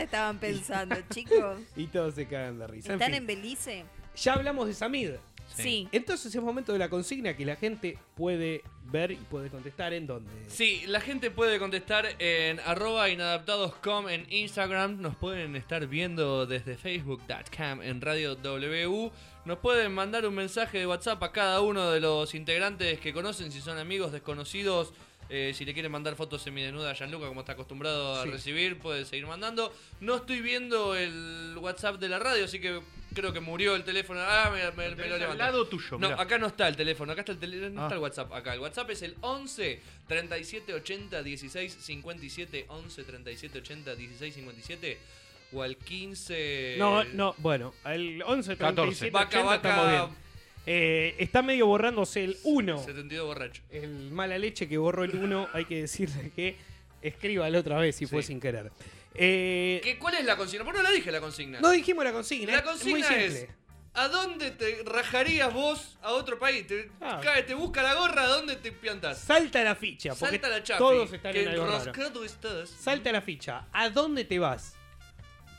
Speaker 1: (laughs)
Speaker 6: estaban pensando, chicos?
Speaker 4: Y todos se cagan de risa. En
Speaker 6: ¿Están
Speaker 4: fin.
Speaker 6: en Belice?
Speaker 4: Ya hablamos de Samid.
Speaker 6: Sí. Sí.
Speaker 4: Entonces es momento de la consigna que la gente puede ver y puede contestar en donde.
Speaker 1: Sí, la gente puede contestar en arroba inadaptados.com en Instagram. Nos pueden estar viendo desde facebook.com en Radio W. Nos pueden mandar un mensaje de WhatsApp a cada uno de los integrantes que conocen, si son amigos, desconocidos. eh, si le quieren mandar fotos semidesnudas a Gianluca, como está acostumbrado a
Speaker 17: Sí.
Speaker 1: recibir, puede seguir mandando. No estoy viendo el WhatsApp de la radio, así que creo que murió el teléfono. Ah, me, me- me
Speaker 7: tenés
Speaker 1: lo
Speaker 7: al
Speaker 1: levantó.
Speaker 7: lado tuyo,
Speaker 1: No,
Speaker 7: mirá.
Speaker 1: acá no está el teléfono, acá está el teléfono, no
Speaker 7: Ah.
Speaker 1: está el WhatsApp acá. El WhatsApp es el 11 37 80 16 57 11 37 80 16 57 o al 15
Speaker 4: No, no, bueno, al 11
Speaker 1: 14.
Speaker 4: 37,
Speaker 1: Vaca,
Speaker 4: 80, estamos
Speaker 1: vaca.
Speaker 4: bien. Eh, está medio borrándose el 1.
Speaker 1: 72 borracho.
Speaker 4: El mala leche que borró el 1, hay que decirle que escríbalo otra vez si fue sin querer. Eh,
Speaker 1: ¿Qué, ¿Cuál es la consigna? Vos no la dije la consigna.
Speaker 4: no dijimos la consigna.
Speaker 1: La
Speaker 4: es muy
Speaker 1: consigna
Speaker 4: simple.
Speaker 1: es, ¿a dónde te rajarías vos a otro país? Te,
Speaker 4: Ah.
Speaker 1: cae, te busca la gorra, ¿a dónde te piantas?
Speaker 4: Salta la ficha, porque
Speaker 1: Salta la chafi,
Speaker 4: todos están
Speaker 1: que
Speaker 4: en algo raro.
Speaker 1: enroscado estás.
Speaker 4: Salta la ficha. ¿A dónde te vas?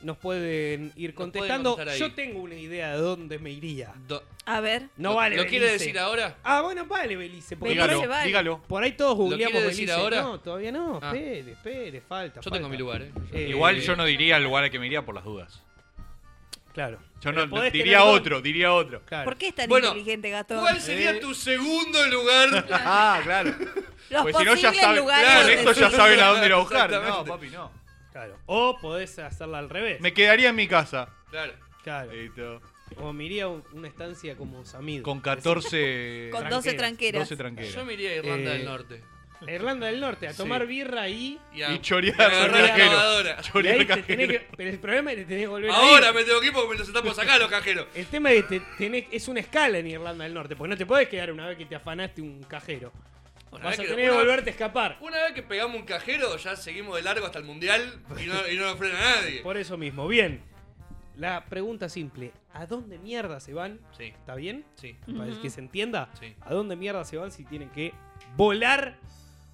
Speaker 4: Nos pueden ir contestando.
Speaker 1: contestar ahí.
Speaker 4: Yo tengo una idea de dónde me iría.
Speaker 6: A ver.
Speaker 4: No vale.
Speaker 1: ¿Lo quiere
Speaker 4: Belice.
Speaker 1: decir ahora?
Speaker 4: Ah, bueno, vale, Belice. porque
Speaker 1: Dígalo,
Speaker 4: por ahí-
Speaker 1: dígalo.
Speaker 4: Por ahí todos
Speaker 1: ¿Lo
Speaker 4: googleamos
Speaker 1: quiere decir
Speaker 4: Belice.
Speaker 1: ahora?
Speaker 4: No, todavía no.
Speaker 1: Ah.
Speaker 4: Espere, espere, falta.
Speaker 1: Yo tengo mi lugar, ¿eh?
Speaker 7: Igual yo no diría el lugar al que me iría por las dudas.
Speaker 4: Claro.
Speaker 7: Yo
Speaker 4: Pero
Speaker 7: no
Speaker 4: podés
Speaker 7: diría
Speaker 4: tener
Speaker 7: otro, diría otro.
Speaker 6: ¿Por qué es tan
Speaker 1: Bueno,
Speaker 6: inteligente, gato?
Speaker 1: ¿Cuál sería tu segundo lugar?
Speaker 6: (laughs)
Speaker 7: ah, claro.
Speaker 6: Los
Speaker 7: Pues si no, ya
Speaker 6: posibles
Speaker 7: saben-
Speaker 6: lugares
Speaker 7: claro,
Speaker 6: donde
Speaker 7: esto ya
Speaker 6: sí.
Speaker 7: saben a dónde ir a buscar. No,
Speaker 1: Exactamente.
Speaker 7: papi, no.
Speaker 4: Claro. O podés hacerla al revés.
Speaker 7: Me quedaría en mi casa.
Speaker 1: Claro.
Speaker 4: Claro. O me iría a un- una estancia como Samid.
Speaker 7: Con 14
Speaker 4: Con
Speaker 6: 12 tranqueras.
Speaker 7: 12 tranqueras. Eh,
Speaker 1: Yo me iría a Irlanda
Speaker 4: Eh,
Speaker 1: del Norte.
Speaker 4: A Irlanda del Norte, a
Speaker 7: Sí.
Speaker 4: tomar birra y.
Speaker 1: Y a-
Speaker 7: Y chorear
Speaker 1: y a agarrar la
Speaker 7: cajero.
Speaker 1: lavadora.
Speaker 7: Chorear
Speaker 4: Y ahí te
Speaker 7: cajero.
Speaker 4: tenés que- pero el problema es que te tenés que volver a
Speaker 1: Ahora
Speaker 4: ir.
Speaker 1: me tengo que ir porque me los están por sacar los cajeros.
Speaker 4: El tema es que te tenés- es una escala en Irlanda del Norte, porque no te podés quedar una vez que te afanaste un cajero. Vas a
Speaker 1: vez que-
Speaker 4: tener que
Speaker 1: una-
Speaker 4: volverte a escapar.
Speaker 1: Una vez que pegamos un cajero, ya seguimos de largo hasta el mundial y no, y no nos frena nadie.
Speaker 4: Por eso mismo. Bien. La pregunta simple: ¿a dónde mierda se van?
Speaker 1: Sí.
Speaker 4: ¿Está bien?
Speaker 1: Sí.
Speaker 4: Para
Speaker 1: Ujú.
Speaker 4: que se entienda.
Speaker 1: Sí.
Speaker 4: ¿A dónde mierda se van si tienen que volar?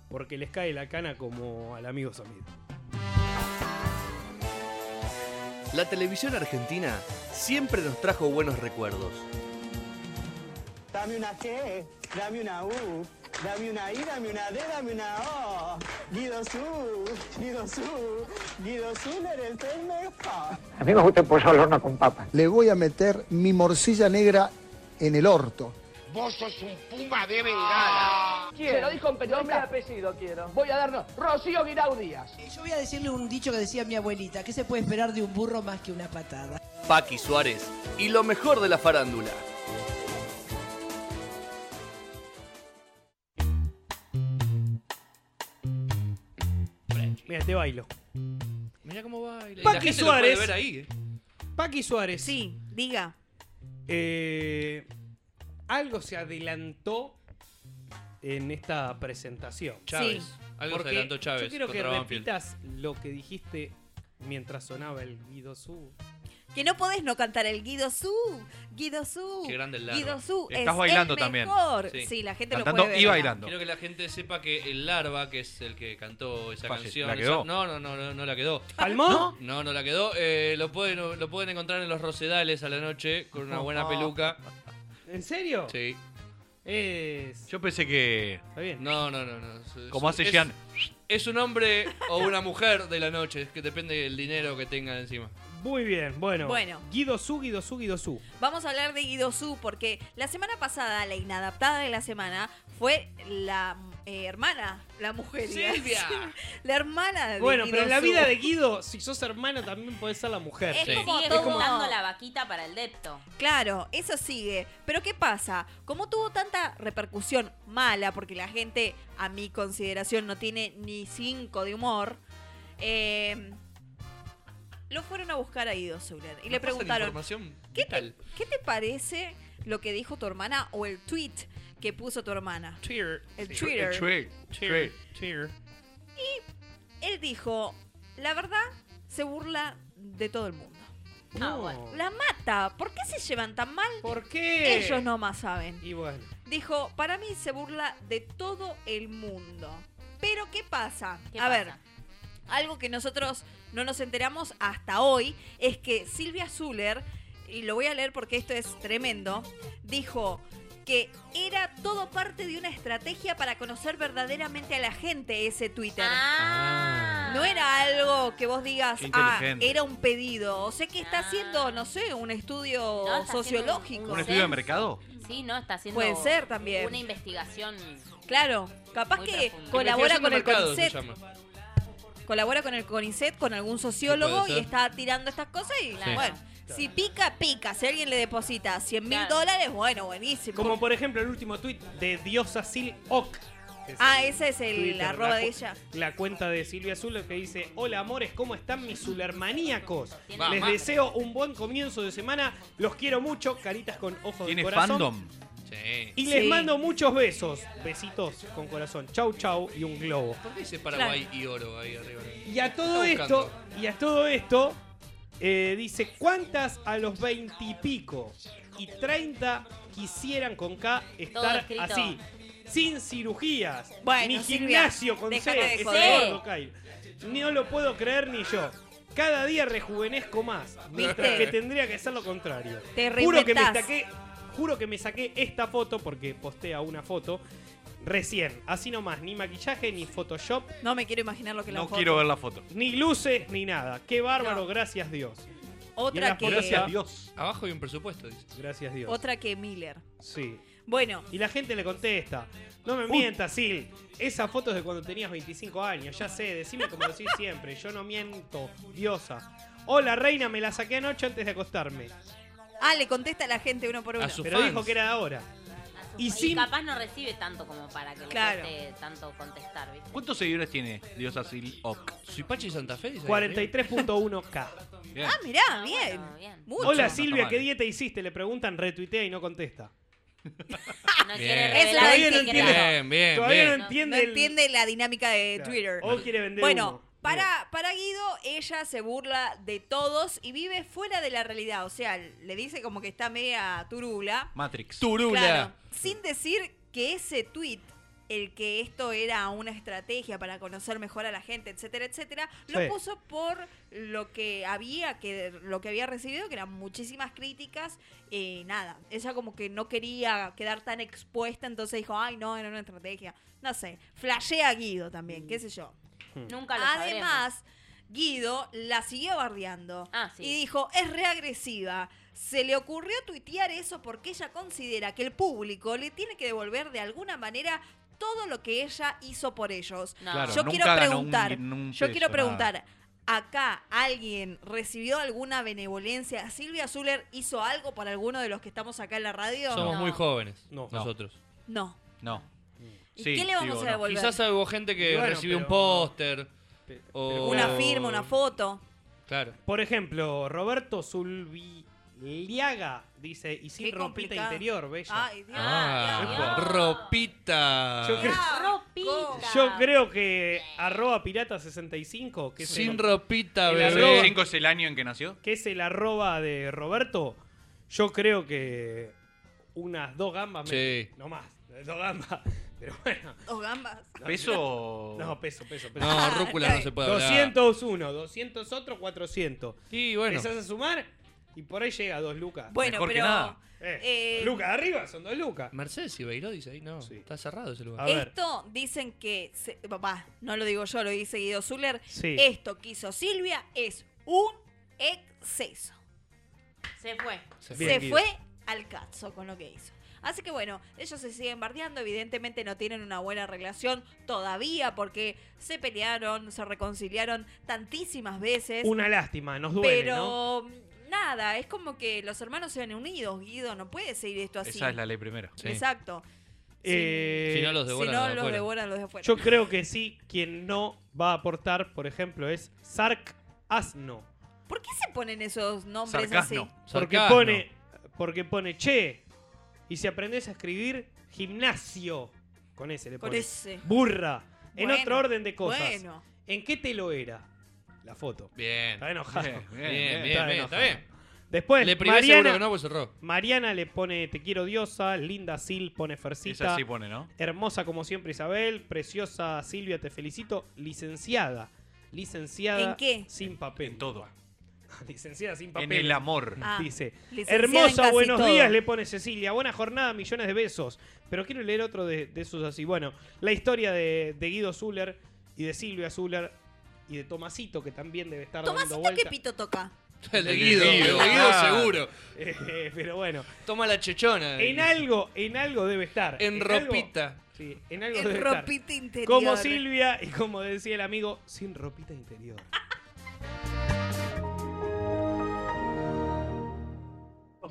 Speaker 4: Porque les cae la cana como al amigo Samid.
Speaker 2: La televisión argentina siempre nos trajo buenos recuerdos.
Speaker 15: Dame una T, dame una U, dame una I, dame una D, dame una O. Guido Su, Guido Su, Guido Su, eres el mejor.
Speaker 18: A mí me gusta el pollo al horno con papa.
Speaker 19: Le voy a meter mi morcilla negra en el orto.
Speaker 20: Vos sos un puma de bengala.
Speaker 21: Se lo dijo un
Speaker 20: Nombre
Speaker 21: periodista.
Speaker 20: y apellido quiero.
Speaker 21: Voy a darnos Rocío Guirao Díaz.
Speaker 22: Yo voy a decirle un dicho que decía mi abuelita, ¿qué se puede esperar de un burro más que una patada?
Speaker 2: Paqui Suárez y lo mejor de la farándula.
Speaker 4: Mira, te bailo.
Speaker 1: Mirá cómo va. y la- y la
Speaker 4: Paqui
Speaker 1: gente lo puede
Speaker 4: Suárez.
Speaker 1: ver ahí, eh.
Speaker 4: Paqui Suárez.
Speaker 6: Sí, diga.
Speaker 4: Eh, algo se adelantó en esta presentación.
Speaker 1: Chávez. Sí. Algo se
Speaker 4: Porque
Speaker 1: adelantó Chávez
Speaker 4: Yo quiero que
Speaker 1: contra Banfield.
Speaker 4: repitas lo que dijiste mientras sonaba el Guido Su.
Speaker 6: Que no podés no cantar el Guido Su, Guido Su.
Speaker 1: Qué grande el largo.
Speaker 6: Guido Su.
Speaker 7: Estás
Speaker 6: es el
Speaker 7: bailando también.
Speaker 6: mejor.
Speaker 7: Sí.
Speaker 6: Sí. la gente
Speaker 7: Cantando
Speaker 6: lo
Speaker 4: ¿eh?
Speaker 6: puede ver.
Speaker 7: y bailando.
Speaker 1: Quiero que la gente sepa que el Larva, que es el que cantó esa
Speaker 7: Falle-
Speaker 1: canción.
Speaker 7: ¿la quedó?
Speaker 1: esa- no, no, no, no, no la quedó.
Speaker 4: ¿Palmó?
Speaker 1: No, no, no la quedó. Eh, lo, pueden, lo pueden encontrar en los Rosedales a la noche con una
Speaker 4: (laughs)
Speaker 1: buena peluca.
Speaker 4: ¿En serio? Eh,
Speaker 1: Sí.
Speaker 4: Es.
Speaker 7: Yo pensé que.
Speaker 1: No, no, no, no. Es-
Speaker 7: Como hace
Speaker 1: es-
Speaker 7: Jean.
Speaker 1: Es un hombre o una mujer de la noche, es que depende del dinero que tengan encima.
Speaker 4: Muy bien, bueno.
Speaker 6: Bueno.
Speaker 4: Guido Su, Guido Su, Guido Su.
Speaker 6: Vamos a hablar de Guido Su porque la semana pasada, la inadaptada de la semana, fue la eh, hermana, la mujer.
Speaker 1: Silvia.
Speaker 6: (laughs) la hermana de
Speaker 4: Bueno,
Speaker 6: Guido
Speaker 4: pero en la
Speaker 6: Su.
Speaker 4: vida de Guido, si sos hermana, también podés ser la mujer.
Speaker 5: Es como sigue juntando la vaquita para el depto.
Speaker 6: Claro, eso sigue. Pero ¿qué pasa? Como tuvo tanta repercusión mala, porque la gente, a mi consideración, no tiene ni cinco de humor, eh, Lo fueron a buscar a Guido Zuller y
Speaker 1: Nos
Speaker 6: le
Speaker 1: pasan
Speaker 6: preguntaron,
Speaker 1: Información
Speaker 6: ¿Qué
Speaker 1: vital.
Speaker 6: te, qué te parece lo que dijo tu hermana o el tweet que puso tu hermana?
Speaker 1: Twitter.
Speaker 6: El
Speaker 1: Sí.
Speaker 6: Twitter.
Speaker 1: Twitter. Twitter.
Speaker 6: Y él dijo, la verdad, se burla de todo el mundo.
Speaker 4: No. bueno.
Speaker 6: La mata. ¿Por qué se llevan tan mal?
Speaker 4: ¿Por qué?
Speaker 6: Ellos nomás saben.
Speaker 4: Y bueno.
Speaker 6: Dijo, para mí se burla de todo el mundo. Pero ¿qué pasa?
Speaker 5: ¿Qué
Speaker 6: A
Speaker 5: pasa?
Speaker 6: ver, algo que nosotros no nos enteramos hasta hoy es que Silvia Zuller, y lo voy a leer porque esto es tremendo, dijo que era todo parte de una estrategia para conocer verdaderamente a la gente ese Twitter.
Speaker 5: Ah.
Speaker 6: No era algo que vos digas,
Speaker 7: Qué
Speaker 6: ah,
Speaker 7: inteligente.
Speaker 6: era un pedido. O sea que está haciendo, no sé, un estudio
Speaker 5: Ah. No, está haciendo
Speaker 6: sociológico.
Speaker 7: ¿Un estudio de mercado?
Speaker 5: Sí, no, está haciendo
Speaker 6: Puede ser también.
Speaker 5: una investigación.
Speaker 6: Claro, capaz
Speaker 5: Muy
Speaker 6: que
Speaker 5: profundo.
Speaker 6: colabora
Speaker 1: Investigación
Speaker 6: con
Speaker 1: de
Speaker 6: el
Speaker 1: mercado se
Speaker 6: CONICET,
Speaker 5: (laughs)
Speaker 1: llama.
Speaker 6: colabora con el CONICET, con algún sociólogo
Speaker 1: puede
Speaker 6: y
Speaker 1: ser.
Speaker 6: está tirando estas cosas y
Speaker 1: Claro.
Speaker 6: bueno, si pica, pica. Si alguien le deposita 100 mil dólares, bueno, buenísimo.
Speaker 4: Como por ejemplo el último tweet de Diosa Sil Ok. que es
Speaker 6: Ah,
Speaker 4: el
Speaker 6: ese es el
Speaker 4: Twitter,
Speaker 6: arroba
Speaker 4: la
Speaker 6: de
Speaker 4: cu-
Speaker 6: ella.
Speaker 4: La cuenta de Silvia Zuller que dice, hola amores, ¿cómo están mis zulermaníacos?
Speaker 7: Va,
Speaker 4: Les
Speaker 7: ma-
Speaker 4: deseo un buen comienzo de semana, los quiero mucho, caritas con ojos de
Speaker 7: Tiene
Speaker 4: corazón.
Speaker 7: fandom.
Speaker 4: Y les
Speaker 7: Sí.
Speaker 4: mando muchos besos. Besitos con corazón. Chau, chau y un globo.
Speaker 1: ¿Por qué dice Paraguay y oro ahí arriba?
Speaker 4: Y a todo
Speaker 1: Está buscando.
Speaker 4: esto, y a todo esto, eh, dice, ¿cuántas a los veintipico y treinta quisieran con K
Speaker 5: Todo
Speaker 4: estar
Speaker 5: escrito.
Speaker 4: así? Sin cirugías,
Speaker 6: Bueno,
Speaker 4: ni
Speaker 6: Silvia,
Speaker 4: gimnasio con
Speaker 6: déjate de
Speaker 4: C, ese
Speaker 6: joder.
Speaker 4: gordo, Kyle. No lo puedo creer ni yo. Cada día rejuvenezco más, mientras
Speaker 6: ¿Viste?
Speaker 7: (laughs)
Speaker 4: que tendría que ser lo contrario.
Speaker 6: Te
Speaker 4: Juro que me
Speaker 6: reinventás.
Speaker 4: saqué, juro que me saqué esta foto porque postea una foto recién, así nomás, ni maquillaje ni Photoshop,
Speaker 6: No me quiero imaginar lo que la
Speaker 7: No
Speaker 6: foto.
Speaker 7: quiero ver la foto.
Speaker 4: ni luces ni nada. Qué bárbaro, gracias Dios. Y en
Speaker 6: Otra
Speaker 4: la
Speaker 6: que,
Speaker 4: Gracias
Speaker 7: Dios.
Speaker 1: Abajo hay un presupuesto, dice.
Speaker 4: Gracias Dios.
Speaker 6: otra que Miller.
Speaker 4: Sí.
Speaker 6: Bueno.
Speaker 4: Y la gente le contesta, no me mientas, Sil. Esa foto es de cuando tenías 25 años, ya sé, decime
Speaker 6: (laughs)
Speaker 4: como decís siempre, yo no miento, diosa. Hola reina, me la saqué anoche antes de acostarme.
Speaker 6: Ah, le contesta a la gente uno por uno.
Speaker 4: Pero dijo que era de
Speaker 6: (laughs)
Speaker 4: ahora.
Speaker 5: Y,
Speaker 1: Ah,
Speaker 4: Y sin-
Speaker 5: capaz no recibe tanto como para que
Speaker 6: Claro.
Speaker 5: le cueste tanto contestar, ¿viste?
Speaker 7: ¿Cuántos seguidores tiene Dios Asil Ok?
Speaker 1: Suipachi y Santa Fe. dice ahí ¿eh? arriba.
Speaker 4: 43.1k.
Speaker 7: Bien.
Speaker 6: Ah, mirá, bien. Mucho.
Speaker 4: Hola
Speaker 6: Está
Speaker 4: Silvia,
Speaker 6: mal.
Speaker 4: ¿qué dieta hiciste? Le preguntan, retuitea y no contesta.
Speaker 5: No
Speaker 1: Bien.
Speaker 5: quiere revelar
Speaker 4: Todavía no
Speaker 5: que quiere-
Speaker 4: entiende.
Speaker 1: Bien, bien,
Speaker 4: Todavía
Speaker 1: bien.
Speaker 4: no entiende,
Speaker 6: no
Speaker 4: el-
Speaker 6: entiende la dinámica de Twitter.
Speaker 4: O quiere vender
Speaker 6: Bueno,
Speaker 4: humo.
Speaker 6: para, para Guido, ella se burla de todos y vive fuera de la realidad. O sea, le dice como que está media turula.
Speaker 7: Matrix.
Speaker 1: Turula.
Speaker 6: Claro, sin decir que ese tweet, el que esto era una estrategia para conocer mejor a la gente, etcétera, etcétera,
Speaker 4: Sí.
Speaker 6: lo puso por lo que había que lo que había recibido, que eran muchísimas críticas. eh, nada, ella como que no quería quedar tan expuesta, entonces dijo, ay, no, era una estrategia. No sé, flashea a Guido también, qué sé yo.
Speaker 1: Hmm.
Speaker 5: Nunca lo
Speaker 6: Además, Guido la siguió bardeando y dijo, es reagresiva. Se le ocurrió tuitear eso porque ella considera que el público le tiene que devolver de alguna manera todo lo que ella hizo por ellos.
Speaker 7: No. Claro,
Speaker 6: yo
Speaker 7: nunca
Speaker 6: quiero
Speaker 7: ganó
Speaker 6: preguntar,
Speaker 7: un- un
Speaker 6: yo
Speaker 7: peso,
Speaker 6: quiero preguntar,
Speaker 7: nada.
Speaker 6: ¿acá alguien recibió alguna benevolencia? ¿Silvia Zuller hizo algo por alguno de los que estamos acá en la radio?
Speaker 1: Somos
Speaker 6: no.
Speaker 1: muy jóvenes
Speaker 4: No.
Speaker 1: nosotros.
Speaker 6: No.
Speaker 7: No.
Speaker 6: ¿Y qué le vamos a devolver?
Speaker 1: Quizás hubo gente que
Speaker 4: Y bueno,
Speaker 1: recibió un
Speaker 4: pero-
Speaker 1: póster. o-
Speaker 6: Una firma, una foto.
Speaker 1: Claro.
Speaker 4: Por ejemplo, Roberto Zulbiliaga dice, y sin
Speaker 6: Qué
Speaker 4: ropita
Speaker 6: complicado.
Speaker 4: interior, bella.
Speaker 6: Ay, Dios. Ah,
Speaker 1: Ah, ropita.
Speaker 4: Yo creo-
Speaker 5: Ropita.
Speaker 4: Yo creo que arroba pirata65, que es
Speaker 1: Sin
Speaker 4: el-
Speaker 1: ropita,
Speaker 4: el
Speaker 1: bebé.
Speaker 4: arroba-
Speaker 7: 5 es el año en que nació.
Speaker 4: que es el arroba de Roberto, yo creo que unas dos gambas
Speaker 1: Sí.
Speaker 4: me- No más, dos gambas. (laughs) Pero bueno.
Speaker 6: Dos gambas.
Speaker 7: ¿Peso?
Speaker 4: No, peso, peso, peso. Ah,
Speaker 1: No, rúcula no se puede hablar.
Speaker 4: 201, 200 otro, 400.
Speaker 1: Y bueno.
Speaker 4: Empezás a sumar y por ahí llega a dos lucas.
Speaker 6: Bueno, Mejor que pero, nada.
Speaker 4: Eh,
Speaker 6: eh,
Speaker 4: lucas arriba son dos lucas.
Speaker 1: Mercedes y Beiró dice ahí, no. Está cerrado ese lugar.
Speaker 6: Esto dicen que, se- papá, no lo digo yo, lo dice Guido Zuller.
Speaker 1: Sí.
Speaker 6: Esto que hizo Silvia es un exceso.
Speaker 5: Se fue.
Speaker 6: Se,
Speaker 4: Bien, Guido.
Speaker 6: fue al cazo con lo que hizo. Así que bueno, ellos se siguen bardeando, evidentemente no tienen una buena relación todavía porque se pelearon, se reconciliaron tantísimas veces.
Speaker 4: Una lástima, nos duele, ¿no?
Speaker 6: pero nada, es como que los hermanos se ven unidos, Guido, no puede seguir esto así.
Speaker 7: Esa es la ley primera.
Speaker 6: Exacto.
Speaker 4: Eh,
Speaker 1: Si no los
Speaker 6: Si
Speaker 1: devoran.
Speaker 6: no,
Speaker 1: los de
Speaker 6: los
Speaker 1: afuera.
Speaker 6: devoran los de afuera.
Speaker 4: Yo creo que sí, quien no va a aportar, por ejemplo, es Sark Asno.
Speaker 6: ¿Por qué se ponen esos nombres así?
Speaker 4: Porque pone, porque pone che. Y si aprendes a escribir, gimnasio. Con ese le
Speaker 6: Con
Speaker 4: pone.
Speaker 6: ese.
Speaker 4: Burra. en
Speaker 6: Bueno,
Speaker 4: otro orden de cosas.
Speaker 6: bueno.
Speaker 4: ¿En qué te lo era? La foto.
Speaker 1: Bien.
Speaker 4: Está enojado.
Speaker 1: Bien, bien, bien, bien, está bien.
Speaker 4: Después,
Speaker 1: Le privé seguro
Speaker 4: Mariana,
Speaker 1: que no, pues cerró.
Speaker 4: Mariana le pone Te quiero diosa, linda Sil pone Fercita.
Speaker 7: Esa sí pone, ¿no?
Speaker 4: Hermosa como siempre Isabel, preciosa Silvia, te felicito. Licenciada. Licenciada.
Speaker 6: ¿En qué?
Speaker 4: Sin papel. En
Speaker 7: todo.
Speaker 4: (laughs) Licenciada sin papel.
Speaker 7: el amor.
Speaker 6: Ah,
Speaker 4: Dice.
Speaker 6: licenciada en
Speaker 4: Hermosa,
Speaker 6: casi
Speaker 4: buenos
Speaker 6: todo".
Speaker 4: días, le pone Cecilia. Buena jornada, millones de besos. Pero quiero leer otro de, de esos así. Bueno, la historia de, de Guido Zuller y de Silvia Zuller y de Tomasito, que también debe estar
Speaker 6: Tomasito,
Speaker 4: dando
Speaker 6: ¿qué
Speaker 4: vuelta.
Speaker 6: pito toca?
Speaker 1: El de Guido, el de Guido
Speaker 4: Ah.
Speaker 1: seguro.
Speaker 4: (laughs) Eh, pero bueno.
Speaker 1: Toma la chechona.
Speaker 4: En algo, en algo debe estar.
Speaker 1: En
Speaker 4: algo-
Speaker 1: ropita.
Speaker 4: sí, en algo
Speaker 6: En
Speaker 4: debe estar.
Speaker 6: ropita interior.
Speaker 4: Como Silvia y como decía el amigo, sin ropita interior.
Speaker 17: no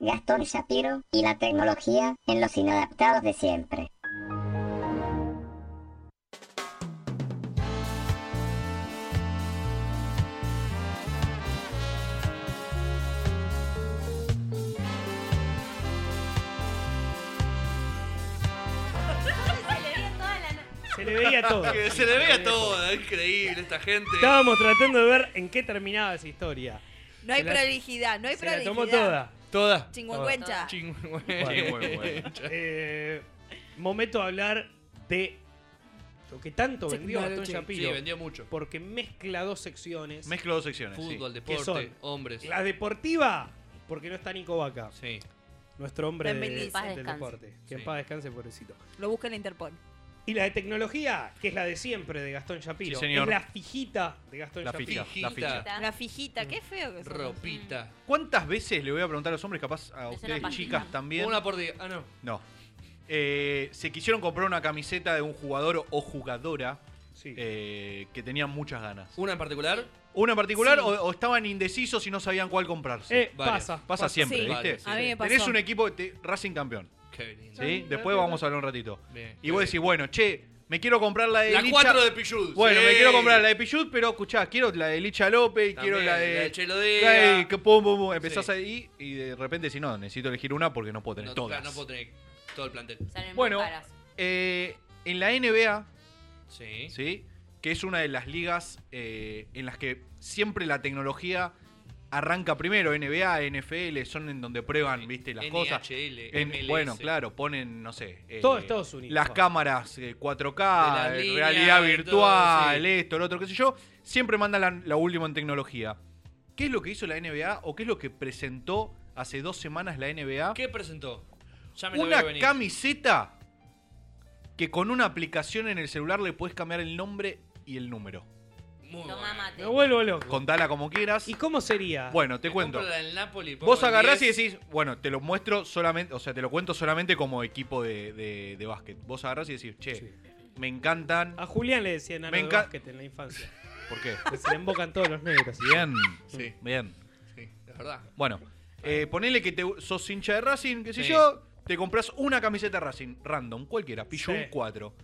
Speaker 23: Gastón Shapiro y la tecnología en los inadaptados de siempre.
Speaker 4: Se le veía todo.
Speaker 1: (laughs) Se le veía todo. Increíble esta gente.
Speaker 4: Estábamos tratando de ver en qué terminaba esa historia.
Speaker 6: No hay
Speaker 4: Se la-
Speaker 6: prolijidad, no hay
Speaker 4: Se la
Speaker 6: prolijidad.
Speaker 4: tomó toda.
Speaker 1: Toda.
Speaker 6: Chingüengüencha.
Speaker 4: Bueno, (laughs) eh, momento de hablar de lo que tanto vendió Gastón
Speaker 1: Sí,
Speaker 4: Shapiro.
Speaker 1: vendió mucho.
Speaker 4: Porque mezcla dos secciones.
Speaker 7: Mezcla dos secciones,
Speaker 1: Fútbol,
Speaker 4: que
Speaker 1: deporte,
Speaker 4: son
Speaker 1: hombres.
Speaker 4: La deportiva, porque no está Nico Vaca.
Speaker 1: Sí.
Speaker 4: Nuestro hombre
Speaker 6: En
Speaker 4: de-
Speaker 6: Belice. Paz
Speaker 4: del
Speaker 6: descanse.
Speaker 4: deporte. Que en
Speaker 6: Sí.
Speaker 4: paz descanse, pobrecito.
Speaker 6: Lo busca en la Interpol.
Speaker 4: Y la de tecnología, que es la de siempre de Gastón Shapiro.
Speaker 7: Sí, señor.
Speaker 4: Es la fijita de Gastón
Speaker 7: La
Speaker 4: Shapiro.
Speaker 7: ficha, la ficha.
Speaker 6: La fijita, qué feo que son.
Speaker 1: Ropita.
Speaker 7: ¿Cuántas veces le voy a preguntar a los hombres, capaz a
Speaker 1: Es
Speaker 7: ustedes
Speaker 1: una
Speaker 7: chicas
Speaker 1: pastilla.
Speaker 7: también?
Speaker 1: Una por día. Ah, no.
Speaker 7: No. Eh, se quisieron comprar una camiseta de un jugador o jugadora eh, que tenían muchas ganas.
Speaker 1: ¿Una en particular?
Speaker 7: ¿Una en particular
Speaker 1: Sí.
Speaker 7: o, o estaban indecisos y no sabían cuál comprarse?
Speaker 1: Eh, Varias. pasa.
Speaker 7: Pasa,
Speaker 1: Pasa.
Speaker 7: siempre,
Speaker 1: Sí.
Speaker 7: ¿viste?
Speaker 1: Varias, sí. A mí me
Speaker 7: Tenés
Speaker 1: pasó.
Speaker 7: un equipo te- Racing campeón.
Speaker 1: Qué lindo.
Speaker 7: ¿Sí?
Speaker 1: Sí,
Speaker 7: Después
Speaker 1: la-
Speaker 7: vamos a hablar un ratito.
Speaker 1: Bien,
Speaker 7: y vos decís, bueno, che, me quiero comprar la de
Speaker 1: La
Speaker 7: Licha-
Speaker 1: cuatro de Pichud,
Speaker 7: Bueno,
Speaker 1: sí.
Speaker 7: me quiero comprar la de Pichut, pero escuchá, quiero la de Licha López,
Speaker 1: También,
Speaker 7: quiero la de.
Speaker 1: la de Chelo Dega.
Speaker 7: la de- que pum, pum, pum. Empezás
Speaker 1: Sí.
Speaker 7: ahí y de repente decís, no, necesito elegir una porque no puedo tener
Speaker 1: No,
Speaker 7: todas.
Speaker 1: claro, no puedo tener todo el plantel.
Speaker 7: Bueno, eh, en la NBA,
Speaker 1: Sí.
Speaker 7: ¿sí? que es una de las ligas eh, en las que siempre la tecnología arranca primero. NBA, NFL, son en donde prueban viste las cosas.
Speaker 1: NHL,
Speaker 7: En-
Speaker 1: MLS.
Speaker 7: bueno, claro, ponen, no sé. eh,
Speaker 4: Todo Estados Unidos.
Speaker 7: Las cámaras eh, 4K,
Speaker 4: De las
Speaker 7: eh,
Speaker 4: líneas,
Speaker 7: realidad
Speaker 4: de todo,
Speaker 7: virtual,
Speaker 4: sí.
Speaker 7: esto, el otro, qué sé yo. Siempre mandan la, la última en tecnología. ¿Qué es lo que hizo la NBA o qué es lo que presentó hace dos semanas la NBA?
Speaker 1: ¿Qué presentó? Ya me lo
Speaker 7: una
Speaker 1: veo venir.
Speaker 7: camiseta que con una aplicación en el celular le puedes cambiar el nombre y el número.
Speaker 1: Muy
Speaker 5: Tomá mate.
Speaker 4: Me vuelvo loco.
Speaker 7: Contala como quieras. ¿Y
Speaker 4: cómo sería?
Speaker 7: Bueno, te
Speaker 1: Me
Speaker 7: cuento.
Speaker 1: compro la del Napoli, pongo
Speaker 7: Vos
Speaker 1: el
Speaker 7: agarrás y
Speaker 1: 10.
Speaker 7: decís, bueno, te lo muestro solamente, o sea, te lo cuento solamente como equipo de, de- de básquet. Vos agarrás y decís, che, me encantan.
Speaker 4: A Julián le decían
Speaker 7: Me
Speaker 4: enano de
Speaker 7: encan-
Speaker 4: básquet en la infancia.
Speaker 7: ¿Por qué?
Speaker 4: Que se le embocan todos los negros.
Speaker 7: Bien. Bien.
Speaker 1: Sí, es verdad.
Speaker 7: Bueno, eh, ponele que te, sos hincha de Racing, qué sé
Speaker 1: Sí.
Speaker 7: yo, te compras una camiseta Racing, random, cualquiera,
Speaker 1: Sí.
Speaker 7: pilló un 4.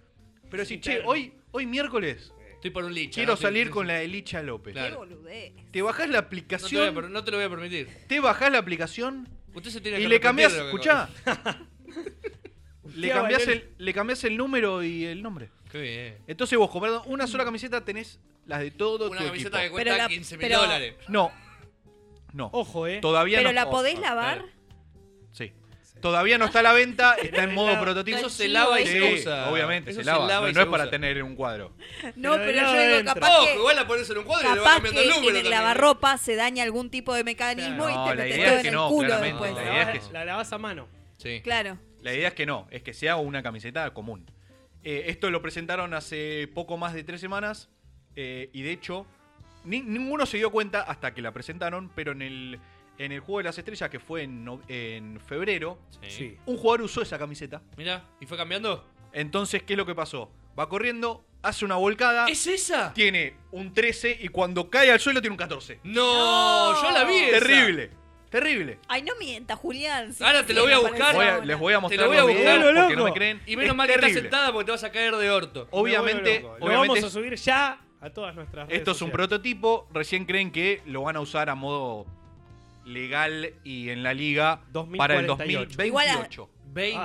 Speaker 7: Pero si, che,
Speaker 1: Interno.
Speaker 7: hoy, hoy miércoles
Speaker 1: Estoy por un licha.
Speaker 7: quiero
Speaker 1: ¿no?
Speaker 7: salir
Speaker 1: Sí, sí,
Speaker 7: con
Speaker 1: sí.
Speaker 7: la de Licha López.
Speaker 1: Claro.
Speaker 7: Te bajás
Speaker 1: No te,
Speaker 7: la
Speaker 1: voy a
Speaker 7: aplicación,
Speaker 1: per- no te lo voy a permitir.
Speaker 7: te bajás la aplicación
Speaker 1: Usted se tiene que
Speaker 7: y le
Speaker 1: arrepentir
Speaker 7: cambiás,
Speaker 1: de lo que
Speaker 7: escuchá, (laughs) le
Speaker 1: Usted va a
Speaker 7: cambiás,
Speaker 1: valer.
Speaker 7: el, le cambiás el número y el nombre.
Speaker 1: Qué bien.
Speaker 7: Entonces vos comprando una sola camiseta tenés las de todo
Speaker 1: Una
Speaker 7: tu
Speaker 1: camiseta
Speaker 7: equipo.
Speaker 1: que cuesta Pero la- 15.000 pero- dólares.
Speaker 7: No, no.
Speaker 4: Ojo, eh.
Speaker 7: Todavía
Speaker 6: Pero
Speaker 7: no-
Speaker 6: la
Speaker 7: oh,
Speaker 6: podés
Speaker 7: oh,
Speaker 6: lavar.
Speaker 7: claro. Sí. Todavía no está a la
Speaker 6: (laughs)
Speaker 7: venta, está en modo
Speaker 1: lava-
Speaker 7: prototipo.
Speaker 1: Eso se lava y
Speaker 7: Sí,
Speaker 1: se usa.
Speaker 7: Obviamente,
Speaker 1: Eso
Speaker 7: se
Speaker 1: se
Speaker 7: lava.
Speaker 1: lava
Speaker 7: No,
Speaker 1: y
Speaker 7: no
Speaker 1: se
Speaker 7: es para
Speaker 1: usa.
Speaker 7: tener en un cuadro.
Speaker 1: ¿eh?
Speaker 6: No, pero yo digo capaz
Speaker 1: Ojo,
Speaker 6: que.
Speaker 1: igual la pones en un cuadro y le vas
Speaker 6: Capaz
Speaker 1: cambiando el
Speaker 6: que en
Speaker 1: número.
Speaker 6: el
Speaker 1: también. ¿eh?
Speaker 6: lavarropa se daña algún tipo de mecanismo y te metes todo en el culo después.
Speaker 7: La idea es que-
Speaker 4: pues, La lavas a mano.
Speaker 6: Claro.
Speaker 7: La idea es que no, es que sea una camiseta común. Eh, esto lo presentaron hace poco más de tres semanas eh, y de hecho ni- ninguno se dio cuenta hasta que la presentaron, pero en el, en el Juego de las Estrellas, que fue en, no- en febrero,
Speaker 1: Sí.
Speaker 7: un jugador usó esa camiseta.
Speaker 1: Mirá, ¿y fue cambiando?
Speaker 7: Entonces, ¿qué es lo que pasó? Va corriendo, hace una volcada.
Speaker 1: ¿Es esa?
Speaker 7: Tiene un 13 y cuando cae al suelo tiene un 14.
Speaker 1: No, yo la vi esa.
Speaker 7: Terrible, terrible.
Speaker 6: Ay, no mienta, Julián. sí,
Speaker 1: Ahora te lo voy a
Speaker 6: me
Speaker 1: buscar.
Speaker 6: parece
Speaker 7: Voy a-
Speaker 6: ahora.
Speaker 7: les voy a
Speaker 1: Te
Speaker 7: mostrar
Speaker 1: lo voy a
Speaker 7: los videos
Speaker 1: buscar
Speaker 7: porque no me creen.
Speaker 1: Y menos
Speaker 7: Es
Speaker 1: mal que estás
Speaker 7: terrible.
Speaker 1: sentada porque te vas a caer de orto.
Speaker 7: Obviamente,
Speaker 4: Lo
Speaker 7: obviamente
Speaker 4: vamos a subir ya a todas nuestras redes
Speaker 7: esto es un
Speaker 4: sociales.
Speaker 7: prototipo. Recién creen que lo van a usar a modo legal y en la liga para el 2028.
Speaker 6: Igual a- Bueno,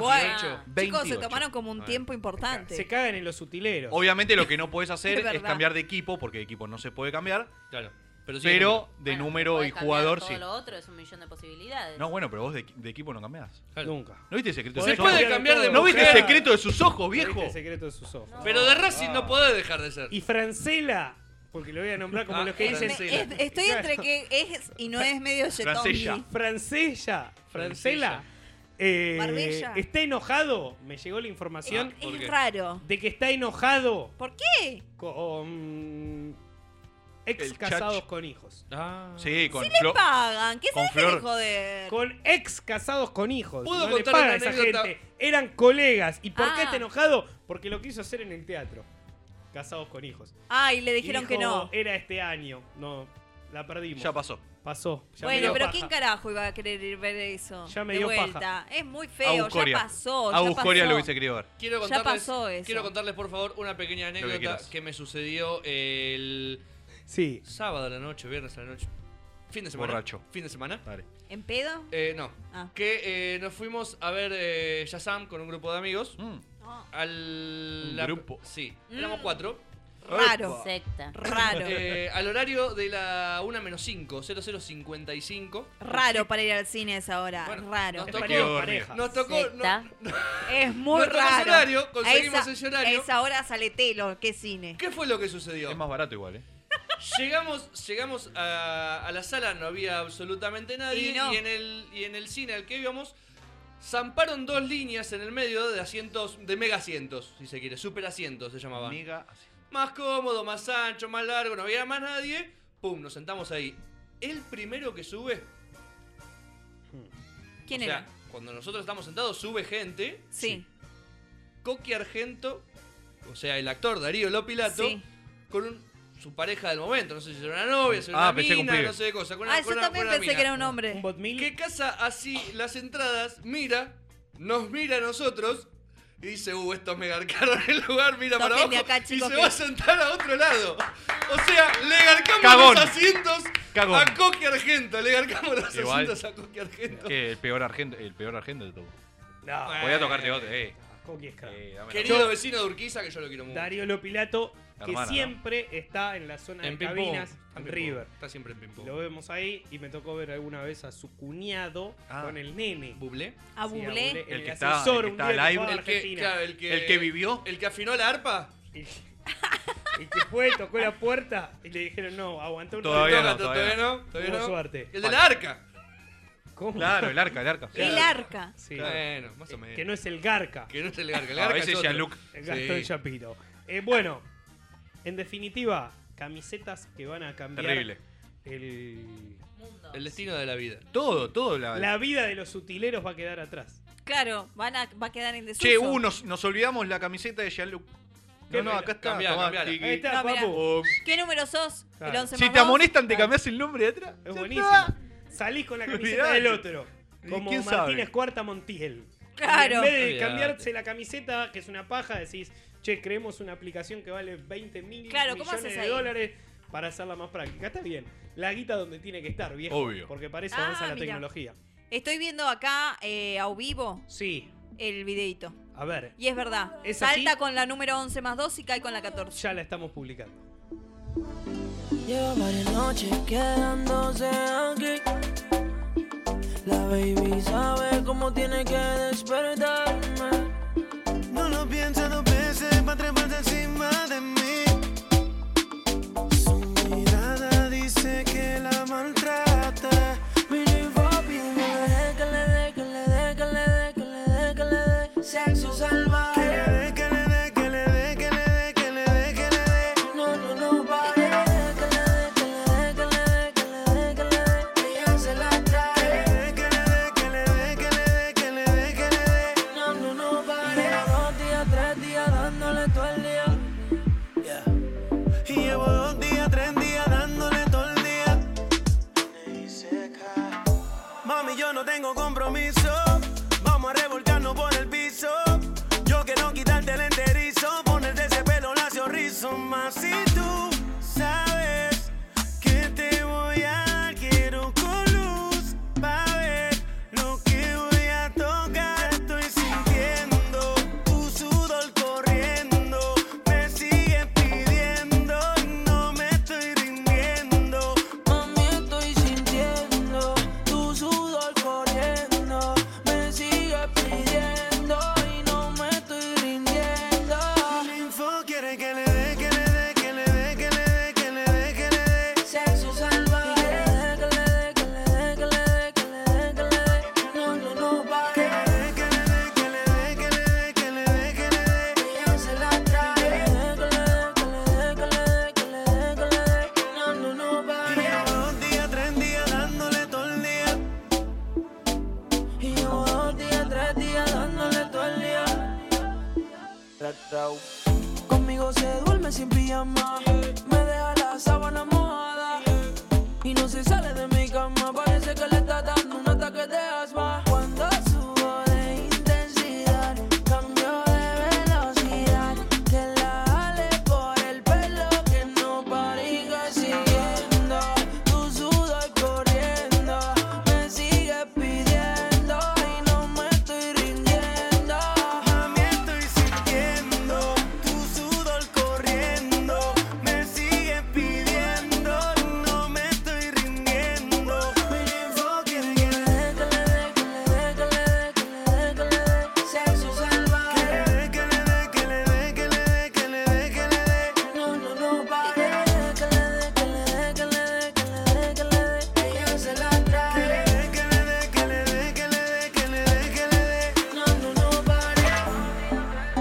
Speaker 6: Chicos,
Speaker 7: 28.
Speaker 6: se
Speaker 7: 28.
Speaker 6: tomaron como un
Speaker 7: Bueno.
Speaker 6: tiempo importante.
Speaker 4: Se cagan en los sutileros.
Speaker 7: Obviamente lo que no puedes
Speaker 6: Es
Speaker 7: hacer es,
Speaker 6: verdad.
Speaker 7: cambiar de equipo, porque de equipo no se puede cambiar.
Speaker 1: Claro.
Speaker 7: Pero,
Speaker 1: sí de número.
Speaker 7: de número y
Speaker 5: Podés cambiar
Speaker 7: jugador
Speaker 5: todo
Speaker 7: sí.
Speaker 5: lo otro es un millón de posibilidades.
Speaker 7: No, bueno, pero vos de, de equipo no cambiás.
Speaker 4: Nunca.
Speaker 7: ¿No viste el secreto
Speaker 4: Podés
Speaker 7: sus ojos?
Speaker 4: cambiar de cambiar de
Speaker 7: ¿No viste el
Speaker 4: mujer?
Speaker 7: secreto
Speaker 4: (laughs)
Speaker 7: de sus ojos,
Speaker 4: ¿Viste
Speaker 7: viejo? Ah.
Speaker 4: el secreto de sus ojos.
Speaker 1: Pero de Racing no podés dejar de ser.
Speaker 4: Y Francela, porque lo voy a nombrar como
Speaker 1: Ah,
Speaker 4: los que dicen.
Speaker 1: Francella.
Speaker 6: Es- estoy entre que es y no es este medio
Speaker 4: Francella.
Speaker 6: yetón.
Speaker 4: Francella. Francella. Eh,
Speaker 6: Barbella.
Speaker 4: está enojado. Me llegó la información.
Speaker 6: Es- es raro.
Speaker 4: De que está enojado
Speaker 6: ¿Por qué?
Speaker 4: con ex
Speaker 7: El
Speaker 4: casados
Speaker 7: chach. Ah.
Speaker 4: con hijos.
Speaker 7: Sí, con
Speaker 6: Si le
Speaker 7: Flo-
Speaker 6: pagan, ¿qué se
Speaker 7: con
Speaker 6: dejen de
Speaker 7: Flor.
Speaker 6: joder?
Speaker 4: Con ex casados con hijos.
Speaker 1: ¿Puedo
Speaker 4: no le
Speaker 1: contar
Speaker 4: pagan
Speaker 1: una
Speaker 4: a esa
Speaker 1: anécdota?
Speaker 4: gente. Eran colegas. ¿Y por qué
Speaker 6: Ah.
Speaker 4: está enojado? Porque lo quiso hacer en el teatro. Casados con hijos.
Speaker 6: Ay, Ah, le dijeron
Speaker 4: Y
Speaker 6: que
Speaker 4: dijo,
Speaker 6: no.
Speaker 4: Era este año. No, la perdimos.
Speaker 7: Ya pasó.
Speaker 4: Pasó. Ya me
Speaker 6: Bueno,
Speaker 4: dio
Speaker 6: pero
Speaker 4: paja.
Speaker 6: ¿quién carajo iba a querer ir ver eso?
Speaker 4: Ya me
Speaker 6: de
Speaker 4: dio
Speaker 6: vuelta.
Speaker 4: paja.
Speaker 6: Es muy feo, ya pasó.
Speaker 7: A
Speaker 6: ya
Speaker 7: Buscoria
Speaker 6: pasó.
Speaker 7: lo hubiese querido ver.
Speaker 1: Quiero
Speaker 6: Ya
Speaker 1: contarles,
Speaker 6: pasó eso.
Speaker 1: quiero contarles por favor una pequeña anécdota
Speaker 7: quieras.
Speaker 1: que, me sucedió el
Speaker 4: Sí.
Speaker 1: sábado a la noche, viernes a la noche. Fin de semana.
Speaker 7: Borracho.
Speaker 1: Fin de semana.
Speaker 6: ¿En pedo?
Speaker 1: Eh, no.
Speaker 6: Ah.
Speaker 1: Que eh, nos fuimos a ver eh, Shazam con un grupo de amigos. Al la-
Speaker 7: grupo.
Speaker 1: Sí.
Speaker 6: Mm.
Speaker 1: Éramos cuatro.
Speaker 6: Raro.
Speaker 5: Secta.
Speaker 6: Raro.
Speaker 1: Eh, al horario de la 1 menos 5, 0055.
Speaker 6: Raro para ir al cine a esa hora. raro.
Speaker 1: Nos tocó, nos tocó no-
Speaker 6: Secta. es muy
Speaker 1: Nuestro
Speaker 6: raro.
Speaker 1: horario, conseguimos
Speaker 6: a esa,
Speaker 1: ese horario.
Speaker 6: a esa hora sale telo, qué cine.
Speaker 1: ¿Qué fue lo que sucedió?
Speaker 7: Es más barato igual, ¿eh?
Speaker 1: Llegamos, llegamos a, a la sala, no había absolutamente nadie.
Speaker 6: Y no.
Speaker 1: en el, y en el cine al que íbamos, zamparon dos líneas en el medio de asientos, de mega asientos, si se quiere, super asientos se llamaban.
Speaker 7: Mega
Speaker 1: Más cómodo, más ancho, más largo, no había más nadie. Pum, nos sentamos ahí. El primero que sube.
Speaker 6: ¿Quién
Speaker 1: o sea,
Speaker 6: era?
Speaker 1: cuando nosotros estamos sentados, sube gente.
Speaker 6: Sí.
Speaker 1: Coqui Argento, o sea, el actor Darío Lopilato,
Speaker 6: Sí.
Speaker 1: con un- su pareja del momento. No sé si era una novia, si era
Speaker 7: Ah,
Speaker 1: una
Speaker 7: pensé que un
Speaker 1: mina,
Speaker 7: pibe.
Speaker 1: no sé de cosa. Con una-
Speaker 6: Ah,
Speaker 1: con
Speaker 6: yo
Speaker 1: una-
Speaker 6: también
Speaker 1: con una
Speaker 6: pensé que
Speaker 1: mina.
Speaker 6: era un hombre.
Speaker 1: Que casa así las entradas, mira, nos mira a nosotros y dice, uh, estos me garcaron el lugar, mira para
Speaker 6: Toquen de
Speaker 1: abajo
Speaker 6: acá,
Speaker 1: y
Speaker 6: chicos,
Speaker 1: se
Speaker 6: que-
Speaker 1: va a sentar a otro lado. O sea, le garcamos
Speaker 7: Cagón.
Speaker 1: los asientos
Speaker 7: Cagón.
Speaker 1: a Coque Argento, le garcamos los
Speaker 7: Igual.
Speaker 1: asientos a Coque Argento.
Speaker 7: Que el peor argento, el peor argento de todo.
Speaker 4: No.
Speaker 7: Voy a tocarte otro, eh.
Speaker 4: Coqui es crack.
Speaker 7: Eh, dame la
Speaker 1: Querido
Speaker 7: mano.
Speaker 1: vecino de Urquiza, que yo lo quiero mucho.
Speaker 4: Darío Lopilato, que
Speaker 7: Hermana, ¿no?
Speaker 4: siempre está en la zona de
Speaker 1: ping-pong.
Speaker 4: cabinas
Speaker 1: Está en ping-pong.
Speaker 4: River.
Speaker 1: Está siempre en ping-pong.
Speaker 4: Lo vemos ahí y me tocó ver alguna vez a su cuñado
Speaker 7: Ah.
Speaker 4: con el nene.
Speaker 1: ¿Bublé?
Speaker 6: A
Speaker 4: Sí, a
Speaker 6: Bublé.
Speaker 4: Bublé.
Speaker 7: El
Speaker 4: El
Speaker 7: que está,
Speaker 4: ascensor,
Speaker 7: el que
Speaker 4: un
Speaker 7: está
Speaker 4: día que
Speaker 7: live.
Speaker 4: jugaba
Speaker 1: El que,
Speaker 4: Argentina.
Speaker 1: claro, el que,
Speaker 7: El que vivió.
Speaker 1: el que afinó la arpa.
Speaker 4: Y, (laughs) y que fue, tocó la puerta y le dijeron, no, aguantó un
Speaker 7: Todavía
Speaker 4: rato".
Speaker 7: no, todavía
Speaker 1: no. Todavía
Speaker 4: Tuvo
Speaker 1: no.
Speaker 4: suerte.
Speaker 1: El de la arca.
Speaker 4: ¿Cómo?
Speaker 7: Claro, el arca, el arca.
Speaker 6: El arca.
Speaker 4: Sí.
Speaker 1: Bueno, más o menos.
Speaker 4: Que no es el Garca.
Speaker 1: Que no es el garca. El
Speaker 7: A
Speaker 1: garca
Speaker 7: veces
Speaker 1: es otro.
Speaker 7: Jean-Luc.
Speaker 4: El
Speaker 1: Sí.
Speaker 4: Gastón Shapiro. Eh, bueno, en definitiva, camisetas que van a cambiar
Speaker 7: Terrible.
Speaker 4: el...
Speaker 1: El destino de la vida.
Speaker 7: Todo, todo. La,
Speaker 4: La vida de los sutileros va a quedar atrás.
Speaker 6: Claro, van a, va a quedar en desuso.
Speaker 7: Che, uh, nos, nos olvidamos la camiseta de Jean-Luc.
Speaker 4: Qué
Speaker 7: No, no, acá está.
Speaker 1: Cambiala,
Speaker 7: tomá,
Speaker 1: cambiala.
Speaker 7: tiki.
Speaker 4: Ahí está,
Speaker 6: No, mirá.
Speaker 4: papu.
Speaker 7: Oh,
Speaker 6: ¿Qué número sos? El Ah.
Speaker 4: Claro.
Speaker 6: 11
Speaker 7: Si
Speaker 6: más
Speaker 7: te
Speaker 6: dos?
Speaker 7: amonestan, te cambiás el nombre de atrás.
Speaker 4: Es buenísimo. Salís con la camiseta
Speaker 7: Olvidate.
Speaker 4: del otro.
Speaker 7: ¿Y
Speaker 4: Como
Speaker 7: quién
Speaker 4: Martínez
Speaker 7: sabe?
Speaker 4: Cuarta Montiel.
Speaker 6: Claro.
Speaker 4: Y En vez de
Speaker 1: Olvidate.
Speaker 4: cambiarse la camiseta, que es una paja, decís, che, creemos una aplicación que vale 20 mil
Speaker 6: Claro, ¿cómo
Speaker 4: millones
Speaker 6: haces
Speaker 4: de
Speaker 6: ahí?
Speaker 4: dólares para hacerla más práctica. Está bien. La guita donde tiene que estar, viejo.
Speaker 7: Obvio.
Speaker 4: Porque para eso
Speaker 6: Ah,
Speaker 4: avanza la
Speaker 6: mirá.
Speaker 4: tecnología.
Speaker 6: Estoy viendo acá eh, a vivo
Speaker 4: Sí.
Speaker 6: el videito.
Speaker 4: A ver,
Speaker 6: Y es verdad.
Speaker 4: ¿Es así?
Speaker 6: Salta con la número 11 más 2 y cae con la 14.
Speaker 4: ya la estamos publicando.
Speaker 11: Lleva varias noches quedándose aquí. La baby sabe cómo tiene que despertarme.
Speaker 3: No lo pienses dos veces pa' treparte encima de mí. Su mirada dice que la maltrata.
Speaker 11: Mire, papi, no le dé, que le dé, que le dé, que le dé, que le dé, que le dé. Sexo
Speaker 3: Que le
Speaker 11: salvaje.
Speaker 3: dé, que le dé, que le dé, que le dé, que le dé, que le dé.
Speaker 11: No, no, no, pare. Que le dé, que le dé, que le dé, que le dé, que le dé, que le dé. Ella se la trae.
Speaker 10: compromiso. Vamos a revolcarnos por el piso. Yo quiero quitarte el enterizo, ponerte ese pelo lacio rizo. Más si tú sabes que te voy a dar, quiero con luz. Va a ver lo que voy a tocar. Estoy sintiendo tu sudor corriendo. Me sigues pidiendo y no me estoy rindiendo. Mami, estoy sintiendo tu sudor corriendo. Me sigue pidiendo y no me estoy rindiendo. Mi info quiere que le dé, que le dé, que le dé, que le dé, que le dé, que le dé. Sexo salvaje. Que le dé, que le dé, que le dé, que le dé, que le dé, que le dé. No, no, no, pare. Que le dé, que le dé, que le dé, que le dé, que le dé, que le dé. Ella se la trae. Que le dé, que le dé, que le dé, que le dé, que le dé, que le dé. No, no, no, pare. Dos días, tres días, dándole todo el día. Y llevo dos días, tres días dándole todo el día. Conmigo se duerme sin pijama. Me deja la sábana mojada. Y no se sale de mi cama. Parece que le está dando un ataque de asma. Cuando subo de intensidad, cambio de velocidad. Que la ale por el pelo. Que no pariga siguiendo. Tu sudor corriendo. Me sigue pidiendo. Y no me estoy rindiendo. Mami, estoy sintiendo tu sudor corriendo. Me sigue pidiendo. No me estoy rindiendo. Mi info quiere que le dé, que le dé, que le dé, que le dé, que le dé, que le dé. Sexo salvaje. Que le dé, que le dé, que le dé, que le dé, que le dé, que le dé. No, no, no, pare. Que le dé, que le dé, que le dé, que le dé, que le dé, que le dé. Ella se la trae. Que le dé, que le dé, que le dé, que le dé, que le dé. No, no, no, pare.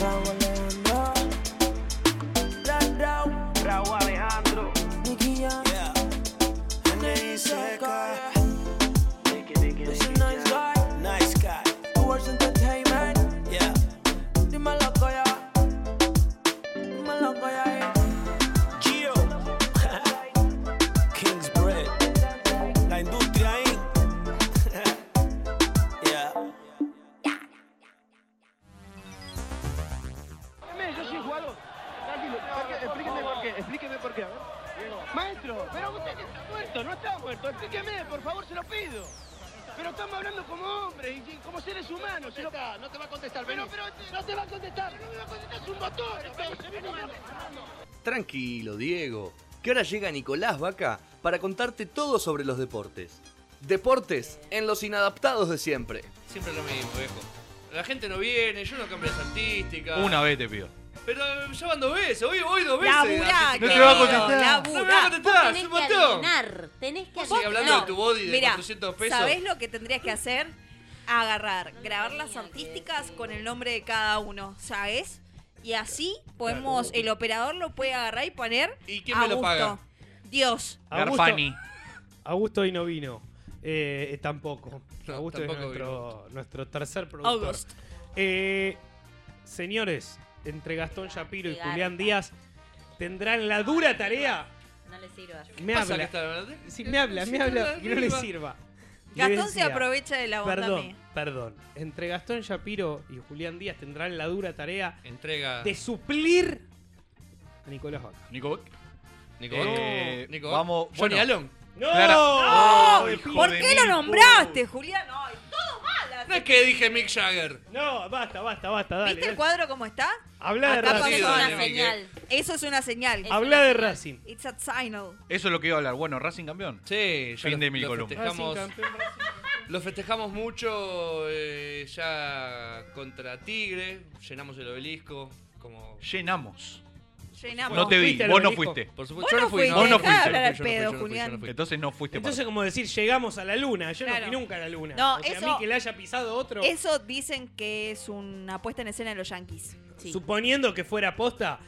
Speaker 10: Raúl Alejandro. Ra, Ra, Raúl Alejandro. Nicky Jam. NI Seca. He's a nice guy. Nice guy. Towards entertainment. Yeah. Dímelo, Goya. Dímelo, Goya, eh. Gio. King's Bread. La industria ahí. (laughs) yeah.
Speaker 20: Yo soy jugador. Tranquilo, explíqueme por qué, explíqueme por qué. Maestro, pero usted que está muerto, no está muerto. Explíqueme, por favor, se lo pido. Pero estamos hablando como hombres y y como seres humanos. se lo- no te va a contestar, pero, pero no te va a contestar. No me va a contestar, es un botón.
Speaker 2: Tranquilo, Diego, que ahora llega Nicolás Vaca para contarte todo sobre los deportes. Deportes en los inadaptados de siempre.
Speaker 1: Siempre lo mismo, viejo. La gente no viene, yo no cambio las artísticas.
Speaker 7: Una vez te pido.
Speaker 1: Pero eh, ya van dos veces, hoy, hoy dos veces.
Speaker 5: Laburá,
Speaker 1: Antes-
Speaker 7: No te va a contestar.
Speaker 1: No me va a contestar, es
Speaker 5: tenés
Speaker 1: un
Speaker 5: que
Speaker 1: montón.
Speaker 5: adivinar. Tenés que
Speaker 1: Vos seguí hablando de tu body de
Speaker 6: Mirá,
Speaker 1: 400 pesos.
Speaker 6: ¿Sabés lo que tendrías que hacer? Agarrar, grabar las artísticas con el nombre de cada uno, ¿sabes? Y así podemos, el operador lo puede agarrar y poner. ¿Y
Speaker 4: quién me lo paga?
Speaker 6: Dios.
Speaker 4: Garfani. Augusto y no vino. Eh, eh, tampoco. Augusto
Speaker 1: tampoco
Speaker 4: es
Speaker 1: vino
Speaker 4: nuestro, nuestro tercer productor.
Speaker 1: August.
Speaker 4: Eh, señores, entre Gastón Shapiro y
Speaker 5: Qué garpa.
Speaker 4: Julián Díaz, tendrán la dura tarea.
Speaker 5: No le sirvas.
Speaker 4: Me
Speaker 1: pasa
Speaker 4: habla.
Speaker 1: que está-
Speaker 4: Sí, me habla, me habla. Que no le sirva. Le
Speaker 6: Gastón se
Speaker 4: decía,
Speaker 6: aprovecha de la bondad
Speaker 4: Perdón,
Speaker 6: mía.
Speaker 4: perdón. Entre Gastón Shapiro y Julián Díaz tendrán la dura tarea
Speaker 1: Entrega.
Speaker 4: de suplir a Nicolás Vaca.
Speaker 7: Nico.
Speaker 1: Nico.
Speaker 7: Eh,
Speaker 1: Nico.
Speaker 7: Vamos.
Speaker 1: Johnny
Speaker 7: bueno.
Speaker 1: Allen.
Speaker 4: ¡No!
Speaker 7: Clara-
Speaker 6: ¡No!
Speaker 7: ¡Oh, hijo
Speaker 6: ¿Por
Speaker 7: de
Speaker 6: qué
Speaker 7: mil
Speaker 6: lo nombraste, Julián? Ay, todo mal.
Speaker 1: No es que dije Mick Jagger.
Speaker 4: No, basta, basta, basta, dale.
Speaker 6: ¿Viste el
Speaker 4: dale.
Speaker 6: cuadro cómo está?
Speaker 4: Habla de
Speaker 6: Acá
Speaker 4: Racing.
Speaker 6: pasó
Speaker 1: dale,
Speaker 6: una
Speaker 1: Miguel.
Speaker 6: señal. Eso es una señal.
Speaker 4: Habla de Racing.
Speaker 6: It's a signal.
Speaker 7: Eso es lo que iba a hablar. Bueno, Racing campeón.
Speaker 1: Sí, ya
Speaker 7: Fin
Speaker 1: lo-
Speaker 7: de mi
Speaker 1: lo
Speaker 7: columna.
Speaker 1: festejamos. Lo festejamos mucho eh, ya contra Tigre, llenamos el obelisco. Como...
Speaker 7: Llenamos.
Speaker 6: Llenamos.
Speaker 7: No te vi,
Speaker 1: ¿Fuiste al
Speaker 7: vos no
Speaker 1: obelisco?
Speaker 7: fuiste.
Speaker 1: Por supuesto, yo no fui,
Speaker 7: Vos no
Speaker 6: dejá de
Speaker 7: fuiste.
Speaker 6: hablar al
Speaker 7: Yo no fui, yo
Speaker 6: pedo,
Speaker 7: no fui, yo no fui.
Speaker 6: Julián.
Speaker 7: Entonces no fuiste para
Speaker 4: Entonces, como decir, llegamos a la luna. Yo
Speaker 6: Claro.
Speaker 4: no fui nunca a la luna.
Speaker 6: No,
Speaker 4: o sea,
Speaker 6: eso-
Speaker 4: a mí que la haya pisado otro,
Speaker 6: Eso dicen que es una puesta en escena de los Yankees.
Speaker 4: suponiendo que fuera posta,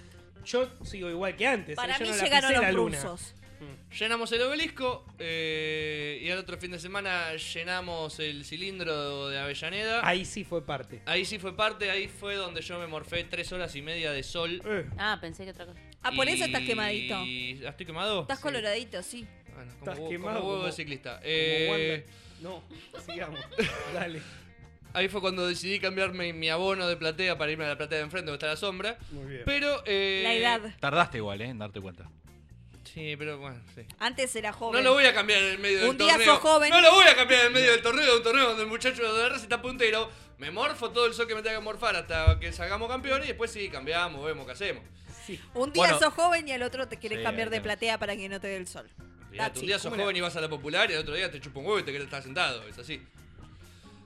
Speaker 4: yo sigo igual que antes.
Speaker 6: Para
Speaker 4: ¿eh? Yo
Speaker 6: mí
Speaker 4: no la
Speaker 6: llegaron
Speaker 4: pisé
Speaker 6: los
Speaker 4: la luna.
Speaker 6: rusos.
Speaker 1: Mm. Llenamos el obelisco eh, y al otro fin de semana llenamos el cilindro de Avellaneda.
Speaker 4: Ahí sí fue parte.
Speaker 1: Ahí sí fue parte, ahí fue donde yo me morfé tres horas y media de sol.
Speaker 5: Ah, pensé que otra cosa.
Speaker 6: Eh. Ah, por eso estás
Speaker 1: Y-
Speaker 6: quemadito.
Speaker 1: ¿Ah, ¿Estoy
Speaker 4: Oh,
Speaker 1: quemado?
Speaker 6: Estás coloradito, sí.
Speaker 1: Bueno, como
Speaker 4: Estás
Speaker 1: huevo-
Speaker 4: quemado
Speaker 1: como huevo de
Speaker 4: como-
Speaker 1: ciclista.
Speaker 4: como
Speaker 1: Eh,
Speaker 4: No, sigamos. (laughs) Dale.
Speaker 1: ahí fue cuando decidí cambiarme mi abono de platea para irme a la platea de enfrente donde está la sombra.
Speaker 4: Muy bien.
Speaker 1: Pero. eh,
Speaker 6: La edad.
Speaker 7: Tardaste igual, ¿eh? En darte cuenta.
Speaker 1: Sí, pero bueno, sí.
Speaker 6: Antes era
Speaker 1: No
Speaker 6: joven.
Speaker 1: lo voy a cambiar en el medio del
Speaker 6: Un día
Speaker 1: torneo.
Speaker 6: sos joven.
Speaker 1: No lo voy a cambiar en el medio del torneo, de un torneo donde el muchacho de Racing está puntero. Me morfo todo el sol que me tenga que morfar hasta que salgamos campeón y después sí, cambiamos, vemos qué hacemos.
Speaker 6: Un día
Speaker 1: Bueno.
Speaker 6: sos joven y al otro te quieres
Speaker 1: Sí,
Speaker 6: cambiar
Speaker 1: ahí
Speaker 6: de
Speaker 1: tenés.
Speaker 6: platea para que no te dé el sol.
Speaker 1: Mirá, tú un día sos
Speaker 6: ¿Cómo
Speaker 1: joven y vas a la popular y el otro día te chupa un huevo y te querés estar sentado, es así.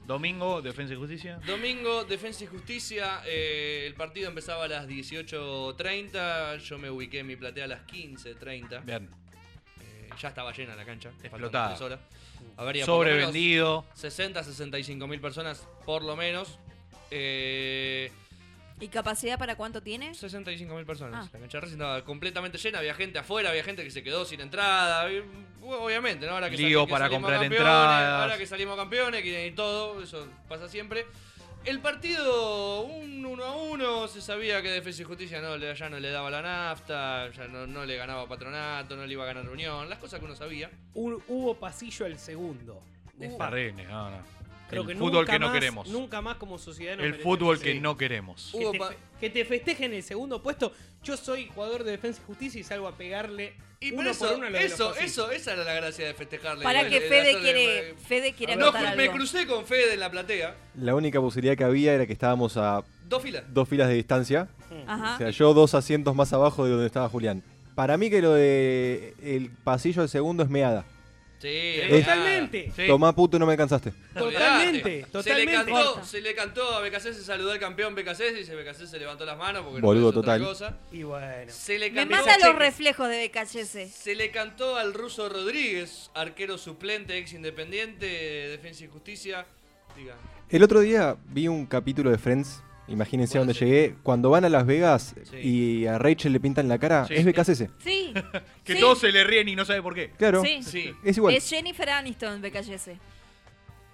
Speaker 7: Domingo, Defensa y Justicia.
Speaker 1: Domingo, Defensa y Justicia. eh, el partido empezaba a las 18.30. Yo me ubiqué en mi platea a las 15.30.
Speaker 7: Bien.
Speaker 1: Eh, ya estaba llena la cancha. faltaban
Speaker 7: Explotada. Uh.
Speaker 1: tres horas. Habría por lo menos
Speaker 7: Sobrevendido.
Speaker 1: 60, 65 mil personas, por lo menos. Eh,
Speaker 6: ¿Y capacidad para cuánto tiene?
Speaker 1: 65 mil
Speaker 6: Ah.
Speaker 1: personas. La cancha de Racing estaba completamente llena. Había gente afuera, había gente que se quedó sin entrada. y, bueno, Obviamente, ¿no? Ahora que,
Speaker 7: Lío
Speaker 1: sali- que
Speaker 7: para
Speaker 1: salimos
Speaker 7: comprar
Speaker 1: campeones,
Speaker 7: entradas.
Speaker 1: Ahora que salimos campeones, que y todo, eso pasa siempre. El partido, un 1 a 1, se sabía que Defensa y Justicia no, le- ya no le daba la nafta, ya no, no le ganaba Patronato, no le iba a ganar Unión, las cosas que uno sabía.
Speaker 4: Hu- hubo pasillo al segundo. De
Speaker 1: Uh.
Speaker 4: Far.
Speaker 7: Terrible, no, no.
Speaker 4: Creo
Speaker 7: el
Speaker 4: que
Speaker 7: fútbol
Speaker 4: nunca
Speaker 7: que no
Speaker 4: más-
Speaker 7: queremos.
Speaker 4: Nunca más como sociedad nos
Speaker 7: el
Speaker 4: merecemos
Speaker 7: fútbol
Speaker 4: eso.
Speaker 7: que no queremos.
Speaker 4: Que te, fe- que te festejen el segundo puesto. Yo soy jugador de Defensa y Justicia y salgo a pegarle
Speaker 1: Y por
Speaker 4: uno
Speaker 1: eso,
Speaker 4: por uno a los de los
Speaker 1: eso,
Speaker 4: pasillos.
Speaker 1: eso, esa era la gracia de festejarle.
Speaker 6: Para
Speaker 1: Bueno,
Speaker 6: que
Speaker 1: de
Speaker 6: Fede
Speaker 1: hacerle-
Speaker 6: quiere- Fede quiere
Speaker 1: No,
Speaker 6: anotar
Speaker 1: me
Speaker 6: algo.
Speaker 1: crucé con Fede en la platea.
Speaker 13: La única posibilidad que había era que estábamos a
Speaker 1: Dos filas.
Speaker 13: dos filas de distancia.
Speaker 7: Mm.
Speaker 6: Ajá.
Speaker 13: O sea, yo dos asientos más abajo de donde estaba Julián. Para mí que lo de el pasillo del segundo es meada.
Speaker 1: Sí,
Speaker 13: Es-
Speaker 4: totalmente.
Speaker 13: Tomá puto, no me alcanzaste.
Speaker 4: Totalmente,
Speaker 1: Olvidate.
Speaker 4: totalmente.
Speaker 1: Se le
Speaker 4: Corta.
Speaker 1: cantó, se le cantó a BKC, se saludó al campeón BKC y se BKC se levantó las manos porque
Speaker 13: Boludo
Speaker 1: no puede ser
Speaker 13: total.
Speaker 1: otra cosa.
Speaker 4: Y bueno.
Speaker 1: Se le
Speaker 6: Me
Speaker 1: cantó,
Speaker 6: mata los reflejos de BKS.
Speaker 1: se le cantó al ruso Rodríguez, arquero suplente, ex independiente, Defensa y Justicia. Diga,
Speaker 13: El otro día vi un capítulo de Friends. Imagínense a dónde llegué. Cuando van a Las Vegas y a Rachel le pintan la cara,
Speaker 7: Sí.
Speaker 13: es BKCC.
Speaker 6: Sí.
Speaker 7: Que
Speaker 6: Sí.
Speaker 7: todos se le ríen y no sabe por qué.
Speaker 13: Claro.
Speaker 6: Sí.
Speaker 13: Es igual.
Speaker 6: Es Jennifer Aniston, BKS.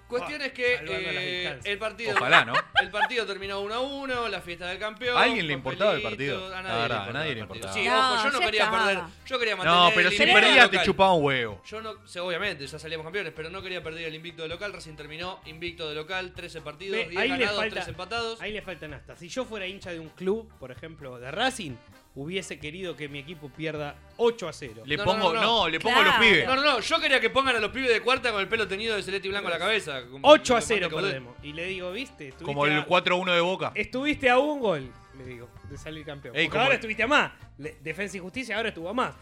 Speaker 1: Cuestión es que
Speaker 4: salvando
Speaker 1: eh,
Speaker 4: las distancias.
Speaker 1: el partido
Speaker 7: Ojalá, ¿no?
Speaker 1: el partido terminó 1 a 1, la fiesta del campeón.
Speaker 7: ¿A alguien le importaba el
Speaker 1: papelitos,
Speaker 7: partido?
Speaker 1: A
Speaker 7: La
Speaker 1: nadie,
Speaker 7: verdad,
Speaker 1: le
Speaker 7: a nadie le
Speaker 1: importaba.
Speaker 7: importaba.
Speaker 1: Sí,
Speaker 7: No,
Speaker 1: ojo, yo no
Speaker 7: ya
Speaker 1: quería
Speaker 7: estaba.
Speaker 1: perder. Yo quería mantener
Speaker 7: No, pero
Speaker 1: el
Speaker 7: si
Speaker 1: invicto
Speaker 7: perdías te
Speaker 1: local.
Speaker 7: chupaba un huevo.
Speaker 1: Yo no, sí, obviamente, ya salíamos campeones, pero no quería perder el invicto de local. Recién terminó invicto de local, 13 partidos,
Speaker 4: Ve,
Speaker 1: 10
Speaker 4: ahí, le
Speaker 1: ganados,
Speaker 4: falta,
Speaker 1: 3 empatados.
Speaker 4: ahí le faltan hasta. Si yo fuera hincha de un club, por ejemplo, de Racing, hubiese querido que mi equipo pierda 8 a 0.
Speaker 7: Le pongo- no, le pongo a los Claro. pibes.
Speaker 1: No, no, no, yo quería que pongan a los pibes de cuarta con el pelo teñido de celeste y blanco a la cabeza. como-
Speaker 4: 8 a
Speaker 1: como
Speaker 4: 0
Speaker 1: Mate Caudé.
Speaker 4: perdemos. Y le digo, ¿viste? Estuviste
Speaker 7: Como el
Speaker 4: a-
Speaker 7: 4-1 de Boca.
Speaker 4: Estuviste a un gol, le digo, de salir campeón.
Speaker 7: Ey,
Speaker 4: Porque
Speaker 7: como-
Speaker 4: ahora estuviste a más. Le- Defensa y Justicia ahora estuvo a más.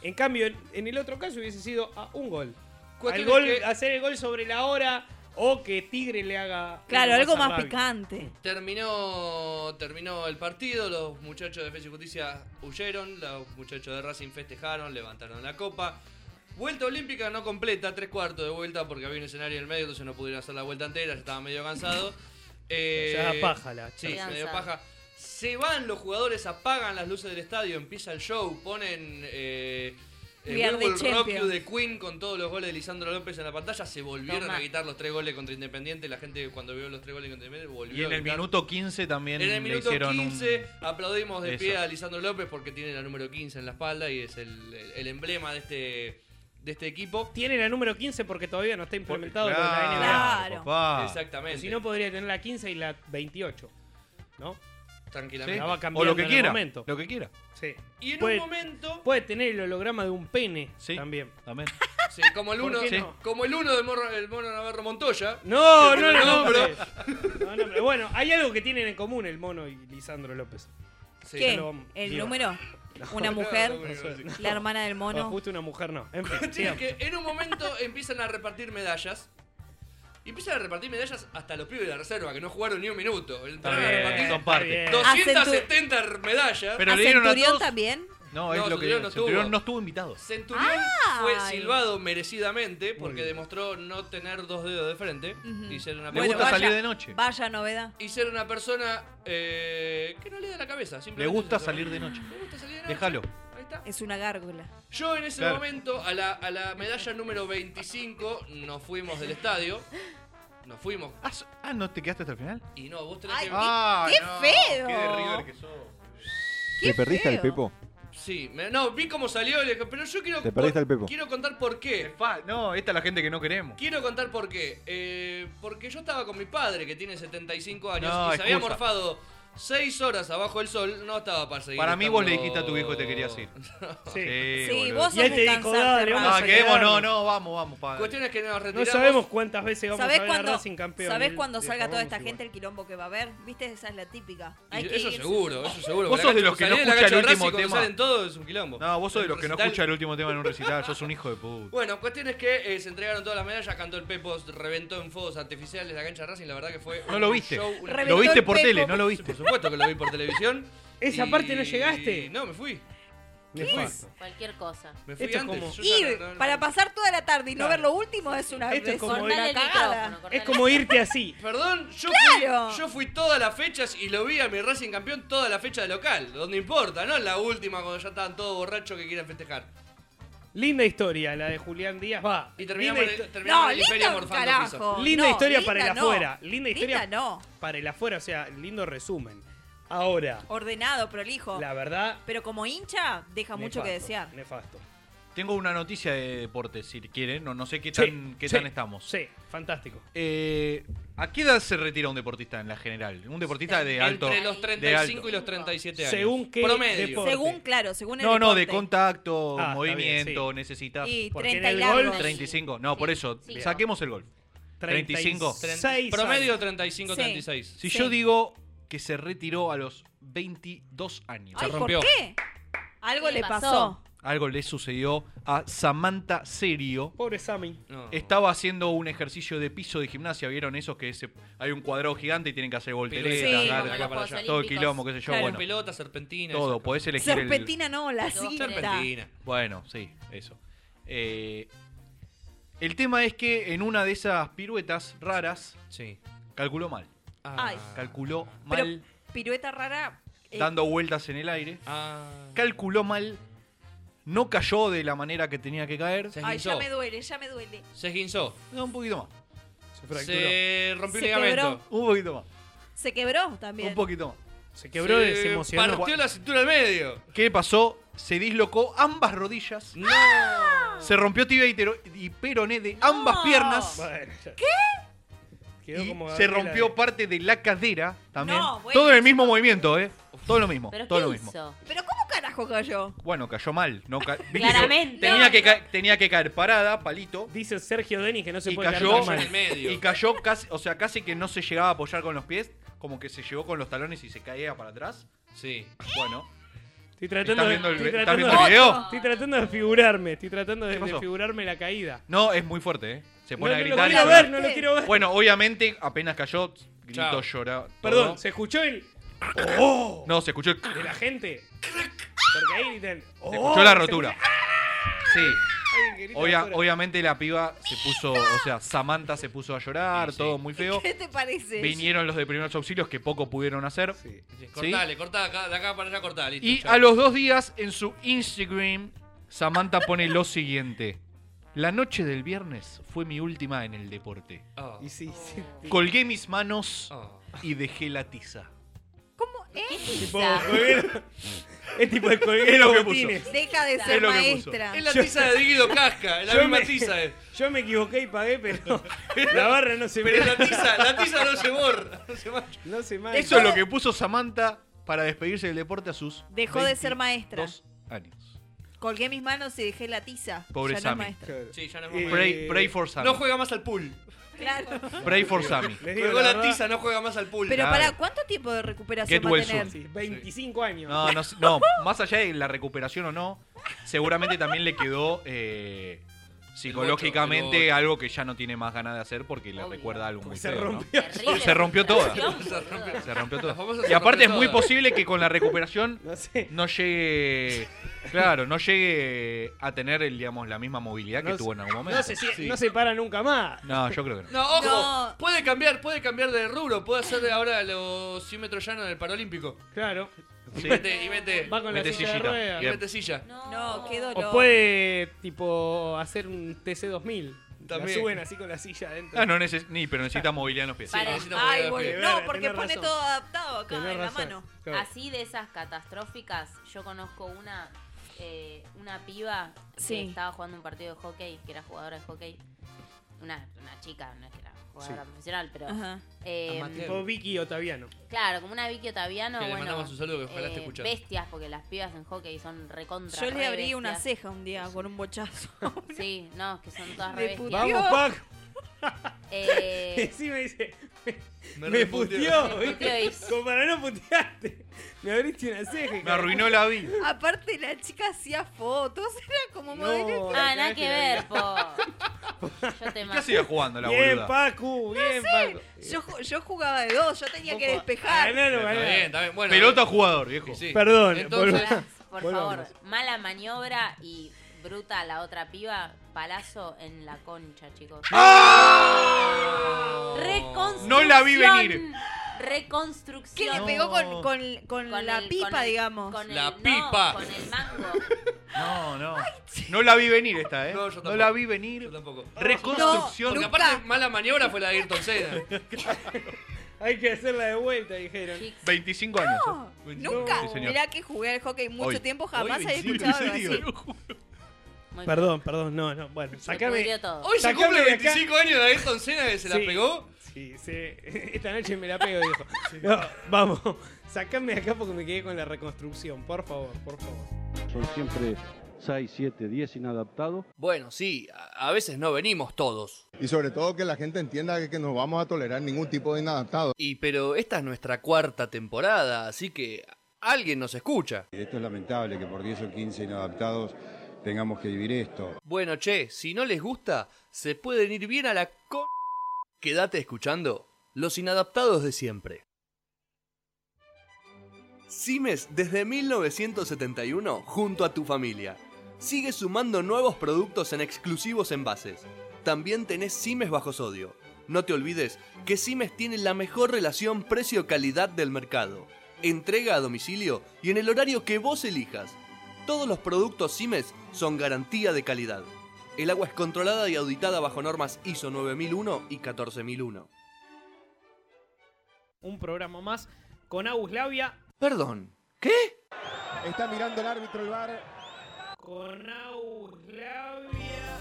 Speaker 4: En cambio, en, en el otro caso hubiese sido a un gol. Al
Speaker 1: Cuestión
Speaker 4: gol
Speaker 1: es que-
Speaker 4: Hacer el gol sobre la hora o que Tigre le haga...
Speaker 6: Claro,
Speaker 4: haga
Speaker 6: algo más
Speaker 4: rabia.
Speaker 6: picante.
Speaker 1: Terminó, terminó el partido, los muchachos de Defensa y Justicia huyeron, los muchachos de Racing festejaron, levantaron la copa. Vuelta olímpica no completa, tres cuartos de vuelta porque había un escenario en el medio, entonces no pudieron hacer la vuelta entera, ya estaba medio
Speaker 4: (laughs)
Speaker 1: cansado. Eh,
Speaker 4: Ya da paja la
Speaker 1: Sí,
Speaker 4: charla.
Speaker 1: medio
Speaker 4: Cansado.
Speaker 1: paja. Se van los jugadores, apagan las luces del estadio, empieza el show, ponen eh, eh,
Speaker 6: We are
Speaker 1: We Will
Speaker 6: the
Speaker 1: Rock You
Speaker 6: champions.
Speaker 1: de Queen con todos los goles de Lisandro López en la pantalla, se volvieron
Speaker 6: Tomá.
Speaker 1: a quitar los tres goles contra Independiente, la gente cuando vio los tres goles contra Independiente volvió
Speaker 7: Y en
Speaker 1: a
Speaker 7: el
Speaker 1: gritar.
Speaker 7: minuto 15 también
Speaker 1: En el
Speaker 7: le
Speaker 1: minuto
Speaker 7: hicieron
Speaker 1: 15 aplaudimos de
Speaker 7: Eso.
Speaker 1: pie a Lisandro López porque tiene la número 15 en la espalda y es el, el- el emblema de este, de este equipo.
Speaker 4: Tiene la número 15 porque todavía no está implementado lo de
Speaker 1: claro,
Speaker 4: la NBA.
Speaker 1: papá. Exactamente.
Speaker 4: Si no, podría tener la 15 y la 28. ¿No?
Speaker 1: Tranquilamente.
Speaker 4: La va cambiando
Speaker 7: O lo que
Speaker 4: en
Speaker 7: quiera,
Speaker 4: el momento.
Speaker 7: lo que quiera.
Speaker 4: Sí.
Speaker 1: Y en
Speaker 4: Puede-
Speaker 1: un momento.
Speaker 4: Puede tener el holograma de un pene también.
Speaker 7: También.
Speaker 1: Sí, como el
Speaker 4: ¿Por
Speaker 1: uno,
Speaker 4: qué
Speaker 1: sí.
Speaker 4: no?
Speaker 1: como el uno del morro- el mono Navarro Montoya.
Speaker 4: (laughs) No,
Speaker 1: Que pone
Speaker 4: no lo
Speaker 1: el hombro.
Speaker 4: nombres. No, no, pero bueno, hay algo que tienen en común el mono y Lisandro López.
Speaker 1: Sí.
Speaker 6: ¿Qué?
Speaker 4: Ya lo vamos-
Speaker 6: ¿El
Speaker 4: digo.
Speaker 6: número?
Speaker 4: (laughs) No,
Speaker 6: ¿Una
Speaker 4: no,
Speaker 6: mujer?
Speaker 4: no, no, no.
Speaker 6: ¿La hermana del
Speaker 4: No,
Speaker 6: mono?
Speaker 4: justo una mujer no.
Speaker 1: (laughs)
Speaker 4: En fin,
Speaker 1: Cuestión
Speaker 4: sigamos.
Speaker 1: es que en un momento empiezan a repartir medallas. Y empiezan a repartir medallas hasta los pibes de la reserva, que no jugaron ni un minuto. Entraron a
Speaker 7: bien,
Speaker 1: repartir
Speaker 7: son parte.
Speaker 6: A Centu-
Speaker 1: 270 medallas.
Speaker 7: Pero
Speaker 6: ¿A
Speaker 7: le dieron a
Speaker 6: Centurión
Speaker 7: todos-
Speaker 6: también?
Speaker 7: No, es
Speaker 1: No,
Speaker 7: lo que
Speaker 1: Centurión no
Speaker 7: Centurión
Speaker 1: estuvo.
Speaker 7: no estuvo invitado.
Speaker 1: Centurión fue silbado merecidamente porque demostró no tener dos dedos de frente
Speaker 6: Ujú.
Speaker 1: y ser una
Speaker 7: Le gusta salir de noche.
Speaker 6: Vaya novedad.
Speaker 1: y ser una persona eh, que no le da la cabeza.
Speaker 7: Le
Speaker 1: simplemente
Speaker 7: gusta
Speaker 1: es eso.
Speaker 7: salir de noche.
Speaker 1: Le gusta salir de noche.
Speaker 7: Déjalo.
Speaker 1: Ahí está.
Speaker 6: Es una gárgola.
Speaker 1: Yo en ese
Speaker 6: Claro.
Speaker 1: momento, a la, a la medalla número 25, nos fuimos del estadio. Nos fuimos.
Speaker 7: Ah, ¿no te quedaste hasta el final?
Speaker 1: Y no, vos tenés que.
Speaker 7: Ah, no, ¡Qué de River que sos!
Speaker 13: ¿Te perdiste al
Speaker 1: feo.
Speaker 13: Pepo?
Speaker 1: Sí, me- no, vi cómo salió. y le dije, Pero yo quiero.
Speaker 13: Te perdiste al Pepo.
Speaker 1: Quiero contar por qué.
Speaker 7: No, esta es la gente que no queremos.
Speaker 1: Quiero contar por qué. Eh, porque yo estaba con mi padre, que tiene 75 años,
Speaker 7: No,
Speaker 1: y se había
Speaker 7: excusa.
Speaker 1: morfado 6 horas abajo del sol. No estaba para seguir.
Speaker 7: Para mí vos le dijiste a tu hijo que
Speaker 1: estando-
Speaker 7: te
Speaker 1: (laughs)
Speaker 7: querías ir. Sí,
Speaker 1: Sí,
Speaker 7: boludo.
Speaker 1: vos Y él sos te dijo, descansante, dale, vamos
Speaker 7: No,
Speaker 1: a
Speaker 7: quedémonos,
Speaker 1: quedarnos.
Speaker 7: Ah, no, vamos, vamos, padre.
Speaker 1: Cuestión es que nos
Speaker 4: No
Speaker 1: retiramos.
Speaker 4: sabemos cuántas veces vamos
Speaker 6: ¿Sabés
Speaker 4: a ver a
Speaker 6: cuándo,
Speaker 4: Racing campeón. eh?
Speaker 6: ¿sabés
Speaker 4: y-
Speaker 6: cuándo
Speaker 4: y
Speaker 6: salga toda
Speaker 4: acabamos
Speaker 6: esta
Speaker 4: igual.
Speaker 6: gente el quilombo que va a haber? ¿Viste? Esa es la típica. Hay que
Speaker 1: Eso
Speaker 6: irse.
Speaker 1: seguro, eso seguro.
Speaker 7: Vos
Speaker 1: porque
Speaker 7: sos de
Speaker 1: la
Speaker 7: los que no
Speaker 1: cancha- salir de
Speaker 7: escucha el
Speaker 1: la cancha de
Speaker 7: último
Speaker 1: Racing cuando
Speaker 7: tema.
Speaker 1: salen todos es un quilombo.
Speaker 7: No, vos sos de
Speaker 1: En
Speaker 7: los que no
Speaker 1: recital-
Speaker 7: escucha el último tema en un recital, sos un hijo de puta.
Speaker 1: Bueno, cuestión es que eh, se entregaron todas las medallas, cantó el Pepo, reventó en fuegos artificiales la cancha de Racing, la verdad que fue
Speaker 7: No lo
Speaker 1: un
Speaker 7: viste.
Speaker 1: show, una-
Speaker 7: Reventó Lo viste el por Pepo. tele, no lo viste.
Speaker 1: Por supuesto que lo vi por televisión.
Speaker 4: Esa parte no llegaste.
Speaker 1: No, me fui.
Speaker 4: Me
Speaker 1: ¿Qué
Speaker 4: fui.
Speaker 1: es?
Speaker 5: Cualquier cosa.
Speaker 1: Me fui
Speaker 4: Esto es
Speaker 1: antes.
Speaker 4: como-
Speaker 1: yo ya
Speaker 6: Ir
Speaker 1: no- no-
Speaker 6: para pasar toda la tarde y no
Speaker 4: Claro.
Speaker 6: ver lo último es una
Speaker 4: Esto es
Speaker 6: vez
Speaker 4: como
Speaker 6: una
Speaker 4: Cortale el
Speaker 6: cagada.
Speaker 4: Es como irte así.
Speaker 1: Perdón, yo,
Speaker 6: ¡Claro!
Speaker 1: fui, yo fui todas las fechas y lo vi a mi Racing campeón toda la fecha de local. Donde importa, no en la última cuando ya estaban todos borrachos que quieren festejar.
Speaker 4: Linda historia la de Julián Díaz. Va.
Speaker 1: Y terminamos
Speaker 4: Linda
Speaker 1: en el-
Speaker 4: histo-
Speaker 1: terminamos No, en el lindo Imperio un morfando carajo. piso.
Speaker 4: Linda
Speaker 1: No,
Speaker 4: historia para el
Speaker 1: linda no.
Speaker 4: afuera. Linda historia
Speaker 6: Linda no.
Speaker 4: para el afuera. O sea, lindo resumen. Ahora,
Speaker 6: Ordenado, prolijo.
Speaker 4: la verdad.
Speaker 6: Pero como hincha, deja mucho que
Speaker 7: Nefasto.
Speaker 6: desear.
Speaker 4: Nefasto.
Speaker 7: Tengo una noticia de deportes, si quieren, no, no sé qué tan, qué
Speaker 4: sí,
Speaker 7: tan estamos.
Speaker 4: Sí, fantástico.
Speaker 7: Eh, ¿A qué edad se retira un deportista en la general? Un deportista de alto.
Speaker 1: Entre los
Speaker 7: de
Speaker 1: 35
Speaker 7: alto.
Speaker 1: y los 37 años.
Speaker 7: Según qué
Speaker 1: Promedio.
Speaker 7: deporte.
Speaker 6: Según, claro, según el
Speaker 7: No, no, de
Speaker 6: deporte.
Speaker 7: contacto,
Speaker 4: Ah, está
Speaker 7: movimiento,
Speaker 4: bien, sí.
Speaker 7: necesitas.
Speaker 6: Y
Speaker 7: Porque
Speaker 6: 30 y
Speaker 7: en el
Speaker 6: largos.
Speaker 7: golf, 35. No, por eso,
Speaker 6: Sí.
Speaker 7: saquemos el golf. 35.
Speaker 1: 36 Promedio años. 35, 36.
Speaker 7: Si
Speaker 1: Sí.
Speaker 7: yo digo que se retiró a los 22 años.
Speaker 6: Ay, ¿por qué? Algo
Speaker 5: ¿Qué
Speaker 6: le
Speaker 5: le pasó?
Speaker 6: pasó.
Speaker 7: Algo le sucedió a Samantha Serio.
Speaker 4: Pobre Sammy.
Speaker 7: Estaba haciendo un ejercicio de piso de gimnasia. ¿Vieron esos que se- hay un cuadrado gigante y tienen que hacer volteretas?
Speaker 1: Piruetas,
Speaker 7: dar-
Speaker 1: acá para allá.
Speaker 7: todo el quilombo, qué sé yo. Bueno,
Speaker 1: Pelota, serpentina.
Speaker 7: todo.
Speaker 1: esas
Speaker 7: Podés elegir el,
Speaker 6: Serpentina no, la
Speaker 1: Dos,
Speaker 6: cinta.
Speaker 1: Serpentina.
Speaker 7: Bueno, sí, eso. Eh, el tema es que en una de esas piruetas raras, calculó mal.
Speaker 6: Ay.
Speaker 7: Calculó
Speaker 6: Pero
Speaker 7: mal,
Speaker 6: pirueta rara. eh,
Speaker 7: dando vueltas en el aire.
Speaker 1: Ah.
Speaker 7: Calculó mal, no cayó de la manera que tenía que caer. Se
Speaker 6: Ay, ya me duele, ya me duele.
Speaker 1: Se esguinzó.
Speaker 7: No, un poquito más.
Speaker 1: Se, rompió un ligamento.
Speaker 7: Un poquito más.
Speaker 6: Se quebró también.
Speaker 7: Un poquito más.
Speaker 4: Se
Speaker 1: quebró y se emocionó. partió la cintura al medio.
Speaker 7: ¿Qué pasó? Se dislocó ambas rodillas.
Speaker 1: ¡No!
Speaker 7: Se rompió tibia y, tero- y peroné de ambas piernas.
Speaker 4: ¿Qué? Quedó
Speaker 7: Y
Speaker 4: como
Speaker 7: se
Speaker 4: Gabriela
Speaker 7: rompió parte de la cadera también.
Speaker 6: No, bueno,
Speaker 7: todo en el mismo movimiento, ¿eh? Todo lo mismo,
Speaker 6: ¿Pero
Speaker 7: todo
Speaker 6: qué
Speaker 7: lo mismo.
Speaker 6: hizo? ¿Pero cómo carajo cayó?
Speaker 7: Bueno, cayó mal. No ca- viste que
Speaker 6: Claramente.
Speaker 7: Tenía que, ca- tenía que caer parada, palito.
Speaker 4: Dice Sergio Denis que no se
Speaker 7: y
Speaker 4: puede
Speaker 7: cayó,
Speaker 4: caer tan mal.
Speaker 7: y cayó casi, o sea, casi que no se llegaba a apoyar con los pies, como que se llevó con los talones y se caía para atrás.
Speaker 1: Sí.
Speaker 7: Bueno.
Speaker 4: Estoy tratando,
Speaker 7: ¿Estás
Speaker 4: de-
Speaker 7: viendo el-
Speaker 4: estoy
Speaker 7: estás
Speaker 4: tratando
Speaker 7: viendo el
Speaker 4: de-
Speaker 7: video?
Speaker 4: Estoy tratando de figurarme, estoy tratando de,
Speaker 7: ¿Qué pasó?
Speaker 4: de figurarme la caída.
Speaker 7: No, es muy fuerte, ¿eh? Se
Speaker 4: No,
Speaker 7: pone a
Speaker 4: no lo
Speaker 7: gritar.
Speaker 4: quiero
Speaker 7: y-
Speaker 4: ver, no lo quiero ver.
Speaker 7: Bueno, obviamente, apenas cayó,
Speaker 4: Chao.
Speaker 7: gritó, lloró.
Speaker 4: Perdón, ¿se escuchó el
Speaker 7: todo. Oh. No, se escuchó el-
Speaker 4: de la gente? Porque ahí gritan.
Speaker 7: Se
Speaker 4: "Oh",
Speaker 7: escuchó la
Speaker 4: se
Speaker 7: rotura.
Speaker 4: escucha-
Speaker 7: Sí.
Speaker 4: Alguien que grita
Speaker 7: Obvia-
Speaker 4: afuera.
Speaker 7: obviamente la piba se puso, o sea, Samantha se puso a llorar, todo muy feo.
Speaker 6: ¿Qué te parece?
Speaker 7: Vinieron los de primeros auxilios que poco pudieron hacer. ¿Sí?
Speaker 1: Cortale, cortá acá, de acá para allá, cortá, listo.
Speaker 7: Y
Speaker 1: chao.
Speaker 7: a los dos días en su Instagram, Samantha pone lo siguiente. La noche del viernes fue mi última en el deporte.
Speaker 1: Oh.
Speaker 4: Y sí, sí.
Speaker 7: Colgué mis manos y dejé la tiza.
Speaker 6: ¿Eh?
Speaker 4: Tipo,
Speaker 7: (laughs)
Speaker 4: colguero. Es tipo el colguero
Speaker 7: lo que
Speaker 4: botines.
Speaker 7: puso.
Speaker 6: Deja de
Speaker 7: Es
Speaker 6: ser
Speaker 7: lo que
Speaker 6: maestra.
Speaker 1: Es la tiza de Guido Casca, es la
Speaker 4: Yo
Speaker 1: misma
Speaker 4: me-
Speaker 1: tiza. Es.
Speaker 4: Yo me equivoqué y pagué, pero la barra no se
Speaker 1: (laughs) Pero
Speaker 4: mancha.
Speaker 1: la tiza, la tiza no se borra. No se mancha.
Speaker 4: No se mancha.
Speaker 7: Eso es lo que puso Samantha para despedirse del deporte a sus
Speaker 6: Dejó de ser maestra.
Speaker 7: dos años.
Speaker 6: Colgué mis manos y dejé la tiza.
Speaker 7: Pobre
Speaker 6: ya
Speaker 7: Sammy.
Speaker 6: no es maestra.
Speaker 1: Sí, ya no es
Speaker 7: Eh,
Speaker 1: más
Speaker 7: Pray- pray for Sammy.
Speaker 1: No juega más al pool.
Speaker 6: Claro.
Speaker 7: Pray for Sammy.
Speaker 4: Les digo
Speaker 1: Colgó
Speaker 4: la
Speaker 1: la,
Speaker 4: verdad.
Speaker 1: tiza, no juega más al pool.
Speaker 6: Pero
Speaker 7: Claro.
Speaker 6: para ¿cuánto tiempo de recuperación
Speaker 7: Get
Speaker 6: va a
Speaker 7: well
Speaker 6: tener?
Speaker 7: soon.
Speaker 4: Sí, 25 años.
Speaker 7: No, no, no, más allá de la recuperación o no, seguramente también le quedó eh, psicológicamente
Speaker 1: El bocho, el bocho.
Speaker 7: algo que ya no tiene más ganas de hacer porque le recuerda algo muy
Speaker 4: se
Speaker 7: feo, ¿no?
Speaker 4: rompió.
Speaker 7: Porque se rompió
Speaker 1: (laughs)
Speaker 7: toda.
Speaker 1: Se rompió.
Speaker 7: Se rompió
Speaker 1: La famosa
Speaker 7: toda. Y
Speaker 1: se
Speaker 7: aparte es
Speaker 1: rompió
Speaker 7: muy
Speaker 1: toda.
Speaker 7: posible que con la recuperación
Speaker 4: (laughs) no, sé.
Speaker 7: llegue. Claro, no llegue a tener el, digamos, la misma movilidad que
Speaker 4: No
Speaker 7: tuvo
Speaker 4: sé-
Speaker 7: en algún momento.
Speaker 4: No se, si- no se para nunca más.
Speaker 7: No, yo creo que no.
Speaker 1: No, ojo, puede cambiar, puede cambiar de rubro, puede hacer ahora los 100 metros llanos en el Paralímpico.
Speaker 4: Claro.
Speaker 1: Y mete, y mete,
Speaker 4: Va con la
Speaker 1: mete
Speaker 4: silla de
Speaker 1: sillita.
Speaker 4: ruedas.
Speaker 1: Y
Speaker 4: Bien.
Speaker 1: mete silla.
Speaker 6: No, qué dolor.
Speaker 4: O puede, tipo, hacer un TC2000. La
Speaker 7: También.
Speaker 4: suben así con la silla adentro.
Speaker 7: Ah, no neces ni, pero necesita movilidad en los pies.
Speaker 4: Sí, Para- necesita movilidad en los pies.
Speaker 6: No,
Speaker 4: Claro,
Speaker 6: porque
Speaker 4: tenés
Speaker 6: pone
Speaker 4: razón.
Speaker 6: todo adaptado acá
Speaker 4: Tenés
Speaker 6: en
Speaker 4: razón.
Speaker 6: la mano.
Speaker 4: Claro.
Speaker 5: Así de esas catastróficas, yo conozco una, eh, una piba
Speaker 6: Sí.
Speaker 5: que estaba jugando un partido de hockey, que era jugadora de hockey. Una, una chica, no es que era jugadora
Speaker 4: Sí.
Speaker 5: profesional, pero.
Speaker 4: Ajá.
Speaker 5: eh,
Speaker 4: tipo Vicky Otaviano.
Speaker 5: Claro, como una Vicky Otaviano,
Speaker 4: Que le
Speaker 5: bueno, eh,
Speaker 4: mandamos un saludo, que ojalá esté escuchando.
Speaker 5: Bestias, porque las pibas en hockey son recontra.
Speaker 6: Yo le
Speaker 5: re
Speaker 6: abrí una
Speaker 5: bestias.
Speaker 6: ceja un día con un bochazo.
Speaker 5: Sí, no, es que son todas
Speaker 6: Me
Speaker 5: re bestias.
Speaker 6: puteó. Vamos,
Speaker 4: Pac.
Speaker 7: (laughs)
Speaker 5: Eh,
Speaker 4: sí, me dice. Me,
Speaker 5: Me
Speaker 6: (laughs)
Speaker 4: puteó,
Speaker 5: puteó. Me
Speaker 4: ¿viste? Como para no putearte. Me abriste una ceja.
Speaker 7: Me arruinó la vida.
Speaker 6: (laughs) Aparte, la chica hacía fotos, (laughs) era como
Speaker 4: No,
Speaker 6: modelo.
Speaker 4: la Ah, nada que ver,
Speaker 5: po.
Speaker 7: (laughs) ¿Qué hacía jugando la
Speaker 4: Bien,
Speaker 7: boluda?
Speaker 4: Pacu, bien, Pacu.
Speaker 6: Yo, ju- yo jugaba de dos, yo tenía que
Speaker 4: Ah,
Speaker 6: despejar.
Speaker 4: no, no,
Speaker 7: Está
Speaker 4: no.
Speaker 7: bien, está bien. Bueno, eh, Pelota jugador, viejo.
Speaker 4: Perdón, eh,
Speaker 5: Entonces,
Speaker 4: volvamos.
Speaker 5: por favor,
Speaker 4: Volvamos.
Speaker 5: mala maniobra y bruta la otra piba, palazo en la concha, chicos. Reconstrucción.
Speaker 7: ¡Ah! No la vi venir.
Speaker 5: Reconstrucción.
Speaker 6: ¿Qué le pegó con, con- con
Speaker 5: Con
Speaker 6: la
Speaker 5: el-
Speaker 6: pipa,
Speaker 5: con el-
Speaker 6: digamos?
Speaker 5: con
Speaker 7: La
Speaker 5: el- no,
Speaker 7: pipa.
Speaker 5: con el mango.
Speaker 7: No, no. No la vi venir esta, ¿eh?
Speaker 1: No,
Speaker 7: No,
Speaker 1: yo tampoco.
Speaker 7: la vi venir. Yo
Speaker 1: tampoco.
Speaker 7: Reconstrucción.
Speaker 1: Porque aparte, mala maniobra fue la de Ayrton
Speaker 4: (laughs)
Speaker 1: Senna.
Speaker 4: Hay que hacerla de vuelta, dijeron.
Speaker 7: 25 años.
Speaker 6: No,
Speaker 7: ¿eh?
Speaker 6: Nunca,
Speaker 7: Sí, señor.
Speaker 6: mirá que jugué al hockey mucho
Speaker 7: Hoy.
Speaker 6: tiempo, jamás
Speaker 7: Hoy,
Speaker 6: había
Speaker 7: 25,
Speaker 6: escuchado algo
Speaker 7: ¿en
Speaker 6: así.
Speaker 7: serio?
Speaker 4: Perdón, perdón, no, no. Bueno, sacame.
Speaker 5: pudrió todo.
Speaker 1: Hoy se
Speaker 4: sacame
Speaker 1: cumple
Speaker 4: de acá.
Speaker 1: 25 años de Ayrton Senna que se la
Speaker 4: Sí,
Speaker 1: pegó.
Speaker 4: Sí, sí. (laughs) Esta noche me la pego, dijo. No, vamos, sacame de acá porque me quedé con la reconstrucción, por favor, por favor.
Speaker 9: Son siempre 6, 7, 10 inadaptados.
Speaker 1: Bueno, sí, a, a veces no venimos todos.
Speaker 12: Y sobre todo que la gente entienda que, que no vamos a tolerar ningún tipo de inadaptado.
Speaker 1: Y pero esta es nuestra cuarta temporada, así que alguien nos escucha.
Speaker 9: Esto es lamentable que por 10 o 15 inadaptados tengamos que vivir esto.
Speaker 1: Bueno, che, si no les gusta, se pueden ir bien a la co... Quédate escuchando Los Inadaptados de Siempre.
Speaker 2: Cimes desde 1971 junto a tu familia. Sigue sumando nuevos productos en exclusivos envases. También tenés Cimes bajo sodio. No te olvides que Cimes tiene la mejor relación precio-calidad del mercado. Entrega a domicilio y en el horario que vos elijas. Todos los productos Cimes son garantía de calidad. El agua es controlada y auditada bajo normas ISO 9001 y 14001.
Speaker 4: Un programa más con Agus Labia.
Speaker 2: Perdón,
Speaker 19: Está mirando el árbitro el bar.
Speaker 4: Con Agus Labia.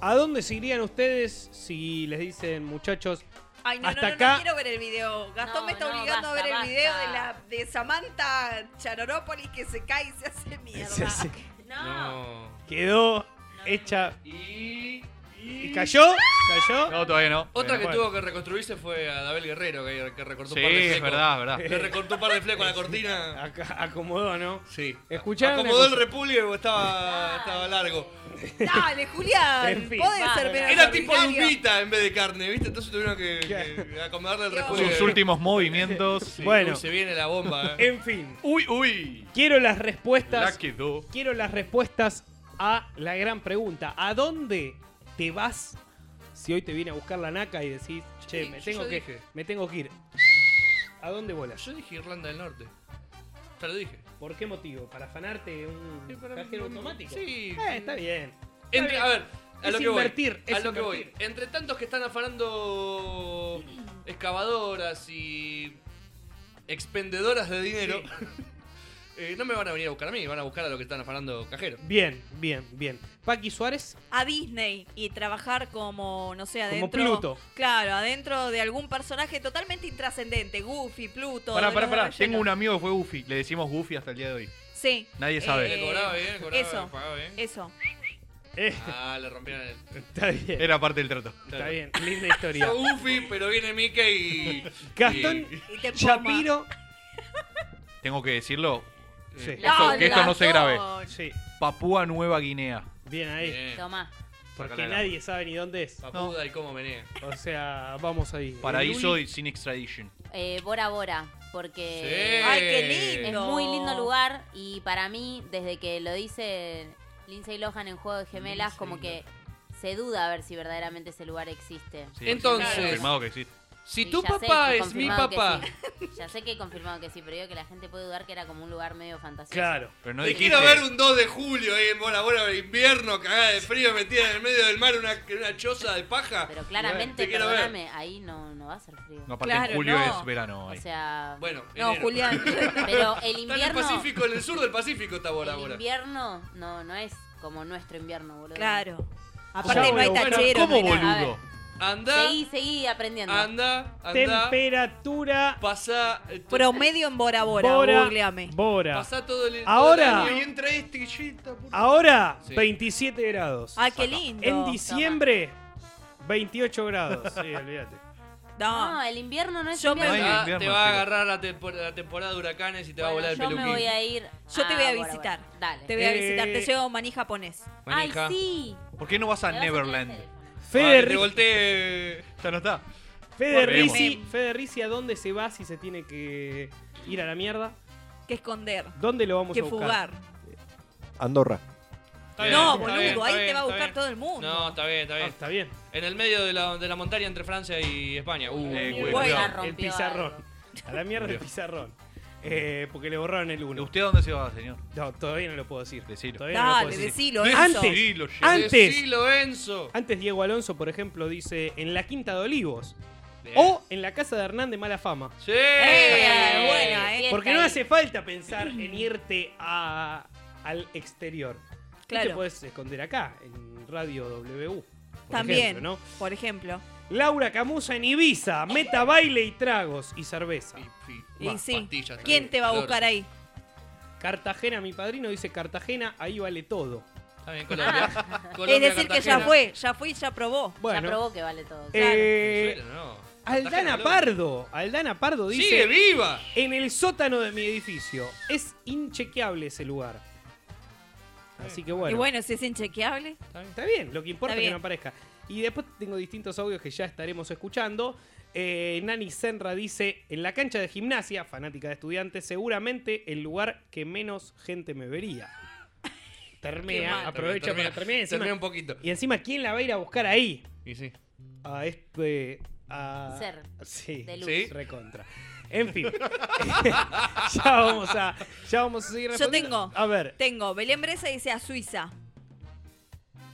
Speaker 4: ¿A dónde se irían ustedes si les dicen, muchachos,
Speaker 6: Ay, no,
Speaker 4: hasta
Speaker 6: no, no,
Speaker 4: acá?
Speaker 6: no
Speaker 4: (laughs)
Speaker 6: quiero ver el video. Gastón
Speaker 5: No,
Speaker 6: me está
Speaker 5: no,
Speaker 6: obligando
Speaker 5: basta,
Speaker 6: a ver
Speaker 5: basta.
Speaker 6: el video de la de Samantha Charorópolis que se cae y se hace mierda. (laughs)
Speaker 4: Se hace-
Speaker 1: No.
Speaker 4: Quedó hecha.
Speaker 1: Y...
Speaker 4: ¿Y cayó? ¿Cayó?
Speaker 7: No, todavía no.
Speaker 1: Otra que
Speaker 7: Bueno.
Speaker 1: tuvo que reconstruirse fue a Dabel Guerrero, que, que recortó
Speaker 7: Sí,
Speaker 1: un par de
Speaker 7: es
Speaker 1: flecos.
Speaker 7: verdad, es verdad.
Speaker 1: Le recortó un par de flecos a la cortina.
Speaker 4: Acá, acomodó, ¿no?
Speaker 1: Sí.
Speaker 4: Escucharon
Speaker 1: Acomodó
Speaker 4: una
Speaker 1: el
Speaker 4: cosa.
Speaker 1: repulgue estaba, estaba largo.
Speaker 6: Dale,
Speaker 1: (laughs)
Speaker 6: Julián,
Speaker 1: En fin.
Speaker 6: podés
Speaker 1: Vale.
Speaker 6: Ah, ser menos
Speaker 1: Era tipo
Speaker 6: arbitrario.
Speaker 1: humita en vez de carne, ¿viste? Entonces tuvieron que, que acomodarle el repulgue.
Speaker 7: Sus últimos movimientos.
Speaker 1: Sí, uy, se viene la bomba. eh.
Speaker 4: En fin. Uy, uy. Quiero las respuestas.
Speaker 7: La quedó.
Speaker 4: Quiero las respuestas a la gran pregunta. ¿A dónde te vas si hoy te viene a buscar la naca y decís, che,
Speaker 1: Sí,
Speaker 4: me,
Speaker 1: yo
Speaker 4: tengo
Speaker 1: ya
Speaker 4: que,
Speaker 1: dije.
Speaker 4: me tengo que ir? ¿A dónde volas?
Speaker 1: Yo dije Irlanda del Norte. Ya lo dije.
Speaker 4: ¿Por qué motivo? ¿Para afanarte un cajero automático?
Speaker 1: Sí.
Speaker 4: Eh, está bien.
Speaker 1: Entre- a ver, a
Speaker 4: Es
Speaker 1: lo que
Speaker 4: invertir,
Speaker 1: voy. A
Speaker 4: es
Speaker 1: lo que voy.
Speaker 4: invertir.
Speaker 1: Entre tantos que están afanando excavadoras y expendedoras de dinero, (laughs) eh, no me van a venir a buscar a mí, van a buscar a los que están afanando cajeros.
Speaker 4: Bien, bien, bien. Paqui Suárez.
Speaker 6: A Disney y trabajar como, no sé,
Speaker 4: Como
Speaker 6: adentro.
Speaker 4: Pluto.
Speaker 6: Claro, adentro de algún personaje totalmente intrascendente. Goofy, Pluto.
Speaker 7: Pará,
Speaker 6: Dolor
Speaker 7: pará, pará.
Speaker 6: Rayero.
Speaker 7: Tengo un amigo que fue Goofy. Le decimos Goofy hasta el día de hoy.
Speaker 6: Sí. Eh,
Speaker 7: Nadie sabe.
Speaker 1: Le cobraba bien, le cobraba
Speaker 6: eso,
Speaker 1: bien, pagaba bien.
Speaker 6: Eso.
Speaker 1: Ah, le rompieron el.
Speaker 4: Eh. Está bien.
Speaker 7: Era parte del trato.
Speaker 4: Está bien, linda historia.
Speaker 1: Soy Goofy, pero viene Mickey y.
Speaker 4: Gastón
Speaker 1: y-
Speaker 6: Y te
Speaker 4: Shapiro.
Speaker 7: Tengo que decirlo.
Speaker 4: Sí.
Speaker 7: eh, esto-
Speaker 4: No,
Speaker 7: que esto no se grabe.
Speaker 4: Gastón. Sí.
Speaker 7: Papúa Nueva Guinea.
Speaker 4: Bien ahí.
Speaker 5: Tomá.
Speaker 4: Porque
Speaker 7: Sácala la
Speaker 4: nadie sabe ni dónde es.
Speaker 1: Papuda y cómo menea.
Speaker 4: O sea, vamos ahí.
Speaker 7: Paraíso
Speaker 4: El
Speaker 7: y sin extradition.
Speaker 5: Eh, Bora Bora, porque
Speaker 7: Sí. Ay, qué lindo.
Speaker 5: es muy lindo lugar y para mí, desde que lo dice Lindsay Lohan en Juego de Gemelas, como que se duda a ver si verdaderamente ese lugar existe.
Speaker 7: Sí,
Speaker 1: Entonces-
Speaker 7: Confirmado que existe.
Speaker 1: Si
Speaker 5: Sí,
Speaker 1: tu
Speaker 5: ya sé
Speaker 1: papá
Speaker 5: que
Speaker 1: es mi
Speaker 5: confirmado que (laughs)
Speaker 1: papá.
Speaker 5: sí. Ya sé que he confirmado que sí, pero digo que la gente puede dudar que era como un lugar medio fantasioso.
Speaker 1: Claro.
Speaker 7: Pero no
Speaker 1: Te
Speaker 7: dijiste-
Speaker 1: quiero ver un 2 de julio ahí en Bola Bola, invierno, cagada de frío, metida en el medio del mar, una, una choza de paja. Pero
Speaker 5: Claramente,
Speaker 1: te quiero ver.
Speaker 5: perdóname, ahí no, no va a ser frío.
Speaker 7: No, aparte en Claro, julio no. es verano ahí.
Speaker 5: O sea...
Speaker 1: Bueno,
Speaker 5: No,
Speaker 1: enero. (laughs)
Speaker 5: Julián. Pero el
Speaker 1: Está en
Speaker 5: invierno...
Speaker 1: el Pacífico, en el sur del Pacífico está Bola
Speaker 5: El
Speaker 1: Bola.
Speaker 5: invierno no, no es como nuestro invierno, boludo.
Speaker 6: Claro. Aparte no hay tachero.
Speaker 1: ¿Cómo
Speaker 6: no hay nada.
Speaker 1: boludo? Anda,
Speaker 5: Seguí, seguí aprendiendo.
Speaker 1: anda, anda.
Speaker 4: Temperatura.
Speaker 1: Pasa. eh, to-
Speaker 6: Promedio en Bora Bora,
Speaker 4: Bora,
Speaker 6: googleame.
Speaker 4: Bora.
Speaker 1: Pasá todo el. todo
Speaker 4: Ahora.
Speaker 1: el año y entra este y chita, por-
Speaker 4: Ahora,
Speaker 1: Sí.
Speaker 4: 27 grados.
Speaker 6: Ah, qué lindo.
Speaker 4: En diciembre, 28 grados. Sí, olvídate.
Speaker 5: No. el invierno no es
Speaker 6: Yo me-
Speaker 5: invierno.
Speaker 1: Ah, te
Speaker 4: invierno,
Speaker 1: va a
Speaker 4: chicos.
Speaker 1: agarrar la, tempor- la temporada de huracanes y te va a volar el
Speaker 5: Yo
Speaker 1: peluquín.
Speaker 5: me voy a ir.
Speaker 6: Yo te voy a
Speaker 5: Bora,
Speaker 6: visitar.
Speaker 5: Bora. Dale.
Speaker 6: Te voy a visitar, te
Speaker 5: Eh,
Speaker 6: llevo maní japonés.
Speaker 7: Manija.
Speaker 5: Ay, sí.
Speaker 7: ¿Por qué no vas a Neverland?
Speaker 4: Fede
Speaker 7: Ah, que te
Speaker 4: Ri-
Speaker 7: volteé. Ya no está.
Speaker 4: Fede
Speaker 7: Volvemos.
Speaker 4: Rizzi, Fede Rizzi, ¿a dónde se va si se tiene que ir a la mierda?
Speaker 6: Que esconder.
Speaker 4: ¿Dónde lo vamos
Speaker 6: Que
Speaker 4: a
Speaker 6: fugar.
Speaker 4: buscar?
Speaker 13: Andorra.
Speaker 1: Está bien,
Speaker 6: No,
Speaker 1: está
Speaker 6: boludo,
Speaker 1: bien, está
Speaker 6: ahí te
Speaker 1: bien,
Speaker 6: va a
Speaker 1: está
Speaker 6: buscar
Speaker 1: bien.
Speaker 6: todo el mundo.
Speaker 1: No, está bien, Ah, está bien.
Speaker 4: está bien.
Speaker 1: En el medio de la, de la montaña entre Francia y España. Uh,
Speaker 4: Eh,
Speaker 1: cuidado.
Speaker 4: bueno,
Speaker 1: Cuidado.
Speaker 4: el pizarrón. A la mierda el pizarrón. Eh, porque le borraron el 1.
Speaker 7: ¿Usted a dónde se va, señor?
Speaker 4: No, todavía no lo puedo decir.
Speaker 7: Decilo.
Speaker 4: Todavía no lo puedo
Speaker 6: Dale,
Speaker 4: decir.
Speaker 6: decilo,
Speaker 4: antes,
Speaker 7: Decilo, che.
Speaker 4: antes,
Speaker 1: Decilo, Enzo.
Speaker 4: antes Diego Alonso, por ejemplo, dice en la Quinta de Olivos. O en la casa de Hernán de Mala Fama.
Speaker 1: Sí.
Speaker 6: Eh, buena, eh.
Speaker 4: Porque no hace falta pensar en irte a- al exterior. Tú
Speaker 6: Claro.
Speaker 4: te puedes esconder acá, en Radio W. por
Speaker 6: También,
Speaker 4: ejemplo, ¿no?
Speaker 6: por ejemplo.
Speaker 4: Laura Camusa en Ibiza, meta baile y tragos y cerveza.
Speaker 6: Y sí. ¿Quién te va a buscar ahí?
Speaker 4: Cartagena, mi padrino dice Cartagena, ahí vale todo.
Speaker 1: Está bien, Colombia.
Speaker 6: (laughs) es decir, que ya fue, ya fue y ya probó.
Speaker 4: Bueno.
Speaker 5: Ya probó que vale todo.
Speaker 4: Eh,
Speaker 1: Venezuela, no.
Speaker 4: Aldana
Speaker 1: Cartagena,
Speaker 4: Pardo, Aldana Pardo dice.
Speaker 1: ¡Sigue viva!
Speaker 4: En el sótano de mi edificio. Es inchequeable ese lugar. Así que bueno.
Speaker 6: Y bueno, si es inchequeable.
Speaker 4: Está bien, lo que importa
Speaker 6: Está
Speaker 4: es que
Speaker 6: bien.
Speaker 4: no aparezca. Y después tengo distintos audios que ya estaremos escuchando. Eh, Nani Senra dice, en la cancha de gimnasia, fanática de estudiantes, seguramente el lugar que menos gente me vería.
Speaker 1: Qué mal.
Speaker 4: Termea, aprovecha
Speaker 1: Termea,
Speaker 4: para terminar. encima-
Speaker 1: termea un poquito.
Speaker 4: Y encima, ¿quién la va a ir a buscar ahí?
Speaker 1: Y sí.
Speaker 4: A este... A...
Speaker 5: Ser.
Speaker 4: Sí,
Speaker 5: De luz.
Speaker 1: Sí.
Speaker 4: recontra. En fin. (laughs) ya, vamos a, ya vamos a seguir
Speaker 6: Yo
Speaker 4: respondiendo.
Speaker 6: tengo.
Speaker 4: A ver.
Speaker 6: Tengo. Belén Bresa dice a Suiza.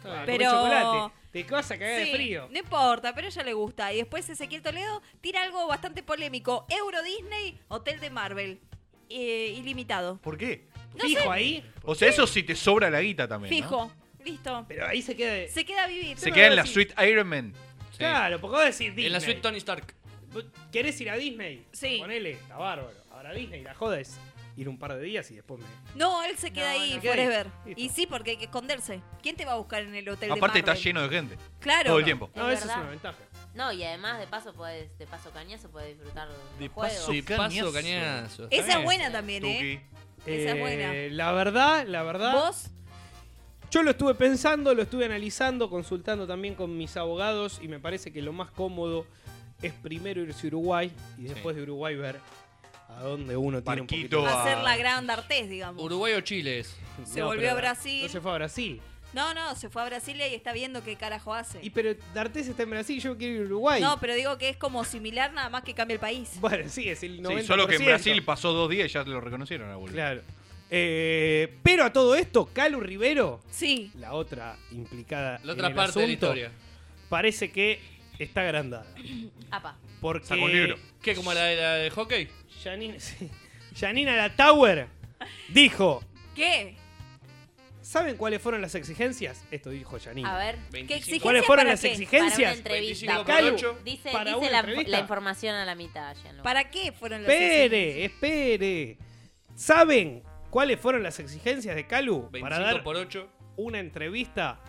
Speaker 4: Comer
Speaker 6: Pero-
Speaker 4: chocolate. Te vas a cagar
Speaker 6: Sí,
Speaker 4: de frío.
Speaker 6: No importa, pero a ella le gusta. Y después Ezequiel Toledo tira algo bastante polémico. Euro Disney, Hotel de Marvel. Eh, ilimitado.
Speaker 7: ¿Por qué?
Speaker 6: No sé.
Speaker 7: O sea, eso sí te sobra la guita también. ¿no?
Speaker 6: Fijo. Listo.
Speaker 4: Pero ahí se queda.
Speaker 6: Se queda a vivir.
Speaker 7: Se queda en la suite Iron Man.
Speaker 4: Claro, porque vos decís Disney.
Speaker 1: En la suite Tony Stark.
Speaker 4: ¿Vos ¿Querés ir a Disney?
Speaker 6: Sí.
Speaker 4: Ponele, está bárbaro. Ahora Disney, la joda es ir un par de días y después me.
Speaker 6: No, él se queda ahí
Speaker 4: no.
Speaker 6: forever.
Speaker 4: Listo. Ah,
Speaker 6: Y sí, porque hay que esconderse. ¿Quién te va a buscar en el hotel
Speaker 7: Aparte
Speaker 6: de Marvel?
Speaker 7: está lleno de gente.
Speaker 6: Claro.
Speaker 7: Todo el tiempo.
Speaker 4: No,
Speaker 5: Es
Speaker 4: eso es
Speaker 5: verdad.
Speaker 4: una ventaja.
Speaker 5: No, y además de paso podés, de paso cañazo podés disfrutar de los
Speaker 7: De
Speaker 5: juegos.
Speaker 7: paso
Speaker 1: De paso, cañazo.
Speaker 6: Esa es buena también, ¿eh? Esa es
Speaker 4: Eh,
Speaker 6: buena.
Speaker 4: La verdad, la verdad.
Speaker 6: ¿Vos?
Speaker 4: Yo lo estuve pensando, lo estuve analizando, consultando también con mis abogados y me parece que lo más cómodo es primero irse a Uruguay y después de Uruguay ver a dónde uno tiene
Speaker 7: Barquito
Speaker 4: un poquito
Speaker 6: Hacer la gran d'Artés, digamos.
Speaker 1: Uruguay o Chile es.
Speaker 6: Se volvió a Brasil.
Speaker 4: No se fue a Brasil.
Speaker 6: No, no, se fue a Brasilia y está viendo qué carajo hace.
Speaker 4: Y pero D'Artes está en Brasil, yo quiero ir a Uruguay.
Speaker 6: No, pero digo que es como similar, nada más que cambia el país.
Speaker 4: Bueno, sí, es el 90%.
Speaker 7: Sí, solo que en Brasil pasó dos días y ya lo reconocieron a Bolivia.
Speaker 4: Claro. Eh, pero a todo esto, Calu Rivero,
Speaker 6: Sí.
Speaker 4: la otra implicada
Speaker 1: La
Speaker 4: en
Speaker 1: otra
Speaker 4: el
Speaker 1: parte de la
Speaker 4: asunto,
Speaker 1: historia.
Speaker 4: parece que está agrandada.
Speaker 5: (clears throat) Apa.
Speaker 4: Porque
Speaker 7: Sacó un libro.
Speaker 1: Eh, ¿Qué? ¿Como la de, la de hockey? (laughs)
Speaker 4: Janina, sí. Janina La Tower dijo,
Speaker 6: ¿Qué?
Speaker 4: ¿saben cuáles furon las exigencias? Esto dijo Janina.
Speaker 5: A ver.
Speaker 6: ¿Qué exigencias
Speaker 4: ¿Cuáles fueron
Speaker 6: para
Speaker 4: las
Speaker 6: qué?
Speaker 4: exigencias?
Speaker 5: Para una entrevista.
Speaker 4: 25 por ocho.
Speaker 5: Dice,
Speaker 4: Para
Speaker 5: dice
Speaker 4: una
Speaker 5: la,
Speaker 4: entrevista.
Speaker 5: la información a la mitad, Gianluca.
Speaker 6: ¿Para qué fueron las exigencias?
Speaker 4: Espere, espere. ¿Saben cuáles fueron las exigencias de Calu para
Speaker 1: 25
Speaker 4: dar
Speaker 1: por Ah. 8.
Speaker 4: una entrevista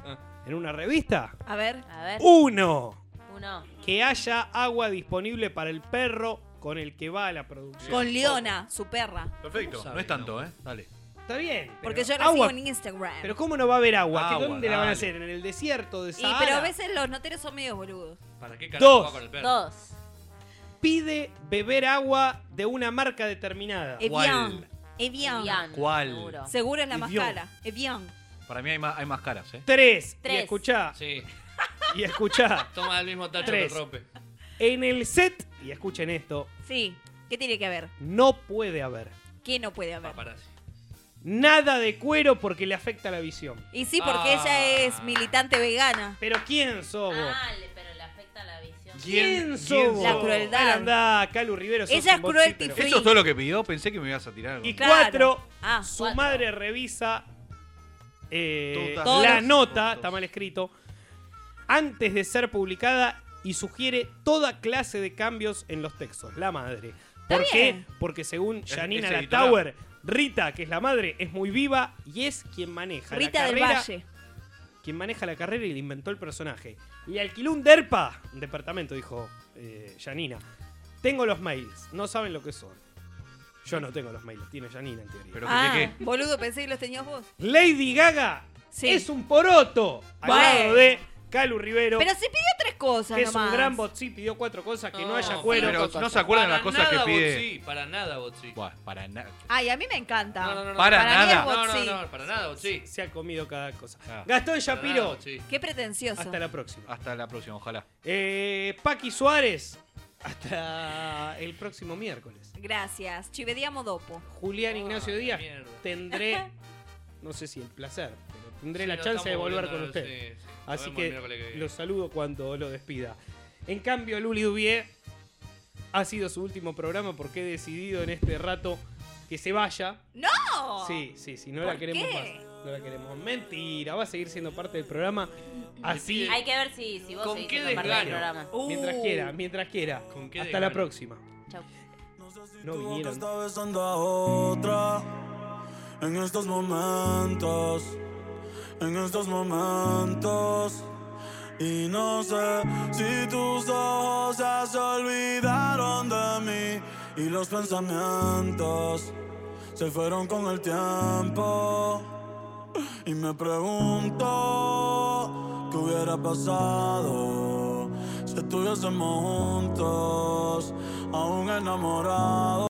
Speaker 4: en una revista?
Speaker 6: A ver,
Speaker 5: A ver.
Speaker 4: Uno,
Speaker 5: Uno.
Speaker 4: que haya agua disponible para el perro con el que va a la producción.
Speaker 6: con Leona, su perra.
Speaker 7: Perfecto. No es tanto, ¿eh? Dale.
Speaker 4: Está bien.
Speaker 6: Porque yo
Speaker 4: pero
Speaker 6: la
Speaker 4: agua-
Speaker 6: sigo en Instagram.
Speaker 4: Pero ¿cómo no va a haber agua? ¿Que
Speaker 7: Agua,
Speaker 4: ¿Dónde la van a
Speaker 7: dale.
Speaker 4: hacer? ¿En el desierto de
Speaker 6: y,
Speaker 4: Sahara?
Speaker 6: pero a veces los noteros son medio boludos.
Speaker 1: ¿Para qué carajo
Speaker 4: Dos.
Speaker 1: va con el perro?
Speaker 5: Dos.
Speaker 4: Pide beber agua de una marca determinada.
Speaker 6: Evian. Evian.
Speaker 5: Bien,
Speaker 7: ¿Cuál?
Speaker 5: seguro.
Speaker 6: Seguro es la más
Speaker 4: Evian.
Speaker 6: cara. Evian.
Speaker 1: Para mí hay más, hay más caras, ¿eh?
Speaker 4: Tres. Y escuchá.
Speaker 7: Sí.
Speaker 4: Y escuchá.
Speaker 7: (laughs) Toma el mismo tacho
Speaker 4: Tres.
Speaker 7: que rompe.
Speaker 4: En el set, y escuchen esto,
Speaker 6: Sí, ¿qué tiene que haber?
Speaker 4: no puede haber
Speaker 6: ¿Qué no puede haber?
Speaker 4: nada de cuero porque le afecta la visión.
Speaker 6: Y sí, porque
Speaker 4: Ah.
Speaker 6: ella es militante vegana. Ah,
Speaker 4: Pero ¿quién sos vos?
Speaker 5: pero le afecta la visión.
Speaker 4: ¿Quién sos?
Speaker 6: La
Speaker 4: vos?
Speaker 6: crueldad.
Speaker 4: Ahí andá, Calu Rivero. sos
Speaker 6: Ella
Speaker 4: un
Speaker 6: es cruelty
Speaker 4: bochito.
Speaker 1: ¿Eso es todo lo que pidió? Pensé que me ibas a tirar. algo.
Speaker 4: Y cuatro,
Speaker 6: Ah,
Speaker 4: su madre revisa eh,
Speaker 1: Todas.
Speaker 4: la
Speaker 1: Todos.
Speaker 4: nota, está mal escrito, antes de ser publicada y sugiere toda clase de cambios en los textos. La madre. ¿Por qué?
Speaker 6: bien.
Speaker 4: Porque según
Speaker 1: Es-
Speaker 4: Janina
Speaker 1: es editora.
Speaker 4: Latower, Rita, que es la madre, es muy viva y es quien maneja
Speaker 6: Rita
Speaker 4: la
Speaker 6: del
Speaker 4: carrera.
Speaker 6: Valle.
Speaker 4: Quien maneja la carrera y le inventó el personaje. Le alquiló un DERPA, un departamento, dijo eh, Janina. Tengo los mails, no saben lo que son. Yo no tengo los mails, tiene Janina en teoría.
Speaker 6: Ah, boludo, pensé que los tenías vos.
Speaker 4: Lady Gaga es un poroto al
Speaker 6: Bueno.
Speaker 4: lado de Calu Rivero.
Speaker 6: Pero se pidió tres cosas
Speaker 4: que es un
Speaker 6: nomás.
Speaker 4: gran bot, sí, pidió cuatro cosas que no, haya
Speaker 1: pero
Speaker 4: cuero.
Speaker 1: no se acuerdan las cosas que pide.
Speaker 7: Sí, para nada, Botsi.
Speaker 1: para nada.
Speaker 6: Ay, a mí me encanta.
Speaker 1: Para
Speaker 6: mí
Speaker 1: nada. Ah.
Speaker 6: es bot, sí.
Speaker 7: No, no, para nada, Botsi.
Speaker 4: Se ha comido cada cosa. Gastón
Speaker 7: Para nada,
Speaker 4: Shapiro,
Speaker 7: Botsi.
Speaker 6: Qué pretencioso.
Speaker 4: hasta la próxima.
Speaker 1: Hasta la próxima, ojalá.
Speaker 4: Eh, Paqui Suárez, hasta el próximo miércoles.
Speaker 6: Gracias. Chivedía Modopo.
Speaker 4: Julián Ignacio Díaz,
Speaker 6: mierda.
Speaker 4: tendré, no sé si el placer, pero tendré
Speaker 7: Sí,
Speaker 4: la
Speaker 7: lo
Speaker 4: chance de
Speaker 7: estamos
Speaker 4: volver con
Speaker 7: volviendo a ver,
Speaker 4: usted.
Speaker 7: sí, sí. Nos
Speaker 4: Así
Speaker 7: vemos el
Speaker 4: que
Speaker 7: miércoles que viene.
Speaker 4: lo saludo cuando lo despida. En cambio, Luli Dubié ha sido su último programa porque he decidido en este rato que se vaya.
Speaker 6: ¡No!
Speaker 4: Sí, sí, sí, no
Speaker 6: ¿Por
Speaker 4: la queremos
Speaker 6: qué?
Speaker 4: más. No la queremos. Mentira, va a seguir siendo parte del programa. Así.
Speaker 5: Hay que ver si, si vos
Speaker 7: ¿Con
Speaker 5: seguís
Speaker 7: qué
Speaker 5: siendo parte del
Speaker 7: desgano?
Speaker 5: programa.
Speaker 4: Mientras
Speaker 6: Uh.
Speaker 4: quiera, mientras quiera.
Speaker 7: qué
Speaker 4: Hasta la
Speaker 7: desgano?
Speaker 4: próxima.
Speaker 5: Chau.
Speaker 4: No vinieron.
Speaker 24: está besando a otra en estos momentos, en estos momentos. Y no sé si tus ojos ya se olvidaron de mí y los pensamientos se fueron con el tiempo. Y me pregunto qué hubiera pasado si estuviésemos juntos, aún enamorados.